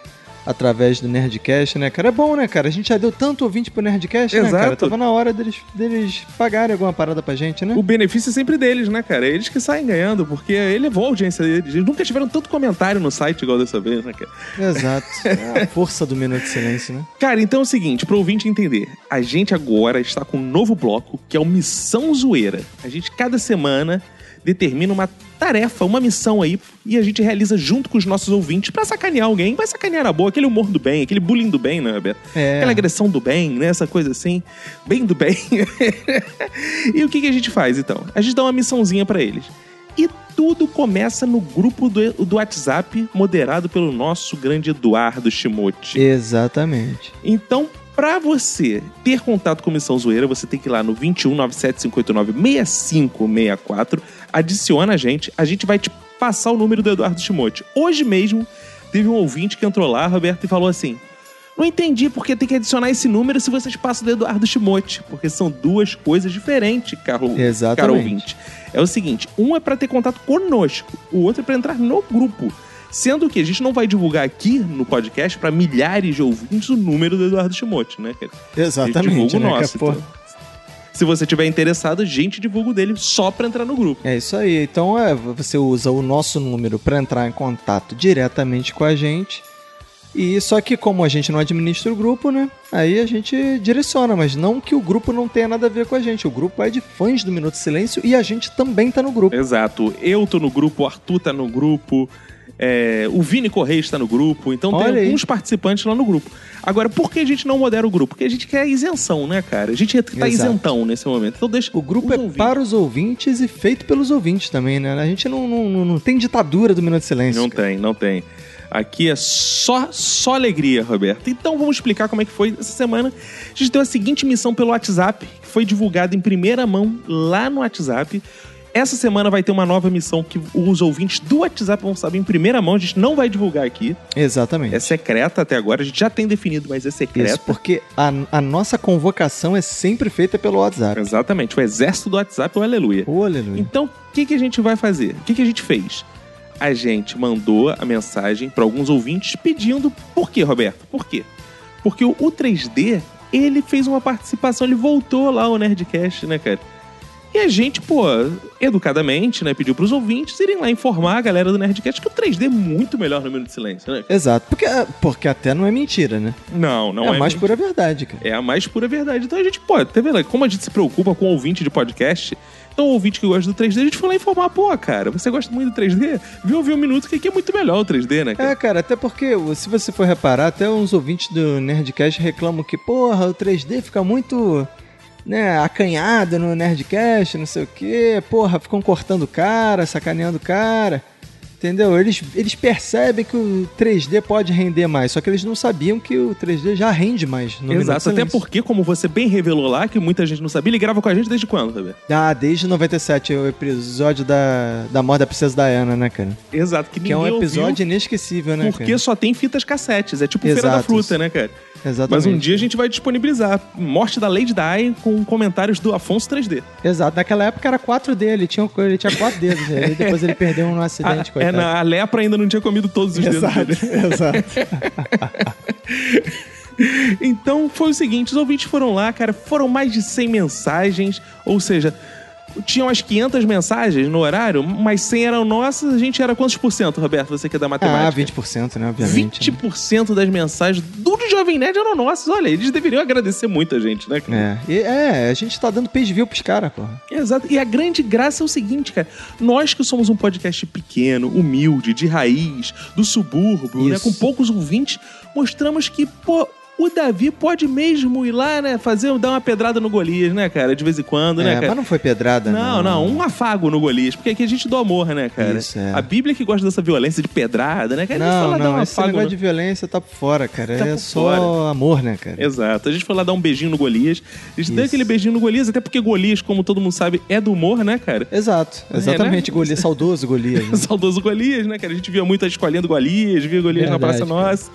[SPEAKER 8] através do Nerdcast, né, cara? É bom, né, cara? A gente já deu tanto ouvinte pro Nerdcast, né, cara?
[SPEAKER 1] Exato.
[SPEAKER 8] Tava na hora deles, deles pagarem alguma parada pra gente, né?
[SPEAKER 1] O benefício é sempre deles, né, cara? Eles que saem ganhando, porque elevou a audiência deles. Eles nunca tiveram tanto comentário no site igual dessa vez, né, cara?
[SPEAKER 8] Exato.
[SPEAKER 1] *laughs*
[SPEAKER 8] É a força do Minuto de Silêncio, né?
[SPEAKER 1] Cara, então é o seguinte, pro ouvinte entender. A gente agora está com um novo bloco, que é o Missão Zoeira. A gente, cada semana, determina uma tarefa, uma missão aí, e a gente realiza junto com os nossos ouvintes pra sacanear alguém. Vai sacanear na boa, aquele humor do bem, aquele bullying do bem, né, Beto?
[SPEAKER 8] É.
[SPEAKER 1] Aquela agressão do bem, né? Essa coisa assim. Bem do bem. *laughs* e o que, que a gente faz, então? A gente dá uma missãozinha pra eles. E tudo começa no grupo do, do WhatsApp, moderado pelo nosso grande Eduardo Shimote.
[SPEAKER 8] Exatamente.
[SPEAKER 1] Então, Pra você ter contato com Missão Zoeira, você tem que ir lá no 21 97589 6564. Adiciona a gente. A gente vai te passar o número do Eduardo Timote. Hoje mesmo, teve um ouvinte que entrou lá, Roberto, e falou assim: Não entendi porque tem que adicionar esse número se vocês passam do Eduardo Timote. Porque são duas coisas diferentes, Carlos.
[SPEAKER 4] Exatamente.
[SPEAKER 1] Cara ouvinte. É o seguinte: um é pra ter contato conosco, o outro é pra entrar no grupo. Sendo que a gente não vai divulgar aqui no podcast pra milhares de ouvintes o número do Eduardo Timote, né? cara? A gente
[SPEAKER 2] Exatamente.
[SPEAKER 1] divulga o
[SPEAKER 2] né, que
[SPEAKER 1] nosso.
[SPEAKER 2] a porra-
[SPEAKER 1] então. Se você tiver interessado, a gente divulga o dele só pra entrar no grupo.
[SPEAKER 2] É isso aí. Então é, você usa o nosso número para entrar em contato diretamente com a gente. E só que como a gente não administra o grupo, né? Aí a gente direciona, mas não que o grupo não tenha nada a ver com a gente. O grupo é de fãs do Minuto de Silêncio e a gente também tá no grupo.
[SPEAKER 1] Exato. Eu tô no grupo, o Arthur tá no grupo, é, o Vini Correia está no grupo, então
[SPEAKER 2] Olha
[SPEAKER 1] tem
[SPEAKER 2] aí.
[SPEAKER 1] alguns participantes lá no grupo. Agora, por que a gente não modera o grupo? Porque a gente quer isenção, né, cara? A gente tá
[SPEAKER 2] Exato.
[SPEAKER 1] isentão nesse momento. Então deixa
[SPEAKER 2] O grupo é para os ouvintes e feito pelos ouvintes também, né? A gente não, não, não- não tem ditadura do Minuto de Silêncio.
[SPEAKER 1] Não tem, não tem. Aqui é só, só alegria, Roberto. Então vamos explicar como é que foi essa semana. A gente deu a seguinte missão pelo WhatsApp, que foi divulgada em primeira mão lá no WhatsApp. Essa semana vai ter uma nova missão que os ouvintes do WhatsApp vão saber em primeira mão. A gente não vai divulgar aqui.
[SPEAKER 2] Exatamente.
[SPEAKER 1] É secreta até agora. A gente já tem definido, mas é secreta.
[SPEAKER 2] Isso, porque a, a nossa convocação é sempre feita pelo WhatsApp.
[SPEAKER 1] Exatamente. O exército do WhatsApp é o aleluia.
[SPEAKER 2] Ô, aleluia.
[SPEAKER 1] Então, o que, que a gente vai fazer? O que, que a gente fez? A gente mandou a mensagem para alguns ouvintes pedindo por quê, Roberto? Por quê? Porque o o 3D, ele fez uma participação, ele voltou lá ao Nerdcast, né, cara? E a gente, pô, educadamente, né, pediu pros ouvintes irem lá informar a galera do Nerdcast que o 3D é muito melhor no Minuto de Silêncio, né?
[SPEAKER 2] Exato, porque, porque até não é mentira, né?
[SPEAKER 1] Não, não
[SPEAKER 2] é
[SPEAKER 1] é.
[SPEAKER 2] a mais pura verdade, cara.
[SPEAKER 1] É a mais pura verdade. Então a gente, pô, tá vendo? Como a gente se preocupa com o ouvinte de podcast, então o ouvinte que gosta do 3D, a gente foi lá informar, pô, cara, você gosta muito do 3D? Viu ouvir um minuto que aqui é muito melhor o 3D, né? Cara?
[SPEAKER 2] É, cara, até porque, se você for reparar, até uns ouvintes do Nerdcast reclamam que, porra, o 3D fica muito, né, acanhado no Nerdcast, não sei o quê. Porra, ficam cortando o cara, sacaneando o cara. Entendeu? Eles, eles percebem que o 3D pode render mais, só que eles não sabiam que o 3D já rende mais no Um Minuto
[SPEAKER 1] Exato, até
[SPEAKER 2] Silêncio.
[SPEAKER 1] porque, como você bem revelou lá, que muita gente não sabia, ele grava com a gente desde quando, tá sabe?
[SPEAKER 2] Ah, desde 97, o episódio da, da morte da Princesa Diana, né, cara?
[SPEAKER 1] Exato, que,
[SPEAKER 2] Que é um
[SPEAKER 1] ninguém ouviu,
[SPEAKER 2] episódio inesquecível, né,
[SPEAKER 1] Porque só tem fitas cassetes, é tipo Feira da
[SPEAKER 2] Exato.
[SPEAKER 1] Fruta, né, cara?
[SPEAKER 2] cara? Exatamente.
[SPEAKER 1] Mas um dia a gente vai disponibilizar Morte da Lady Di com comentários do Afonso 3D.
[SPEAKER 2] Exato, naquela época era 4D, ele tinha, ele tinha quatro dedos, né? E depois ele perdeu um no acidente,
[SPEAKER 1] a, é,
[SPEAKER 2] coitado.
[SPEAKER 1] na, a lepra ainda não tinha comido todos os dedos dele.
[SPEAKER 2] Exato, exato.
[SPEAKER 1] Então foi o seguinte: os ouvintes foram lá, cara, foram mais de 100 mensagens, ou seja, tinham as 500 mensagens no horário, mas 100 eram nossas, a gente era quantos por cento, Roberto? Você que é da
[SPEAKER 2] Ah,
[SPEAKER 1] matemática?
[SPEAKER 2] 20%, né, obviamente.
[SPEAKER 1] 20% das mensagens do Jovem Nerd eram nossas. Olha, eles deveriam agradecer muito a gente, né? cara?
[SPEAKER 2] né? É, e- é, a gente tá dando page view pros caras, porra.
[SPEAKER 1] Exato. E a grande graça é o seguinte, cara. Nós que somos um podcast pequeno, humilde, de raiz, do subúrbio, né,
[SPEAKER 2] Isso.
[SPEAKER 1] com poucos ouvintes, mostramos que, pô, o Davi pode mesmo ir lá, né, fazer, dar uma pedrada no Golias, né, cara, de vez em quando, né,
[SPEAKER 2] É, mas
[SPEAKER 1] cara?
[SPEAKER 2] não foi pedrada,
[SPEAKER 1] Não, não,
[SPEAKER 2] não.
[SPEAKER 1] um afago no Golias, porque aqui a gente dá amor, né, cara?
[SPEAKER 2] Isso, é.
[SPEAKER 1] A Bíblia que gosta dessa violência de pedrada, né, cara? A gente foi
[SPEAKER 2] Não,
[SPEAKER 1] lá dar um
[SPEAKER 2] não, esse
[SPEAKER 1] afago
[SPEAKER 2] negócio
[SPEAKER 1] no-
[SPEAKER 2] de violência tá por fora, cara.
[SPEAKER 1] Tá
[SPEAKER 2] é
[SPEAKER 1] por
[SPEAKER 2] só
[SPEAKER 1] fora.
[SPEAKER 2] amor, né, cara?
[SPEAKER 1] Exato. A gente foi lá dar um beijinho no Golias. A gente deu
[SPEAKER 2] Isso.
[SPEAKER 1] aquele beijinho no Golias, até porque Golias, como todo mundo sabe, é do humor, né, cara?
[SPEAKER 2] Exato,
[SPEAKER 1] É,
[SPEAKER 2] exatamente,
[SPEAKER 1] né?
[SPEAKER 2] Golias,
[SPEAKER 1] *laughs*
[SPEAKER 2] saudoso Golias.
[SPEAKER 1] O
[SPEAKER 2] né?
[SPEAKER 1] saudoso Golias, né, cara? A gente via muito a escolinha do Golias, via Golias na
[SPEAKER 2] Verdade,
[SPEAKER 1] Praça Nossa.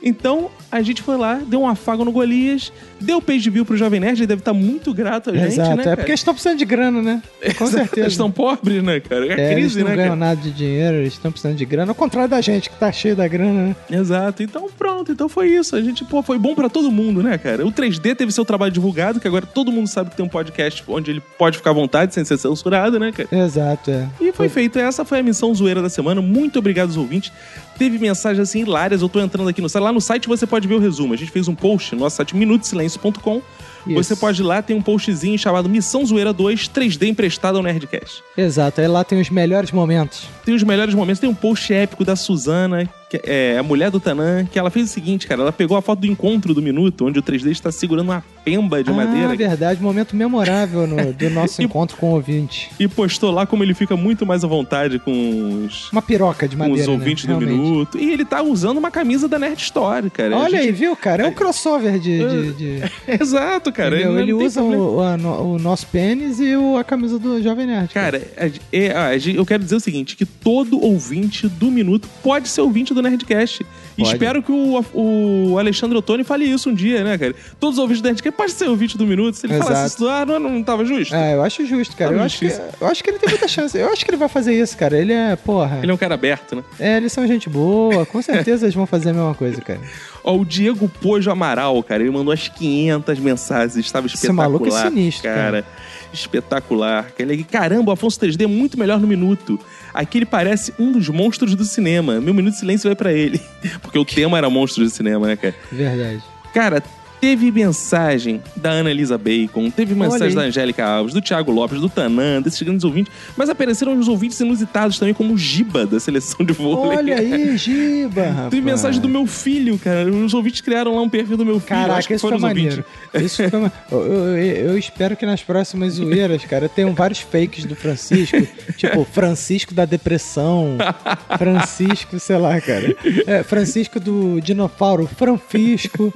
[SPEAKER 1] Então, a gente foi lá, deu um afago no Golias, deu page view pro Jovem Nerd, ele deve estar muito grato a gente,
[SPEAKER 2] Exato,
[SPEAKER 1] né,
[SPEAKER 2] é
[SPEAKER 1] cara?
[SPEAKER 2] porque eles estão precisando de grana, né? Com certeza.
[SPEAKER 1] Eles estão pobres, né, cara? É,
[SPEAKER 2] É, eles
[SPEAKER 1] crise,
[SPEAKER 2] não
[SPEAKER 1] né,
[SPEAKER 2] ganham
[SPEAKER 1] cara?
[SPEAKER 2] nada de dinheiro, eles estão precisando de grana. Ao contrário da gente, que tá cheio da grana, né?
[SPEAKER 1] Exato. Então, pronto. Então foi isso. A gente, pô, foi bom pra todo mundo, né, cara? O 3D teve seu trabalho divulgado, que agora todo mundo sabe que tem um podcast onde ele pode ficar à vontade sem ser censurado, né, cara?
[SPEAKER 2] Exato, é.
[SPEAKER 1] E foi feito. Essa foi a missão zoeira da semana. Muito obrigado aos ouvintes. Teve mensagens assim hilárias. Eu tô entrando aqui no site. Lá no site você pode ver o resumo. A gente fez um post no nosso site minutosilencio.com Você pode ir lá, tem um postzinho chamado Missão Zoeira 2, 3D emprestado ao Nerdcast.
[SPEAKER 2] Exato, aí lá tem os melhores momentos.
[SPEAKER 1] Tem os melhores momentos, tem um post épico da Suzana, que é a mulher do Tanã, que ela fez o seguinte, cara, ela pegou a foto do encontro do minuto, onde o 3D está segurando uma pemba de madeira.
[SPEAKER 2] Ah, verdade, momento memorável no-
[SPEAKER 1] *laughs*
[SPEAKER 2] do nosso encontro com o ouvinte.
[SPEAKER 1] E postou lá como ele fica muito mais à vontade com os,
[SPEAKER 2] Uma piroca de
[SPEAKER 1] com
[SPEAKER 2] madeira,
[SPEAKER 1] os ouvintes
[SPEAKER 2] né?
[SPEAKER 1] do
[SPEAKER 2] Realmente.
[SPEAKER 1] minuto. E ele tá usando uma camisa da Nerd Story, cara. A
[SPEAKER 2] Olha
[SPEAKER 1] gente-
[SPEAKER 2] aí, viu, cara? É um crossover de... de- de-
[SPEAKER 1] Exato, cara.
[SPEAKER 2] entendeu?
[SPEAKER 1] não
[SPEAKER 2] Ele
[SPEAKER 1] tem
[SPEAKER 2] usa um-
[SPEAKER 1] problema.
[SPEAKER 2] o, a no- o nosso pênis e o- a camisa do Jovem Nerd.
[SPEAKER 1] Cara, é- é- ah, eu quero dizer o seguinte: que todo ouvinte do minuto pode ser ouvinte do Nerdcast. E
[SPEAKER 2] Pode.
[SPEAKER 1] Espero que o, o Alexandre Ottoni fale isso um dia, né, cara? Todos os ouvintes do Nerdcast podem ser ouvinte do minuto. Se ele
[SPEAKER 2] Exato.
[SPEAKER 1] falasse isso, ah, não, não tava justo.
[SPEAKER 2] Ah, eu acho justo, cara.
[SPEAKER 1] Tá
[SPEAKER 2] Eu acho, que,
[SPEAKER 1] justiça.
[SPEAKER 2] eu acho que ele tem muita chance. Eu acho que ele vai fazer isso, cara. Ele é, porra.
[SPEAKER 1] Ele é um cara aberto, né?
[SPEAKER 2] É, eles são gente boa. Com certeza eles vão fazer a mesma coisa, cara.
[SPEAKER 1] Ó, o Diego Pojo Amaral, cara, ele mandou as 500 mensagens, estava
[SPEAKER 2] Esse
[SPEAKER 1] espetacular.
[SPEAKER 2] maluco é sinistro, cara.
[SPEAKER 1] Espetacular. Ele, caramba, o Afonso 3D é muito melhor no minuto. Aqui ele parece um dos monstros do cinema. Meu minuto de silêncio vai pra ele. *laughs* Porque o tema era monstros do cinema, né, cara?
[SPEAKER 2] Verdade.
[SPEAKER 1] Cara, teve mensagem da Ana Elisa Bacon, teve mensagem
[SPEAKER 2] aí.
[SPEAKER 1] da Angélica Alves, do Thiago Lopes, do Tanan, desses grandes ouvintes, mas apareceram uns ouvintes inusitados também, como o Giba, da seleção de vôlei.
[SPEAKER 2] Olha aí, Giba.
[SPEAKER 1] Tem
[SPEAKER 2] rapaz.
[SPEAKER 1] mensagem do meu filho, cara. Os ouvintes criaram lá um perfil do meu filho.
[SPEAKER 2] Caraca,
[SPEAKER 1] Acho que
[SPEAKER 2] isso foi
[SPEAKER 1] foram os
[SPEAKER 2] maneiro.
[SPEAKER 1] ouvintes.
[SPEAKER 2] Isso foi ma... eu, eu- eu espero que nas próximas zoeiras, cara, tenham vários fakes
[SPEAKER 1] *laughs*
[SPEAKER 2] do Francisco. tipo, Francisco da depressão. Francisco, sei lá, cara. É, Francisco do dinossauro. Francisco.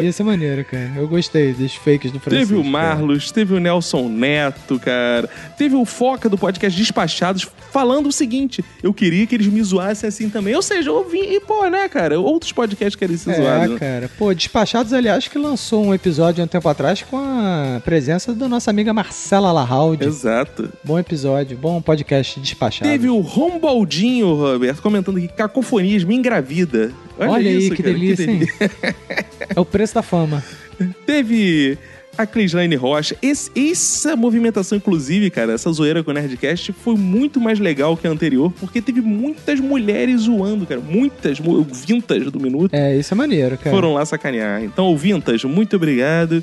[SPEAKER 2] Ia ser maneiro, cara. Eu gostei dos fakes do Francisco.
[SPEAKER 1] Teve o Marlos, teve o Nelson Neto, cara. Teve o Foca do podcast Despachados falando o seguinte: eu queria que eles me zoassem assim também. Ou seja, eu ouvi, e pô, né, cara? Outros podcasts querem ser zoados.
[SPEAKER 2] É,
[SPEAKER 1] né?
[SPEAKER 2] cara. Pô, Despachados, aliás, que lançou um episódio há um tempo atrás com a presença da nossa amiga Marcela Lahaud.
[SPEAKER 1] Exato.
[SPEAKER 2] Bom episódio, bom podcast Despachados.
[SPEAKER 1] Teve o Rombaldinho, Roberto, comentando aqui: cacofonias me engravida. Olha,
[SPEAKER 2] Olha, aí,
[SPEAKER 1] isso,
[SPEAKER 2] que,
[SPEAKER 1] cara,
[SPEAKER 2] delícia, hein? é o preço da fama.
[SPEAKER 1] Teve a Crislaine Rocha. Esse- essa movimentação, inclusive, cara, essa zoeira com o Nerdcast foi muito mais legal que a anterior, porque teve muitas mulheres zoando, cara. Muitas mu- vintas do minuto
[SPEAKER 2] É, isso é maneiro, cara.
[SPEAKER 1] foram lá sacanear. Então, ouvintas, muito obrigado.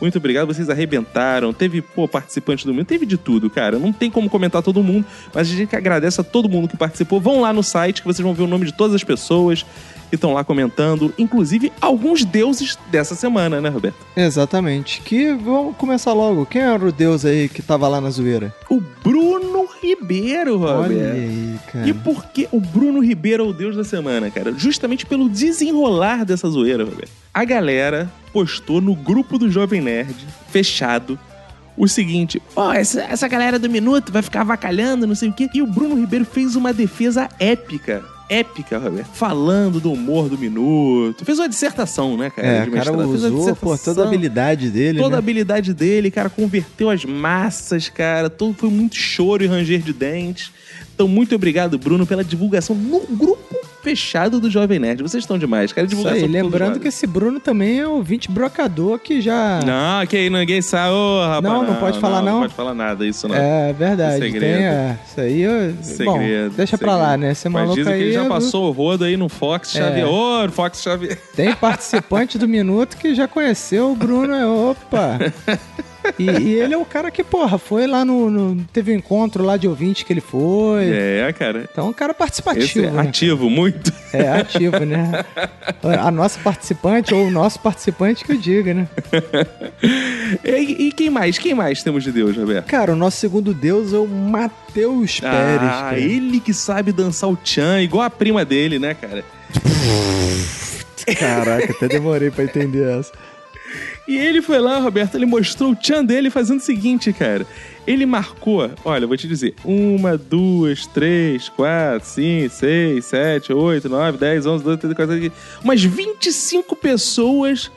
[SPEAKER 1] Muito obrigado, vocês arrebentaram. Teve, pô, participante do minuto, teve de tudo, cara. Não tem como comentar todo mundo, mas a gente agradece a todo mundo que participou. Vão lá no site que vocês vão ver o nome de todas as pessoas que estão lá comentando, inclusive alguns deuses dessa semana, né, Roberto?
[SPEAKER 2] Exatamente. Que vamos começar logo. Quem era o deus aí que tava lá na zoeira?
[SPEAKER 1] O Bruno Ribeiro,
[SPEAKER 2] Olha
[SPEAKER 1] Roberto.
[SPEAKER 2] aí, cara.
[SPEAKER 1] E por que o Bruno Ribeiro é o deus da semana, cara? Justamente pelo desenrolar dessa zoeira, Roberto. A galera postou no grupo do Jovem Nerd, fechado, o seguinte: ó, essa, essa galera do Minuto vai ficar avacalhando, não sei o quê. E o Bruno Ribeiro fez uma defesa épica. Épica, Roberto. Falando do humor do Minuto. Fez uma dissertação, né, cara?
[SPEAKER 2] É,
[SPEAKER 1] de
[SPEAKER 2] o cara
[SPEAKER 1] mestrado. Fez uma
[SPEAKER 2] usou pô, toda a
[SPEAKER 1] dissertação
[SPEAKER 2] habilidade dele,
[SPEAKER 1] toda a
[SPEAKER 2] né?
[SPEAKER 1] habilidade dele, cara, converteu as massas, cara. Todo, foi muito choro e ranger de dentes. Então, muito obrigado, Bruno, pela divulgação no grupo fechado do Jovem Nerd. Vocês estão demais, cara.
[SPEAKER 2] Isso
[SPEAKER 1] Divulgação
[SPEAKER 2] aí,
[SPEAKER 1] por todos
[SPEAKER 2] lembrando
[SPEAKER 1] os
[SPEAKER 2] que esse Bruno também é ouvinte brocador que já...
[SPEAKER 1] lados. Não, que aí ninguém sabe. Ô, rapaz,
[SPEAKER 2] Não, não pode falar,
[SPEAKER 1] Não
[SPEAKER 2] não.
[SPEAKER 1] pode falar nada, isso não.
[SPEAKER 2] É verdade,
[SPEAKER 1] Segredo.
[SPEAKER 2] tem é, isso aí. Eu,
[SPEAKER 1] Segredo,
[SPEAKER 2] bom, deixa pra
[SPEAKER 1] segredo.
[SPEAKER 2] lá, né? Esse
[SPEAKER 1] Mas
[SPEAKER 2] maluco
[SPEAKER 1] dizem que
[SPEAKER 2] aí.
[SPEAKER 1] ele já
[SPEAKER 2] eu-
[SPEAKER 1] passou o rodo aí no Fox
[SPEAKER 2] É.
[SPEAKER 1] Xavier. Ô, Fox Xavier.
[SPEAKER 2] Tem participante do Minuto que já conheceu o Bruno. é, *laughs* Opa! E, e ele é o cara que, porra, foi lá no. no- teve um encontro lá de ouvinte que ele foi.
[SPEAKER 1] É, cara.
[SPEAKER 2] Então é um cara
[SPEAKER 1] Esse
[SPEAKER 2] participativo.
[SPEAKER 1] é
[SPEAKER 2] né?
[SPEAKER 1] ativo, muito.
[SPEAKER 2] É, ativo, né? A nossa participante, ou o nosso participante que eu diga, né?
[SPEAKER 1] E, e quem mais? Quem mais temos Ah, de Deus, Roberto?
[SPEAKER 2] Cara, o nosso segundo deus é o Matheus Pérez.
[SPEAKER 1] Ah,
[SPEAKER 2] cara.
[SPEAKER 1] ele que sabe dançar o tchan, igual a prima dele, né, cara?
[SPEAKER 2] Caraca, até demorei pra entender essa.
[SPEAKER 1] E ele foi lá, Roberto, ele mostrou o tchan dele fazendo o seguinte, cara. Ele marcou, olha, eu vou te dizer, uma, duas, três, quatro, cinco, seis, sete, oito, nove, dez, onze, doze, treze, quatorze, umas 25 pessoas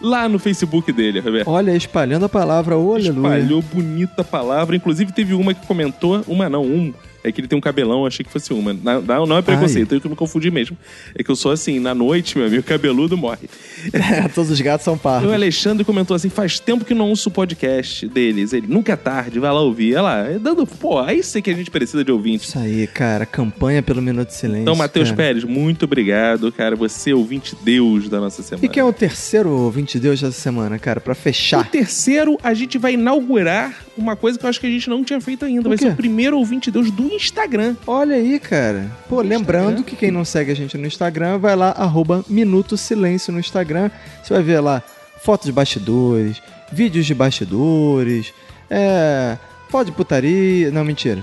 [SPEAKER 1] lá no Facebook dele, Roberto.
[SPEAKER 2] Olha, *laughs* espalhando a palavra, ô, aleluia.
[SPEAKER 1] Espalhou bonita palavra. Inclusive, teve uma que comentou, uma não, um, É que ele tem um cabelão, eu achei que fosse uma. Na- Não, não é preconceito, eu que me confundi mesmo. É que eu sou assim, na noite, meu amigo, cabeludo morre.
[SPEAKER 2] É, Todos os gatos são
[SPEAKER 1] E o
[SPEAKER 2] pardos.
[SPEAKER 1] Alexandre comentou assim: faz tempo que não ouço o podcast deles. Ele nunca é tarde, vai lá ouvir. Olha lá, é dando. Pô, aí sei que a gente precisa de ouvinte.
[SPEAKER 2] Isso aí, cara. Campanha pelo Minuto de Silêncio.
[SPEAKER 1] Então, Matheus
[SPEAKER 2] cara.
[SPEAKER 1] Pérez, muito obrigado, cara. Você é ouvinte deus da nossa semana.
[SPEAKER 2] E quem é o terceiro ouvinte de hoje dessa semana, cara? Pra
[SPEAKER 1] O
[SPEAKER 2] fechar.
[SPEAKER 1] terceiro, a gente vai inaugurar uma coisa que eu acho que a gente não tinha feito ainda.
[SPEAKER 2] O
[SPEAKER 1] Vai ser
[SPEAKER 2] quê?
[SPEAKER 1] o primeiro ouvinte deus do Instagram.
[SPEAKER 2] Olha aí, cara. Pô, lembrando que quem não segue a gente no Instagram, vai lá, arroba Minuto Silêncio no Instagram. Você vai ver lá fotos de bastidores, vídeos de bastidores, é. Foto de putaria.
[SPEAKER 1] *laughs*
[SPEAKER 2] Não, mentira.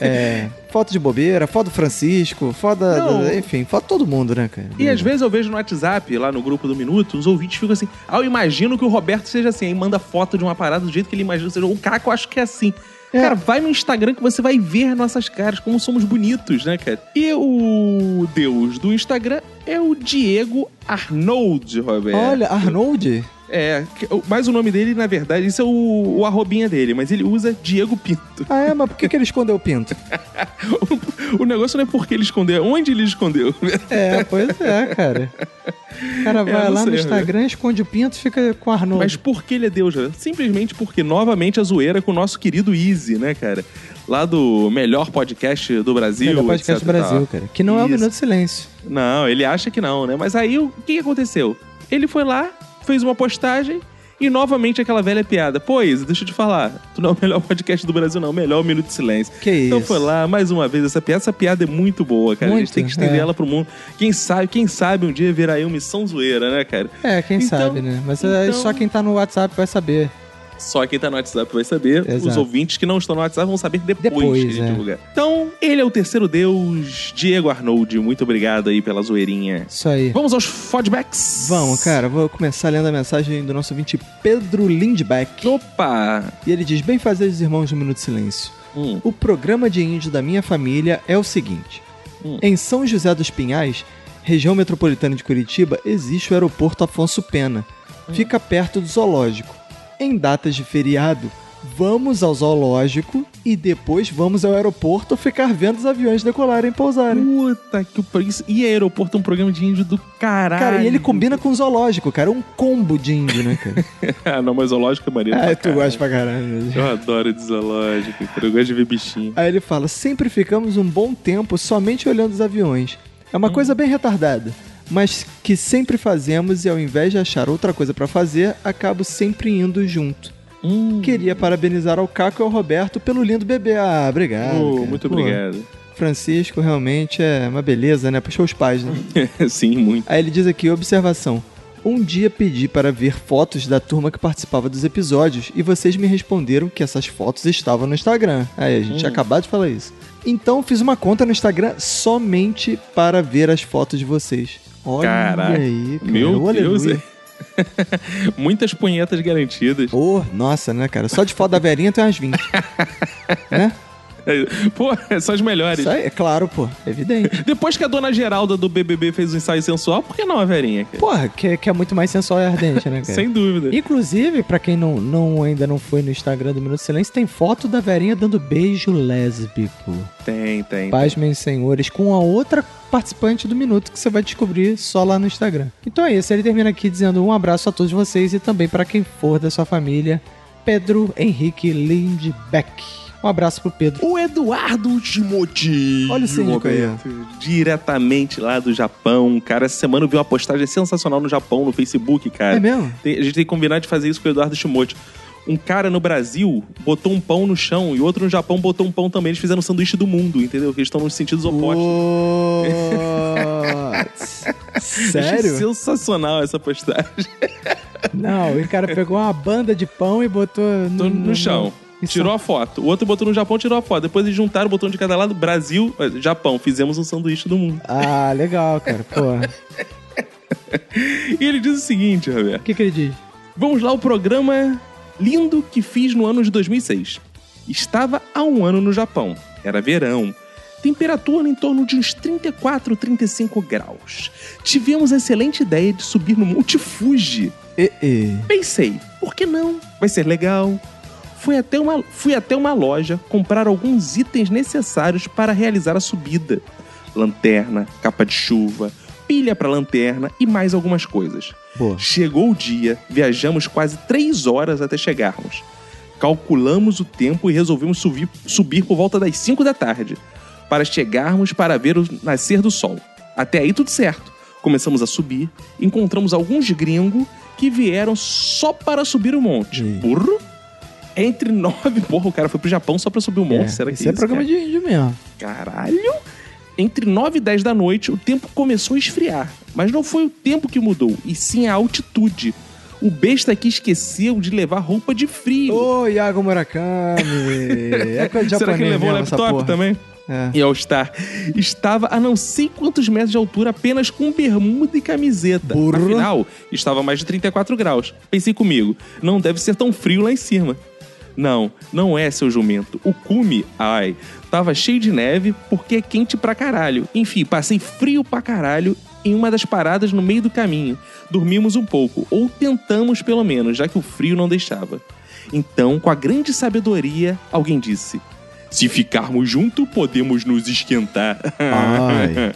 [SPEAKER 2] É, foto de bobeira, foto do Francisco, foto da.
[SPEAKER 1] Não.
[SPEAKER 2] Enfim, foto de todo mundo, né, cara?
[SPEAKER 1] E às vezes eu vejo no WhatsApp, lá no grupo do Minuto, os ouvintes ficam assim, ah, eu imagino que o Roberto seja assim, aí manda foto de uma parada do jeito que ele imagina, ou seja, o Caco eu acho que é assim. Cara, vai no Instagram que você vai ver nossas caras, como somos bonitos, né, cara? E o deus do Instagram é o Diego Arnold, Roberto.
[SPEAKER 2] Olha, Arnold?
[SPEAKER 1] É, que- mas o nome dele, na verdade, isso é o, o arrobinha dele, mas ele usa Diego Pinto. *laughs*
[SPEAKER 2] Ah, é? Mas por que, que ele escondeu o pinto?
[SPEAKER 1] O negócio não é porque ele escondeu, é onde ele escondeu.
[SPEAKER 2] É, pois é,
[SPEAKER 1] *laughs*
[SPEAKER 2] cara. O cara vai
[SPEAKER 1] É, não
[SPEAKER 2] lá no
[SPEAKER 1] sei,
[SPEAKER 2] Instagram, esconde o pinto e fica com o Arnold.
[SPEAKER 1] Mas por que ele é Deus? né? Simplesmente porque, novamente, a zoeira é com o nosso querido Easy, né, cara? Lá do melhor podcast do Brasil.
[SPEAKER 2] Melhor
[SPEAKER 1] etc
[SPEAKER 2] podcast do
[SPEAKER 1] e tal.
[SPEAKER 2] Brasil, cara. Que não é o
[SPEAKER 1] Isso.
[SPEAKER 2] Minuto de Silêncio.
[SPEAKER 1] Não, ele acha que não, né? Mas aí o que que aconteceu? Ele foi lá, fez uma postagem e novamente aquela velha piada. Pô, Isa, deixa eu te falar. Tu não é o melhor podcast do Brasil, não. O melhor Minuto de Silêncio.
[SPEAKER 2] Que isso.
[SPEAKER 1] Então foi lá, mais uma vez, essa piada, essa piada é muito boa, cara. a
[SPEAKER 2] Muito,
[SPEAKER 1] gente tem que estender
[SPEAKER 2] é.
[SPEAKER 1] ela pro mundo. Quem sabe, quem sabe um dia virá aí uma missão zoeira, né, cara?
[SPEAKER 2] É, quem
[SPEAKER 1] Então-
[SPEAKER 2] sabe, né? Mas é,
[SPEAKER 1] então-
[SPEAKER 2] só quem tá no WhatsApp vai saber.
[SPEAKER 1] Só quem tá no WhatsApp vai saber. Os
[SPEAKER 2] Exato.
[SPEAKER 1] ouvintes que não estão no WhatsApp vão saber depois,
[SPEAKER 2] Depois,
[SPEAKER 1] que a gente
[SPEAKER 2] é.
[SPEAKER 1] divulgar. Então, ele é o terceiro deus, Diego Arnold. Muito obrigado aí pela zoeirinha.
[SPEAKER 2] Isso aí.
[SPEAKER 1] Vamos aos fodbacks?
[SPEAKER 2] Vamos, cara. Vou começar lendo a mensagem do nosso ouvinte Pedro Lindbeck.
[SPEAKER 1] Opa!
[SPEAKER 2] E ele diz: Bem fazer os irmãos de um Minuto de Silêncio.
[SPEAKER 1] Hum.
[SPEAKER 2] O programa de índio da minha família é o seguinte:
[SPEAKER 1] Hum.
[SPEAKER 2] em São José dos Pinhais, região metropolitana de Curitiba, existe o aeroporto Afonso Pena. Fica perto do zoológico. Em datas de feriado, vamos ao zoológico e depois vamos ao aeroporto ficar vendo os aviões decolarem e pousarem.
[SPEAKER 1] Puta que pariu. Isso- E aeroporto é um programa de índio do caralho.
[SPEAKER 2] Cara, e ele combina com o zoológico, cara. É um combo de índio, né, *laughs* cara?
[SPEAKER 1] *laughs* ah, não, mas zoológico é maneiro. pra caralho.
[SPEAKER 2] Ah, pra caralho. mesmo.
[SPEAKER 1] Eu adoro de zoológico, cara. Eu gosto de ver bichinho.
[SPEAKER 2] Aí ele fala: sempre ficamos um bom tempo somente olhando os aviões. É
[SPEAKER 1] Hum.
[SPEAKER 2] uma coisa bem retardada, mas que sempre fazemos e ao invés de achar outra coisa pra fazer, acabo sempre indo junto.
[SPEAKER 1] Hum.
[SPEAKER 2] Queria parabenizar ao Caco e ao Roberto pelo lindo bebê. Ah, obrigado.
[SPEAKER 1] Oh,
[SPEAKER 2] cara.
[SPEAKER 1] muito
[SPEAKER 2] Pô,
[SPEAKER 1] obrigado. *laughs*
[SPEAKER 2] Francisco realmente é uma beleza, né? Puxou os pais, né?
[SPEAKER 1] Sim, muito.
[SPEAKER 2] Aí ele diz aqui, observação. Um dia pedi para ver fotos da turma que participava dos episódios e vocês me responderam que essas fotos estavam no Instagram. Aí, a gente
[SPEAKER 1] Hum.
[SPEAKER 2] tinha acabado de falar isso. Então fiz uma conta no Instagram somente para ver as fotos de vocês. Olha
[SPEAKER 1] Caraca.
[SPEAKER 2] aí, cara.
[SPEAKER 1] Meu
[SPEAKER 2] Ô,
[SPEAKER 1] Deus.
[SPEAKER 2] aleluia.
[SPEAKER 1] é. *laughs* Muitas punhetas garantidas.
[SPEAKER 2] Ô, nossa, né, cara? Só de foto da verinha tem
[SPEAKER 1] *laughs*
[SPEAKER 2] umas 20.
[SPEAKER 1] É Pô, são as melhores.
[SPEAKER 2] Isso aí, é claro, pô. É evidente.
[SPEAKER 1] Depois que a dona Geralda do BBB fez o ensaio sensual, por que não a Verinha? cara?
[SPEAKER 2] Porra, que, que é muito mais sensual e ardente, né, cara?
[SPEAKER 1] Sem dúvida.
[SPEAKER 2] Inclusive, pra quem não, não- ainda não foi no Instagram do Minuto de Silêncio, tem foto da Verinha dando beijo lésbico.
[SPEAKER 1] Tem, tem.
[SPEAKER 2] Paz, meus senhores, com a outra participante do Minuto que você vai descobrir só lá no Instagram. Então é isso, ele termina aqui dizendo um abraço a todos vocês e também pra quem for da sua família, Pedro Henrique Lindbeck. Um abraço pro Pedro.
[SPEAKER 1] O Eduardo Timoti.
[SPEAKER 2] Olha o síndico aí, ó.
[SPEAKER 1] Diretamente lá do Japão. Cara, essa semana eu vi uma postagem sensacional no Japão, no Facebook, cara. *laughs*
[SPEAKER 2] É mesmo?
[SPEAKER 1] Tem- a gente tem que combinar de fazer isso com o Eduardo Timoti. Um cara no Brasil botou um pão no chão e outro no Japão botou um pão também. Eles fizeram um sanduíche do mundo, entendeu? Que eles estão nos sentidos opostos.
[SPEAKER 2] What?
[SPEAKER 1] Achei
[SPEAKER 2] Sério?
[SPEAKER 1] sensacional essa postagem.
[SPEAKER 2] Não, o cara pegou uma banda de pão e botou
[SPEAKER 1] No, no chão.
[SPEAKER 2] Hum, Isso. é
[SPEAKER 1] Tirou a foto. O outro botou no Japão, tirou a foto. Depois eles juntaram, botou um de cada lado. Brasil, eh, Japão. Fizemos um sanduíche do mundo. *laughs*
[SPEAKER 2] Ah, legal, cara. Pô.
[SPEAKER 1] E ele diz o seguinte, Roberto.
[SPEAKER 2] O que, que ele diz?
[SPEAKER 1] Vamos lá, o programa lindo que fiz no ano de 2006. Estava há um ano no Japão. Era verão. Temperatura em torno de uns 34, 35 graus. Tivemos a excelente ideia de subir no Monte Fuji.
[SPEAKER 2] E, e.
[SPEAKER 1] Pensei, por que não? Vai ser legal. Fui até, uma, fui até uma loja comprar alguns itens necessários para realizar a subida: lanterna, capa de chuva, pilha para lanterna e mais algumas coisas.
[SPEAKER 2] Boa.
[SPEAKER 1] Chegou o dia, viajamos quase três horas até chegarmos. Calculamos o tempo e resolvemos subir, subir por volta das 5 da tarde, para chegarmos para ver o nascer do sol. Até aí tudo certo. Começamos a subir, encontramos alguns gringos que vieram só para subir o monte. Burro? Entre nove. Porra, o cara foi pro Japão só para subir o monte. Será que
[SPEAKER 2] Esse é
[SPEAKER 1] isso,
[SPEAKER 2] programa
[SPEAKER 1] cara?
[SPEAKER 2] de índio mesmo.
[SPEAKER 1] Caralho! Entre 9 e 10 da noite, o tempo começou a esfriar. Mas não foi o tempo que mudou, e sim a altitude. O besta aqui esqueceu de levar roupa de frio.
[SPEAKER 2] Ô, Iago Murakami. É coisa
[SPEAKER 1] *laughs*
[SPEAKER 2] de
[SPEAKER 1] Será que ele
[SPEAKER 2] japonês
[SPEAKER 1] levou o
[SPEAKER 2] mesmo, essa
[SPEAKER 1] laptop
[SPEAKER 2] porra.
[SPEAKER 1] também?
[SPEAKER 2] É.
[SPEAKER 1] E ao estar, estava a não sei quantos metros de altura apenas com bermuda e camiseta. Afinal, estava a mais de 34 graus. Pensei comigo, não deve ser tão frio lá em cima. Não, não é, seu jumento. O cume, ai, tava cheio de neve porque é quente pra caralho. Enfim, passei frio pra caralho em uma das paradas no meio do caminho. Dormimos um pouco, ou tentamos pelo menos, já que o frio não deixava. Então, com a grande sabedoria, alguém disse: Se ficarmos junto, podemos nos esquentar.
[SPEAKER 2] Ah. Ai.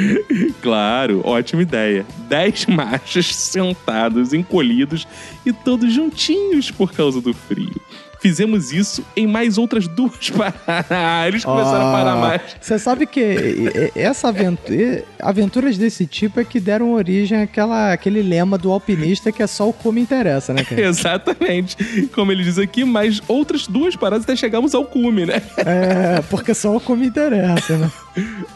[SPEAKER 1] *laughs* claro, ótima ideia. Dez *laughs* machos sentados, encolhidos e todos juntinhos por causa do frio. Fizemos isso em mais outras duas *laughs* paradas. Eles
[SPEAKER 2] Ah.
[SPEAKER 1] começaram a parar mais.
[SPEAKER 2] Você sabe que e- e- essa aventura, aventuras desse tipo é que deram origem àquela, àquele lema do alpinista que é só o como interessa, né,
[SPEAKER 1] *laughs* É.
[SPEAKER 2] cara?
[SPEAKER 1] Exatamente. Como ele diz aqui, mais outras duas paradas até chegarmos ao cume, né? *laughs*
[SPEAKER 2] É, porque só o como interessa, né?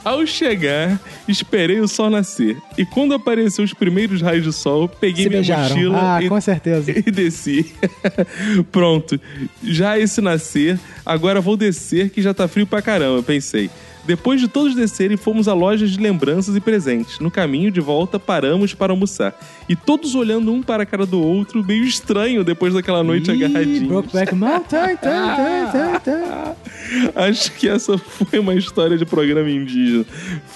[SPEAKER 1] Ao chegar, esperei o sol nascer. E quando apareceu os primeiros raios do sol, peguei
[SPEAKER 2] Se
[SPEAKER 1] minha
[SPEAKER 2] beijaram.
[SPEAKER 1] mochila
[SPEAKER 2] Ah,
[SPEAKER 1] e,
[SPEAKER 2] com certeza.
[SPEAKER 1] *laughs* e desci. Pronto. Já esse nascer, agora vou descer que já tá frio pra caramba, pensei. Depois de todos descerem, fomos a lojas de lembranças e presentes. No caminho de volta, paramos para almoçar. E todos olhando um para a cara do outro, meio estranho depois daquela noite agarradinha.
[SPEAKER 2] Brokeback Mountain, tan, tan, tan, tan.
[SPEAKER 1] *laughs* Acho que essa foi uma história de programa indígena.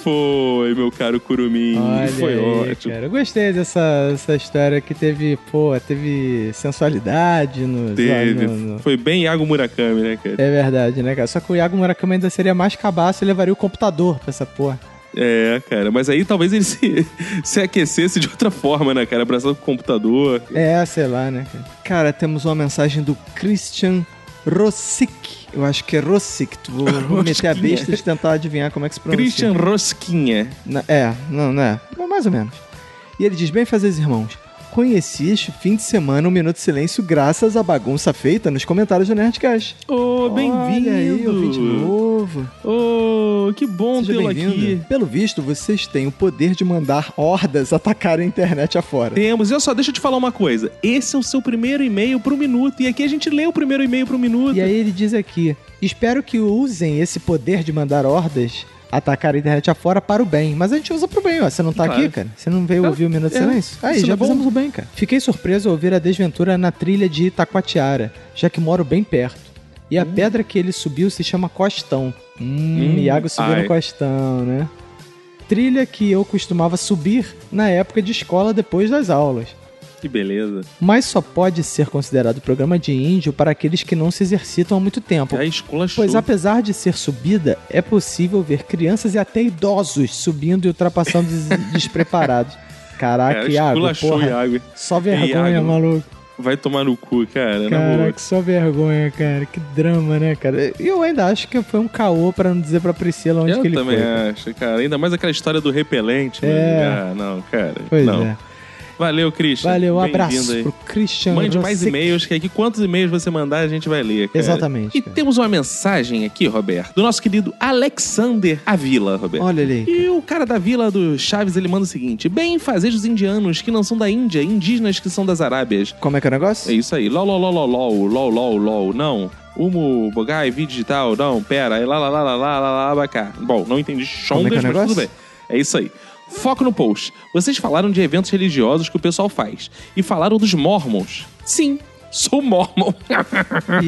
[SPEAKER 1] Foi, meu caro Curumim.
[SPEAKER 2] Olha
[SPEAKER 1] foi
[SPEAKER 2] aí,
[SPEAKER 1] ótimo.
[SPEAKER 2] cara. Eu gostei dessa, dessa história que teve, pô, teve sensualidade no...
[SPEAKER 1] Teve.
[SPEAKER 2] no- no-
[SPEAKER 1] Foi bem Iago Murakami, né, cara?
[SPEAKER 2] É verdade, né, cara? Só que o Iago Murakami ainda seria mais cabaço e levaria o computador pra essa porra.
[SPEAKER 1] É, cara. Mas aí talvez ele *laughs* se, se aquecesse de outra forma, né, cara? Abraçado com o computador.
[SPEAKER 2] É, sei lá, né? cara? Cara, temos uma mensagem do Christian Rossic. Eu acho que é Rossic. Tu- Vou, vou meter a
[SPEAKER 1] Rosquinha.
[SPEAKER 2] besta de tentar adivinhar como é que se pronuncia.
[SPEAKER 1] Christian Rosquinha.
[SPEAKER 2] Na- é, não, não é. Mas mais ou menos. E ele diz: Bem, fazeres irmãos. Conheci este fim de semana um Minuto de Silêncio graças à bagunça feita nos comentários do Nerdcast.
[SPEAKER 1] Ô, bem-vindo.
[SPEAKER 2] Olha aí, ouvinte novo.
[SPEAKER 1] Ô, que bom
[SPEAKER 2] Seja
[SPEAKER 1] tê-lo
[SPEAKER 2] bem-vindo.
[SPEAKER 1] aqui.
[SPEAKER 2] Pelo visto, vocês têm o poder de mandar hordas *laughs* atacar a internet afora.
[SPEAKER 1] Temos. E olha só, deixa eu te falar uma coisa. Esse é o seu primeiro e-mail pro minuto. E aqui a gente lê o primeiro e-mail pro minuto.
[SPEAKER 2] E aí ele diz aqui: espero que usem esse poder de mandar hordas atacar a internet afora para o bem. Mas a gente usa pro bem, ó. Você não tá
[SPEAKER 1] Claro.
[SPEAKER 2] aqui, cara? Você não veio ouvir o Minuto de
[SPEAKER 1] é.
[SPEAKER 2] Silêncio? Aí,
[SPEAKER 1] Isso não
[SPEAKER 2] já
[SPEAKER 1] é bom?
[SPEAKER 2] fizemos o bem, cara. Fiquei surpreso ao ouvir a desventura na trilha de Itacoatiara, já que moro bem perto. E a pedra que ele subiu se chama Costão. Hum,
[SPEAKER 1] Hum,
[SPEAKER 2] Iago subiu
[SPEAKER 1] ai.
[SPEAKER 2] no Costão, né? Trilha que eu costumava subir na época de escola depois das aulas
[SPEAKER 1] Que beleza.
[SPEAKER 2] mas só pode ser considerado programa de índio para aqueles que não se exercitam há muito tempo.
[SPEAKER 1] A escola show.
[SPEAKER 2] Pois apesar de ser subida, é possível ver crianças e até idosos subindo e
[SPEAKER 1] *laughs*
[SPEAKER 2] ultrapassando des- despreparados. Caraca,
[SPEAKER 1] Cara,
[SPEAKER 2] Iago,
[SPEAKER 1] É, esculachou o
[SPEAKER 2] porra,
[SPEAKER 1] Iago.
[SPEAKER 2] só vergonha,
[SPEAKER 1] Iago,
[SPEAKER 2] maluco.
[SPEAKER 1] Vai tomar no cu, cara. Tá na boa.
[SPEAKER 2] Caraca, só vergonha, cara. Que drama, né, cara? E eu ainda acho que foi um caô pra não dizer pra Priscila onde
[SPEAKER 1] Eu
[SPEAKER 2] que ele
[SPEAKER 1] também é.
[SPEAKER 2] foi. cara.
[SPEAKER 1] acho, cara. Ainda mais aquela história do repelente.
[SPEAKER 2] É.
[SPEAKER 1] né? Ah, não, cara.
[SPEAKER 2] Pois
[SPEAKER 1] não.
[SPEAKER 2] é.
[SPEAKER 1] Valeu, Christian.
[SPEAKER 2] Valeu, um
[SPEAKER 1] Bem-vindo
[SPEAKER 2] abraço
[SPEAKER 1] aí.
[SPEAKER 2] pro Christian.
[SPEAKER 1] Mande mais
[SPEAKER 2] Rossi-
[SPEAKER 1] e-mails, que aqui quantos e-mails você mandar, a gente vai ler. Cara.
[SPEAKER 2] Exatamente,
[SPEAKER 1] E
[SPEAKER 2] cara.
[SPEAKER 1] temos uma mensagem aqui, Roberto, do nosso querido Alexander Avila, Roberto.
[SPEAKER 2] Olha ele aí.
[SPEAKER 1] E o cara da vila do Chaves, ele manda o seguinte: Bem, fazejos indianos que não são da Índia, indígenas que são das Arábias.
[SPEAKER 2] Como é que é o negócio?
[SPEAKER 1] É isso aí. LOL, LOL, LOL, LOL, LOL, LOL, LOL. Não. Humo, Bogai, Vi Digital. Não, pera. É lá, lá, lá, lá, lá, lá, lá, bacá. Bom, não entendi
[SPEAKER 2] Como é que é
[SPEAKER 1] chongas, mas
[SPEAKER 2] o
[SPEAKER 1] tudo
[SPEAKER 2] negócio?
[SPEAKER 1] bem. É isso aí. Foco no post. Vocês falaram de eventos religiosos que o pessoal faz. E falaram dos mormons. Sim. Sou mormon. *laughs*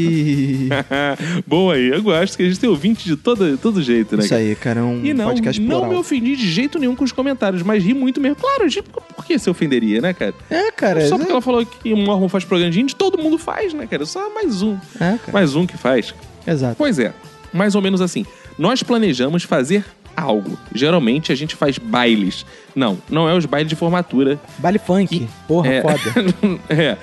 [SPEAKER 1] Bom aí, eu gosto que a gente tem ouvinte de todo, todo jeito, né?
[SPEAKER 2] Isso aí, cara, é um
[SPEAKER 1] E não,
[SPEAKER 2] podcast
[SPEAKER 1] não
[SPEAKER 2] plural.
[SPEAKER 1] me ofendi de jeito nenhum com os comentários, mas ri muito mesmo. Claro, gente, por por que se ofenderia, né, cara?
[SPEAKER 2] É, cara.
[SPEAKER 1] Só porque ela falou que um órgão faz programa de índio, todo mundo faz, né, cara? Só mais um.
[SPEAKER 2] É, cara.
[SPEAKER 1] Mais um que faz.
[SPEAKER 2] Exato.
[SPEAKER 1] Pois é, mais ou menos assim. Nós planejamos fazer algo. Geralmente a gente faz bailes. Não, não é os bailes de formatura. *laughs*
[SPEAKER 2] Baile funk. Porra,
[SPEAKER 1] É. *laughs*
[SPEAKER 2] foda. *laughs*
[SPEAKER 1] é.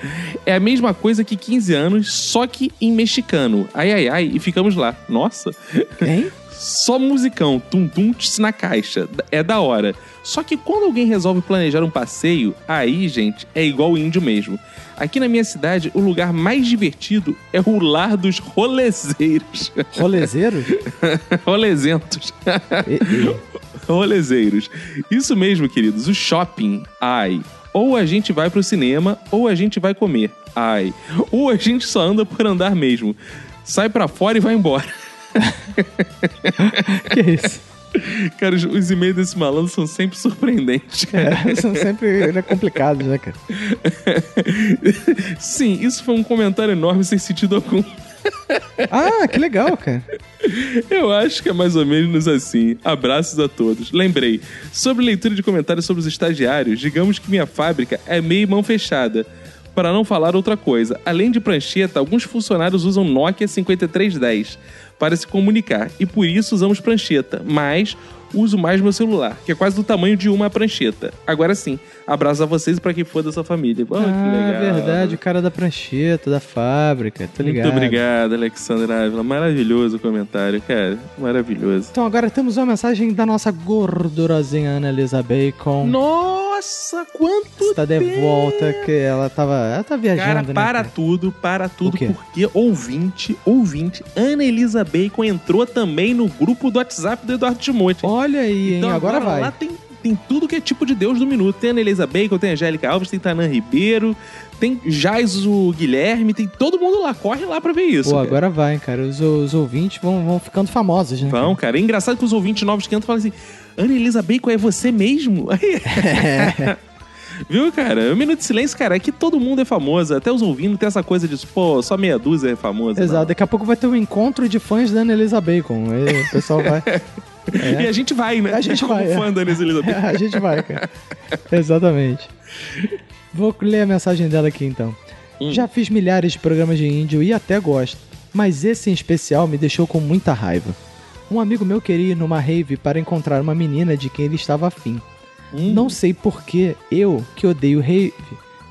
[SPEAKER 1] É a mesma coisa que 15 anos, só que em mexicano. Ai, ai, ai, e ficamos lá. Nossa.
[SPEAKER 2] Quem?
[SPEAKER 1] *laughs* Só musicão, tum-tum tss, na caixa. É da hora. Só que quando alguém resolve planejar um passeio, aí, gente, é igual o índio mesmo. Aqui na minha cidade, o lugar mais divertido é o lar dos rolezeiros.
[SPEAKER 2] *laughs* Rolezeiro?
[SPEAKER 1] Rolezentos. *laughs* Rolezeiros. Isso mesmo, queridos. O shopping. Ai. Ou a gente vai pro cinema, ou a gente vai comer. Ai. Ou a gente só anda por andar mesmo. Sai pra fora e vai embora.
[SPEAKER 2] *laughs* que isso?
[SPEAKER 1] Cara, os, os e-mails desse malandro são sempre surpreendentes.
[SPEAKER 2] É, são sempre né, complicados, né, cara?
[SPEAKER 1] *laughs* Sim, isso foi um comentário enorme sem sentido algum.
[SPEAKER 2] Ah, que legal, cara.
[SPEAKER 1] Eu acho que é mais ou menos assim. Abraços a todos. Lembrei, sobre leitura de comentários sobre os estagiários, digamos que minha fábrica é meio mão fechada. Para não falar outra coisa, além de prancheta, alguns funcionários usam Nokia 5310 para se comunicar e por isso usamos prancheta, mas uso mais meu celular, que é quase do tamanho de uma prancheta. Agora sim, abraço a vocês e para quem for dessa família. *laughs* Oh, que
[SPEAKER 2] Ah,
[SPEAKER 1] legal.
[SPEAKER 2] verdade, o cara da prancheta, da fábrica, tá ligado?
[SPEAKER 1] Muito obrigado, Alexandra Ávila. Maravilhoso o comentário, cara. Maravilhoso.
[SPEAKER 2] Então agora temos uma mensagem da nossa gordurosinha Ana Elisa Bacon.
[SPEAKER 1] Nossa, quanto
[SPEAKER 2] Está tá de volta, que ela tava. Ela tá
[SPEAKER 1] Cara,
[SPEAKER 2] viajando,
[SPEAKER 1] para
[SPEAKER 2] né?
[SPEAKER 1] tudo, para
[SPEAKER 2] O
[SPEAKER 1] tudo,
[SPEAKER 2] quê?
[SPEAKER 1] porque ouvinte, ouvinte, Ana Elisa Bacon entrou também no grupo do WhatsApp do Eduardo Timote.
[SPEAKER 2] Olha aí, hein?
[SPEAKER 1] Então
[SPEAKER 2] agora,
[SPEAKER 1] Lá
[SPEAKER 2] vai.
[SPEAKER 1] tem, tem tudo que é tipo de Deus do minuto. Tem Ana Elisa Bacon, tem Angélica Alves, tem Tanã Ribeiro, tem Jaiso Guilherme, tem todo mundo lá. Corre lá pra ver isso.
[SPEAKER 2] Pô,
[SPEAKER 1] cara.
[SPEAKER 2] agora vai, cara. Os, os ouvintes vão, vão ficando famosos, né?
[SPEAKER 1] Vão, cara. É engraçado que os ouvintes novos que entram falam assim: Ana Elisa Bacon, é você mesmo? *laughs*
[SPEAKER 2] É.
[SPEAKER 1] Viu, cara? Um minuto de silêncio, cara. Aqui todo mundo é famoso. Até os ouvindo tem essa coisa de, pô, só meia dúzia é famosa.
[SPEAKER 2] Exato, daqui a pouco vai ter um encontro de fãs da Ana Elisa Bacon. Aí o pessoal vai.
[SPEAKER 1] Não. E a gente vai, né?
[SPEAKER 2] é. A gente
[SPEAKER 1] *laughs* Como
[SPEAKER 2] vai, é.
[SPEAKER 1] fã da Ana Elisa
[SPEAKER 2] *laughs*
[SPEAKER 1] Bacon.
[SPEAKER 2] a gente vai, cara. Exatamente. Vou ler a mensagem dela aqui então. Já fiz milhares de programas de índio e até gosto, mas esse em especial me deixou com muita raiva. Um amigo meu queria ir numa rave para encontrar uma menina de quem ele estava afim. Não sei por que eu, que odeio rave,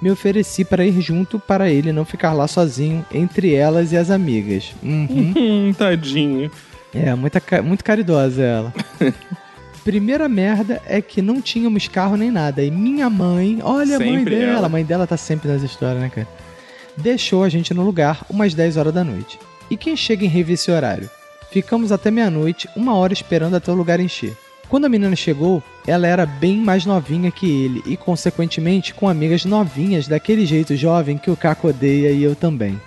[SPEAKER 2] me ofereci para ir junto para ele não ficar lá sozinho entre elas e as amigas. Uhum.
[SPEAKER 1] Hum, tadinho.
[SPEAKER 2] É, muita, ca- muito
[SPEAKER 1] *laughs*
[SPEAKER 2] caridosa ela. Primeira merda é que não tínhamos carro nem nada. E minha mãe, olha a mãe
[SPEAKER 1] Sempre
[SPEAKER 2] dela,
[SPEAKER 1] ela.
[SPEAKER 2] a mãe dela tá sempre nas histórias, né, cara? Deixou a gente no lugar umas 10 horas da noite. E quem chega em rave esse horário? Ficamos até meia-noite, uma hora esperando até o lugar encher. Quando a menina chegou, ela era bem mais novinha que ele e, consequentemente, com amigas novinhas daquele jeito jovem que o Caco odeia e eu também.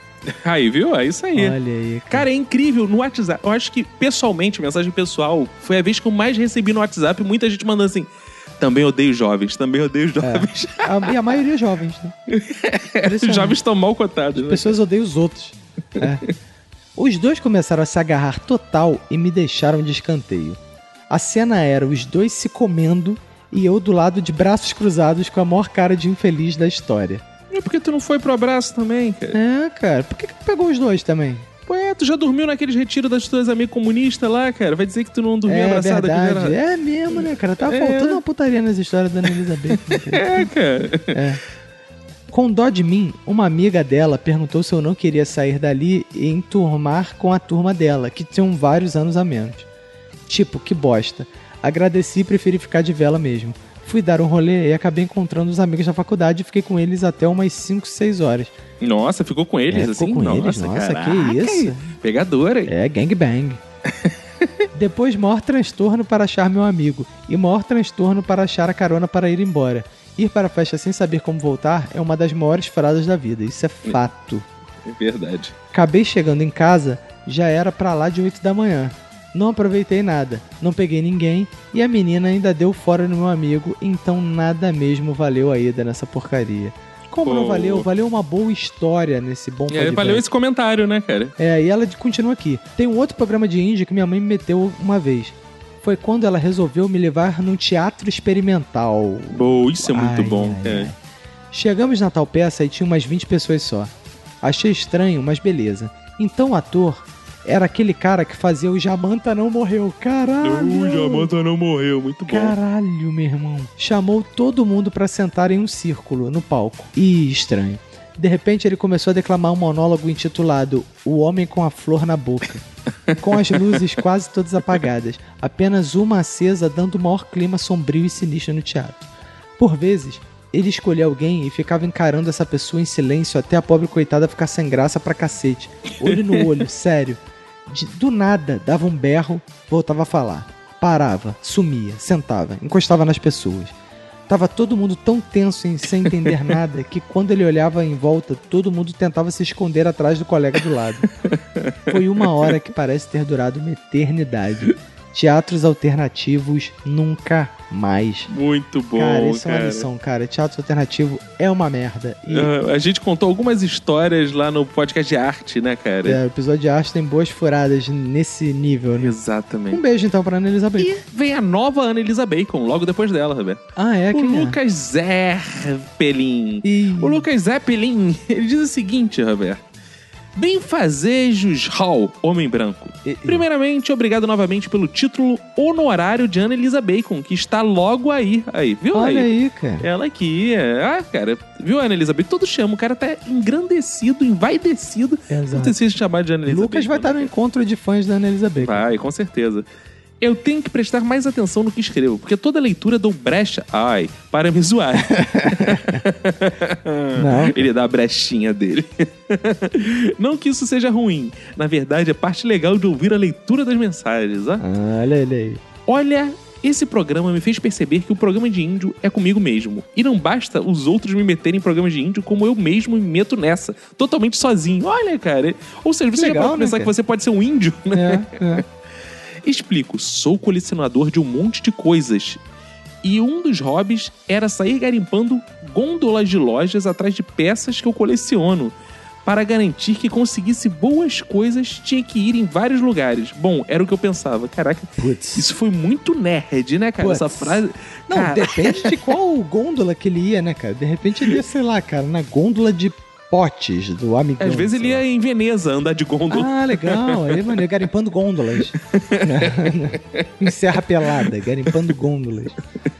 [SPEAKER 1] Aí, viu? É isso aí.
[SPEAKER 2] Olha aí,
[SPEAKER 1] Cara, é incrível no WhatsApp. Eu acho que, pessoalmente, mensagem pessoal foi a vez que eu mais recebi no WhatsApp. Muita gente mandando assim: também odeio jovens, também
[SPEAKER 2] É,
[SPEAKER 1] odeio jovens.
[SPEAKER 2] *laughs* A, e a maioria é jovens, né?
[SPEAKER 1] Os
[SPEAKER 2] Impressionante.
[SPEAKER 1] jovens estão mal cotados, né?
[SPEAKER 2] As pessoas odeiam os outros. É. Os dois começaram a se agarrar total e me deixaram de escanteio. A cena era os dois se comendo e eu do lado de braços cruzados com a maior cara de infeliz da história.
[SPEAKER 1] É porque tu não foi pro abraço também, cara.
[SPEAKER 2] É, cara, por que, que tu pegou os dois também?
[SPEAKER 1] Pô, é, tu já dormiu naqueles retiros das tuas amigas comunistas lá, cara? Vai dizer que tu não dormiu
[SPEAKER 2] é
[SPEAKER 1] abraçada com
[SPEAKER 2] verdade,
[SPEAKER 1] geral?
[SPEAKER 2] é mesmo, né, cara? Tava
[SPEAKER 1] É.
[SPEAKER 2] faltando uma putaria nas histórias da Ana Elizabeth. né, cara?
[SPEAKER 1] É, cara.
[SPEAKER 2] Com dó de mim, uma amiga dela perguntou se eu não queria sair dali e enturmar com a turma dela, que tinham vários anos a menos. Tipo, que bosta. Agradeci e preferi ficar de vela mesmo. Fui dar um rolê e acabei encontrando os amigos da faculdade e fiquei com eles até umas 5, 6 horas.
[SPEAKER 1] Nossa, ficou com eles
[SPEAKER 2] É, ficou
[SPEAKER 1] assim?
[SPEAKER 2] com
[SPEAKER 1] nossa,
[SPEAKER 2] eles, nossa,
[SPEAKER 1] caraca,
[SPEAKER 2] que isso.
[SPEAKER 1] Pegadora. hein?
[SPEAKER 2] É, gangbang. *laughs* Depois, maior transtorno para achar meu amigo. E maior transtorno para achar a carona para ir embora. Ir para a festa sem saber como voltar é uma das maiores frases da vida. Isso é fato.
[SPEAKER 1] É verdade.
[SPEAKER 2] Acabei chegando em casa, já era pra lá de 8 da manhã. Não aproveitei nada, não peguei ninguém e a menina ainda deu fora no meu amigo, então nada mesmo valeu a ida nessa porcaria. Como não
[SPEAKER 1] Pô.
[SPEAKER 2] valeu? Valeu uma boa história nesse bom
[SPEAKER 1] E aí,
[SPEAKER 2] feedback.
[SPEAKER 1] É, valeu esse comentário, né, cara?
[SPEAKER 2] É, e ela continua aqui. Tem um outro programa de índia que minha mãe me meteu uma vez. Foi quando ela resolveu me levar num teatro experimental.
[SPEAKER 1] Boa, isso é muito bom. é.
[SPEAKER 2] Chegamos na tal peça e tinha umas 20 pessoas só. Achei estranho, mas beleza. Então o ator era aquele cara que fazia o Jamanta não morreu. Caralho!
[SPEAKER 1] O Jamanta não morreu, muito bom.
[SPEAKER 2] Caralho, meu irmão. Chamou todo mundo pra sentar em um círculo no palco. E estranho. De repente ele começou a declamar um monólogo intitulado O Homem com a Flor
[SPEAKER 1] *laughs*
[SPEAKER 2] na Boca. Com as luzes quase todas apagadas, apenas uma acesa dando o maior clima sombrio e sinistro no teatro. Por vezes, ele escolhia alguém e ficava encarando essa pessoa em silêncio até a pobre coitada ficar sem graça pra cacete. Olho no
[SPEAKER 1] *laughs*
[SPEAKER 2] olho, sério. De- do nada, dava um berro, voltava a falar. Parava, sumia, sentava, encostava nas pessoas. Tava todo mundo tão tenso e sem
[SPEAKER 1] *laughs*
[SPEAKER 2] entender nada que quando ele olhava em volta, todo mundo tentava se esconder atrás do colega do lado. Foi uma hora que parece ter durado uma eternidade. Teatros alternativos nunca mais.
[SPEAKER 1] Muito bom,
[SPEAKER 2] Cara, isso é
[SPEAKER 1] cara.
[SPEAKER 2] uma lição, cara. Teatro alternativo é uma merda. E
[SPEAKER 1] Ah, A gente contou algumas histórias lá no podcast de arte, né, cara?
[SPEAKER 2] é, o episódio de arte tem boas furadas nesse nível, né?
[SPEAKER 1] Exatamente.
[SPEAKER 2] Um beijo então pra Ana Elizabeth.
[SPEAKER 1] Vem a nova Ana Elisa Bacon, logo depois dela, Roberto.
[SPEAKER 2] Ah, é?
[SPEAKER 1] o
[SPEAKER 2] Quem é?
[SPEAKER 1] Lucas Zeppelin. O Lucas Zeppelin, *laughs* ele diz o seguinte, Roberto. Benfazejos Hall, Homem Branco. Primeiramente, obrigado novamente pelo título honorário de Ana Elisa Bacon, que está logo aí. Aí, viu
[SPEAKER 2] Olha aí, cara.
[SPEAKER 1] Ela aqui, é. Ah, cara, viu, Ana Elisa Bacon? Todo chama, o cara tá engrandecido, envaidecido. Não
[SPEAKER 2] Exato.
[SPEAKER 1] tem se chamar de Ana Elisa Bacon.
[SPEAKER 2] Lucas
[SPEAKER 1] né?
[SPEAKER 2] vai estar no encontro de fãs da Ana Elizabeth.
[SPEAKER 1] Vai, com certeza. Eu tenho que prestar mais atenção no que escrevo, porque toda leitura dou brecha. Ai, para me zoar.
[SPEAKER 2] Não.
[SPEAKER 1] Ele dá a brechinha dele. Não que isso seja ruim. Na verdade, é parte legal de ouvir a leitura das mensagens. ó.
[SPEAKER 2] Ah, Olha ele aí.
[SPEAKER 1] Olha, esse programa me fez perceber que o programa de índio é comigo mesmo. E não basta os outros me meterem em programas de índio como eu mesmo me meto nessa. Totalmente sozinho. Olha, cara. Ou seja, você
[SPEAKER 2] Legal,
[SPEAKER 1] já pode
[SPEAKER 2] né,
[SPEAKER 1] pensar
[SPEAKER 2] cara?
[SPEAKER 1] que você pode ser um índio, *laughs* né?
[SPEAKER 2] É, é.
[SPEAKER 1] Explico, sou colecionador de um monte de coisas. E um dos hobbies era sair garimpando gôndolas de lojas atrás de peças que eu coleciono. Para garantir que conseguisse boas coisas, tinha que ir em vários lugares. Bom, era o que eu pensava. Caraca, isso foi muito nerd, né, cara?
[SPEAKER 2] Putz.
[SPEAKER 1] Essa frase.
[SPEAKER 2] Não,
[SPEAKER 1] Cara,
[SPEAKER 2] depende de qual gôndola que ele ia, né, cara? De repente ele ia, sei lá, cara, na gôndola de potes do amigão.
[SPEAKER 1] Às vezes ele ia em Veneza andar de gôndola.
[SPEAKER 2] Ah, legal. Aí, mano, garimpando
[SPEAKER 1] *laughs*
[SPEAKER 2] gôndolas. em Serra Pelada, garimpando gôndolas.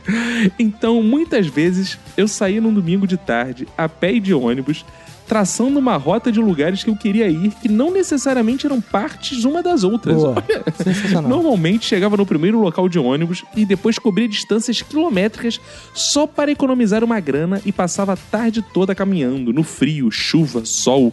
[SPEAKER 2] Ah.
[SPEAKER 1] Então, muitas vezes, eu saía num domingo de tarde, a pé e de ônibus, traçando uma rota de lugares que eu queria ir, que não necessariamente eram partes uma das outras.
[SPEAKER 2] Boa.
[SPEAKER 1] Olha,
[SPEAKER 2] Sensacional.
[SPEAKER 1] Normalmente chegava no primeiro local de ônibus e depois cobria distâncias quilométricas só para economizar uma grana e passava a tarde toda caminhando, no frio, chuva, sol,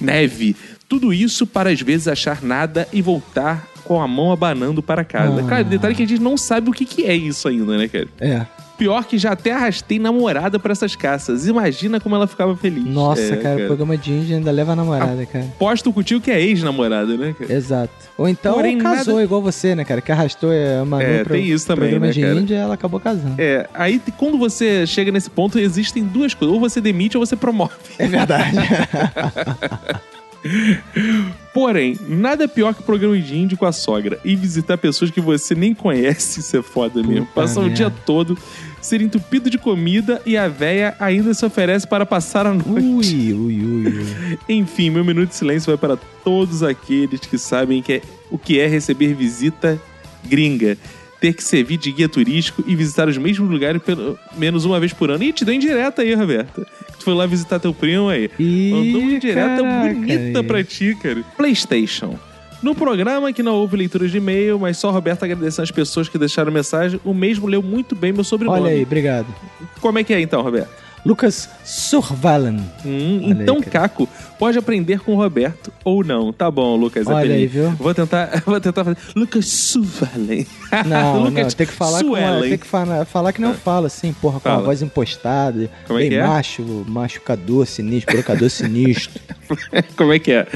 [SPEAKER 1] neve. Tudo isso para às vezes achar nada e voltar com a mão abanando para casa.
[SPEAKER 2] Ah.
[SPEAKER 1] Cara, detalhe que a gente não sabe o que que é isso ainda, né, cara?
[SPEAKER 2] É.
[SPEAKER 1] Pior que já até arrastei namorada pra essas caças. Imagina como ela ficava feliz.
[SPEAKER 2] Nossa,
[SPEAKER 1] É, Ah.
[SPEAKER 2] cara, o programa de índia ainda leva a namorada, cara.
[SPEAKER 1] Aposto contigo que é ex-namorada, né, cara?
[SPEAKER 2] Exato. Ou então
[SPEAKER 1] Porém,
[SPEAKER 2] casou
[SPEAKER 1] nada-
[SPEAKER 2] igual você, né, cara? Que arrastou a Manu
[SPEAKER 1] É,
[SPEAKER 2] pro
[SPEAKER 1] tem isso também,
[SPEAKER 2] programa
[SPEAKER 1] né,
[SPEAKER 2] de
[SPEAKER 1] cara?
[SPEAKER 2] índia ela acabou casando.
[SPEAKER 1] É, aí t- quando você chega nesse ponto, existem duas coisas. Ou você demite ou você promove.
[SPEAKER 2] É verdade.
[SPEAKER 1] Porém, nada é pior que programa de índio com a sogra e visitar pessoas que você nem conhece, isso é foda mesmo.
[SPEAKER 2] Puta
[SPEAKER 1] Passar o
[SPEAKER 2] merda.
[SPEAKER 1] dia todo, ser entupido de comida e a véia ainda se oferece para passar a noite.
[SPEAKER 2] Ui, ui, ui. ui.
[SPEAKER 1] Enfim, meu minuto de silêncio vai para todos aqueles que sabem que é- o que é receber visita gringa. Ter que servir de guia turístico e visitar os mesmos lugares pelo menos uma vez por ano. Ih, te deu indireta aí, Roberta. Tu foi lá visitar teu primo aí. Mandou uma indireta
[SPEAKER 2] caraca,
[SPEAKER 1] bonita
[SPEAKER 2] aí.
[SPEAKER 1] pra ti, cara. PlayStation. No programa que não houve leitura de e-mail, mas só Roberta agradecendo as pessoas que deixaram mensagem, o mesmo leu muito bem meu sobrenome.
[SPEAKER 2] Olha aí, obrigado.
[SPEAKER 1] Como é que é então, Roberto?
[SPEAKER 2] Lucas Survalan.
[SPEAKER 1] Hum,
[SPEAKER 2] Olha aí,
[SPEAKER 1] então,
[SPEAKER 2] cara.
[SPEAKER 1] Caco, pode aprender com o Roberto ou não. Tá bom, Lucas.
[SPEAKER 2] Olha
[SPEAKER 1] Zeppelin.
[SPEAKER 2] aí, viu?
[SPEAKER 1] Vou tentar, *laughs* vou tentar fazer. Lucas Suvalen. *laughs*
[SPEAKER 2] Não, não, tem que falar com ela, tem que fala- falar que não fala, assim, porra, com
[SPEAKER 1] Fala.
[SPEAKER 2] a voz impostada,
[SPEAKER 1] Como é
[SPEAKER 2] bem
[SPEAKER 1] que é?
[SPEAKER 2] macho, *laughs*
[SPEAKER 1] *laughs*
[SPEAKER 2] machucador sinistro, brocador sinistro.
[SPEAKER 1] Como é que é?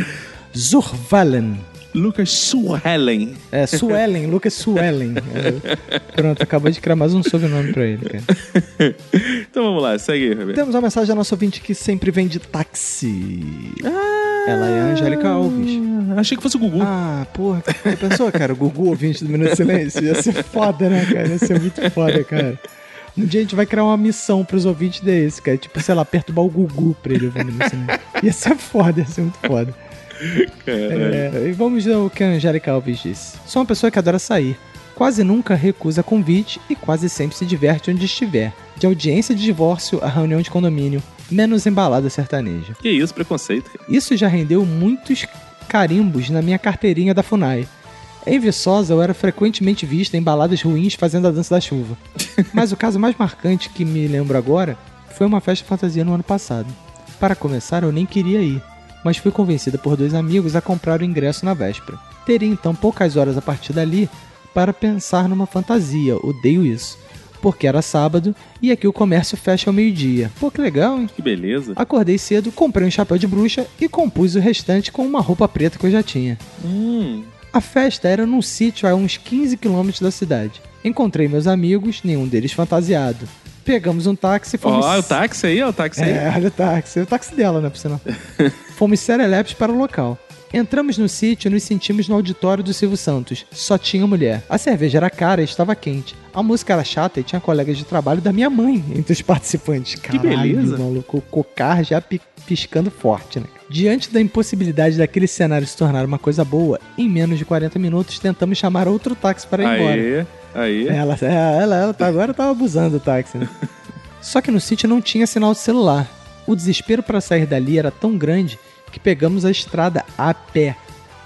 [SPEAKER 2] Zurvalen.
[SPEAKER 1] Lucas Suellen.
[SPEAKER 2] É, Suellen, Lucas Suellen. É. Pronto, acabou de criar mais um sobrenome pra ele, cara.
[SPEAKER 1] *laughs* Então vamos lá, segue aí, Roberto.
[SPEAKER 2] Temos uma mensagem da nossa ouvinte que sempre vem de táxi.
[SPEAKER 1] Ah!
[SPEAKER 2] Ela é a Angélica Alves.
[SPEAKER 1] Achei que fosse o Gugu.
[SPEAKER 2] um- Ah, porra. Você pensou, cara? O Gugu ouvinte do Minuto de Silêncio? Ia ser foda, né, cara? Ia ser muito foda, cara. Um dia a gente vai criar uma missão pros ouvintes desse, cara. Tipo, sei lá, perturbar o Gugu pra ele ouvir o Minuto de Silêncio. Ia ser foda, ia ser muito foda. É, e vamos ver o que a Angélica Alves disse. Sou uma pessoa que adora sair. Quase nunca recusa convite e quase sempre se diverte onde estiver. De audiência de divórcio a reunião de condomínio, menos embalada sertaneja.
[SPEAKER 1] Que isso, preconceito. cara.
[SPEAKER 2] Isso já rendeu muitos carimbos na minha carteirinha da FUNAI. Em Viçosa, eu era frequentemente vista em baladas ruins fazendo a dança da chuva. Mas o caso mais marcante que me lembro agora foi uma festa fantasia no ano passado. Para começar, eu nem queria ir, mas fui convencida por dois amigos a comprar o ingresso na véspera. Teria então poucas horas a partir dali para pensar numa fantasia, odeio isso. Porque era sábado e aqui o comércio fecha ao meio-dia. Pô, que legal, hein?
[SPEAKER 1] Que beleza.
[SPEAKER 2] Acordei cedo, comprei um chapéu de bruxa e compus o restante com uma roupa preta que eu já tinha.
[SPEAKER 1] Hum.
[SPEAKER 2] A festa era num sítio a uns 15 quilômetros da cidade. Encontrei meus amigos, nenhum deles fantasiado. Pegamos um táxi e fomos.
[SPEAKER 1] Ó, o táxi aí, ó, o táxi aí.
[SPEAKER 2] É, olha o táxi. O táxi dela, né, por
[SPEAKER 1] *laughs*
[SPEAKER 2] sinal. Fomos serelepes para o local. Entramos no sítio e nos sentimos no auditório do Silvio Santos. Só tinha mulher. A cerveja era cara e estava quente. A música era chata e tinha colegas de trabalho da minha mãe entre os *laughs* participantes. Caralho,
[SPEAKER 1] beleza.
[SPEAKER 2] maluco. O cocar já pi- piscando forte, né? Diante da impossibilidade daquele cenário se tornar uma coisa boa, em menos de 40 minutos tentamos chamar outro táxi para ir embora.
[SPEAKER 1] Aí, aí.
[SPEAKER 2] Ela, é, ela, ela tá, agora tava abusando do táxi. né? Só que no sítio não tinha sinal de celular. O desespero para sair dali era tão grande que pegamos a estrada a pé,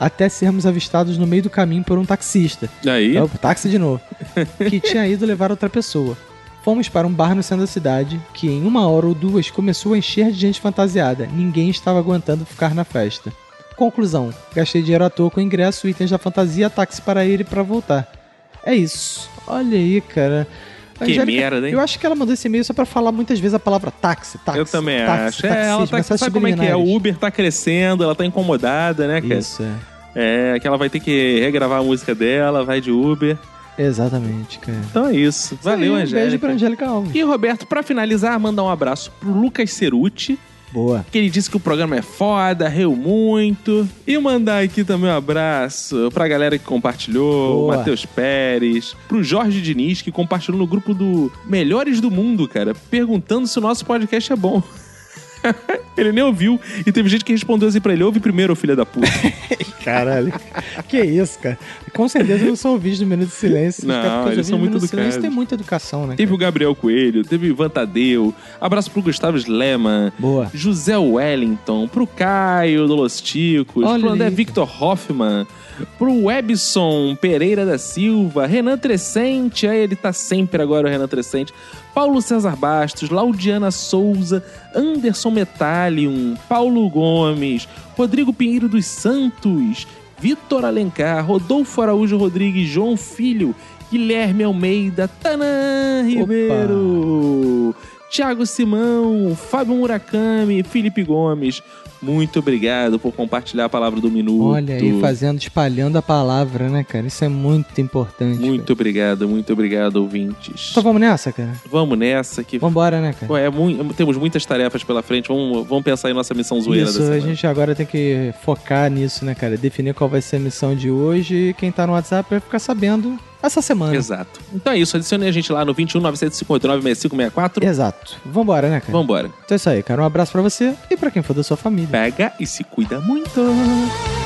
[SPEAKER 2] até sermos avistados no meio do caminho por um taxista.
[SPEAKER 1] Aí.
[SPEAKER 2] É o táxi de novo. Que tinha ido levar outra pessoa. Fomos para um bar no centro da cidade, que em uma hora ou duas começou a encher de gente fantasiada. Ninguém estava aguentando ficar na festa. Conclusão: gastei dinheiro à toa com ingresso, itens da fantasia, táxi para ir e para voltar. É isso. Olha aí, cara. A
[SPEAKER 1] Que
[SPEAKER 2] Angélica-
[SPEAKER 1] merda, hein?
[SPEAKER 2] Eu acho que ela mandou esse e-mail só pra falar muitas vezes a palavra táxi, táxi.
[SPEAKER 1] Eu também acho.
[SPEAKER 2] táxi,
[SPEAKER 1] É, ela
[SPEAKER 2] taxismo,
[SPEAKER 1] tá,
[SPEAKER 2] essas
[SPEAKER 1] sabe como é que é?
[SPEAKER 2] subliminares.
[SPEAKER 1] O Uber tá crescendo, ela tá incomodada, né, cara?
[SPEAKER 2] Isso, é.
[SPEAKER 1] É, que ela vai ter que regravar a música dela, vai de Uber.
[SPEAKER 2] Exatamente, cara.
[SPEAKER 1] Então é isso. Valeu,
[SPEAKER 2] aí, um
[SPEAKER 1] Angélica.
[SPEAKER 2] beijo pra Angélica Alves.
[SPEAKER 1] E, Roberto, pra finalizar, mandar um abraço pro Lucas Ceruti,
[SPEAKER 2] Boa.
[SPEAKER 1] que ele disse que o programa é foda, riu muito. E mandar aqui também um abraço pra galera que compartilhou,
[SPEAKER 2] Boa.
[SPEAKER 1] o Matheus Pérez, pro Jorge Diniz, que compartilhou no grupo do Melhores do Mundo, cara, perguntando se o nosso podcast é bom. *laughs* ele nem ouviu. E teve gente que respondeu assim pra ele: ouve primeiro, ô filha da *laughs* puta.
[SPEAKER 2] Caralho. que isso, cara. Com certeza eu não sou ouvinte do Minuto de Silêncio.
[SPEAKER 1] Não,
[SPEAKER 2] até porque os
[SPEAKER 1] eles são
[SPEAKER 2] ouvintes
[SPEAKER 1] muito
[SPEAKER 2] do Minuto de Silêncio
[SPEAKER 1] educados.
[SPEAKER 2] tem muita educação, né?
[SPEAKER 1] Teve o Gabriel Coelho, teve o Ivan Tadeu. Abraço pro Gustavo Sleman.
[SPEAKER 2] Boa.
[SPEAKER 1] José Wellington, pro Caio do Los Ticos,
[SPEAKER 2] Olha
[SPEAKER 1] pro André
[SPEAKER 2] aí.
[SPEAKER 1] Victor Hoffman, pro Webson Pereira da Silva, Renan Trescente, aí ele tá sempre agora o Renan Trescente, Paulo César Bastos, Laudiana Souza, Anderson Metallium, Paulo Gomes, Rodrigo Pinheiro dos Santos, Vitor Alencar, Rodolfo Araújo Rodrigues, João Filho, Guilherme Almeida, Tanã Ribeiro, Thiago Simão, Fábio Murakami, Felipe Gomes. Muito obrigado por compartilhar a palavra do minuto.
[SPEAKER 2] Olha aí, fazendo, espalhando a palavra, né, cara? Isso é muito importante.
[SPEAKER 1] Muito obrigado, muito obrigado, ouvintes.
[SPEAKER 2] Então vamos nessa, cara?
[SPEAKER 1] Vamos nessa que
[SPEAKER 2] Vambora, né, cara?
[SPEAKER 1] Ué, é mu- temos muitas tarefas pela frente. Vamos, vamos pensar em nossa missão zoeira
[SPEAKER 2] Isso,
[SPEAKER 1] dessa
[SPEAKER 2] a
[SPEAKER 1] semana.
[SPEAKER 2] gente agora tem que focar nisso, né, cara? Definir qual vai ser a missão de hoje e quem tá no WhatsApp vai ficar sabendo essa semana.
[SPEAKER 1] Exato. Então é isso, adicione a gente lá no 21 959 6564.
[SPEAKER 2] Exato. Vambora, né, cara?
[SPEAKER 1] Vambora.
[SPEAKER 2] Então é isso aí, cara. Um abraço pra você e pra quem for da sua família.
[SPEAKER 1] Pega e se cuida muito.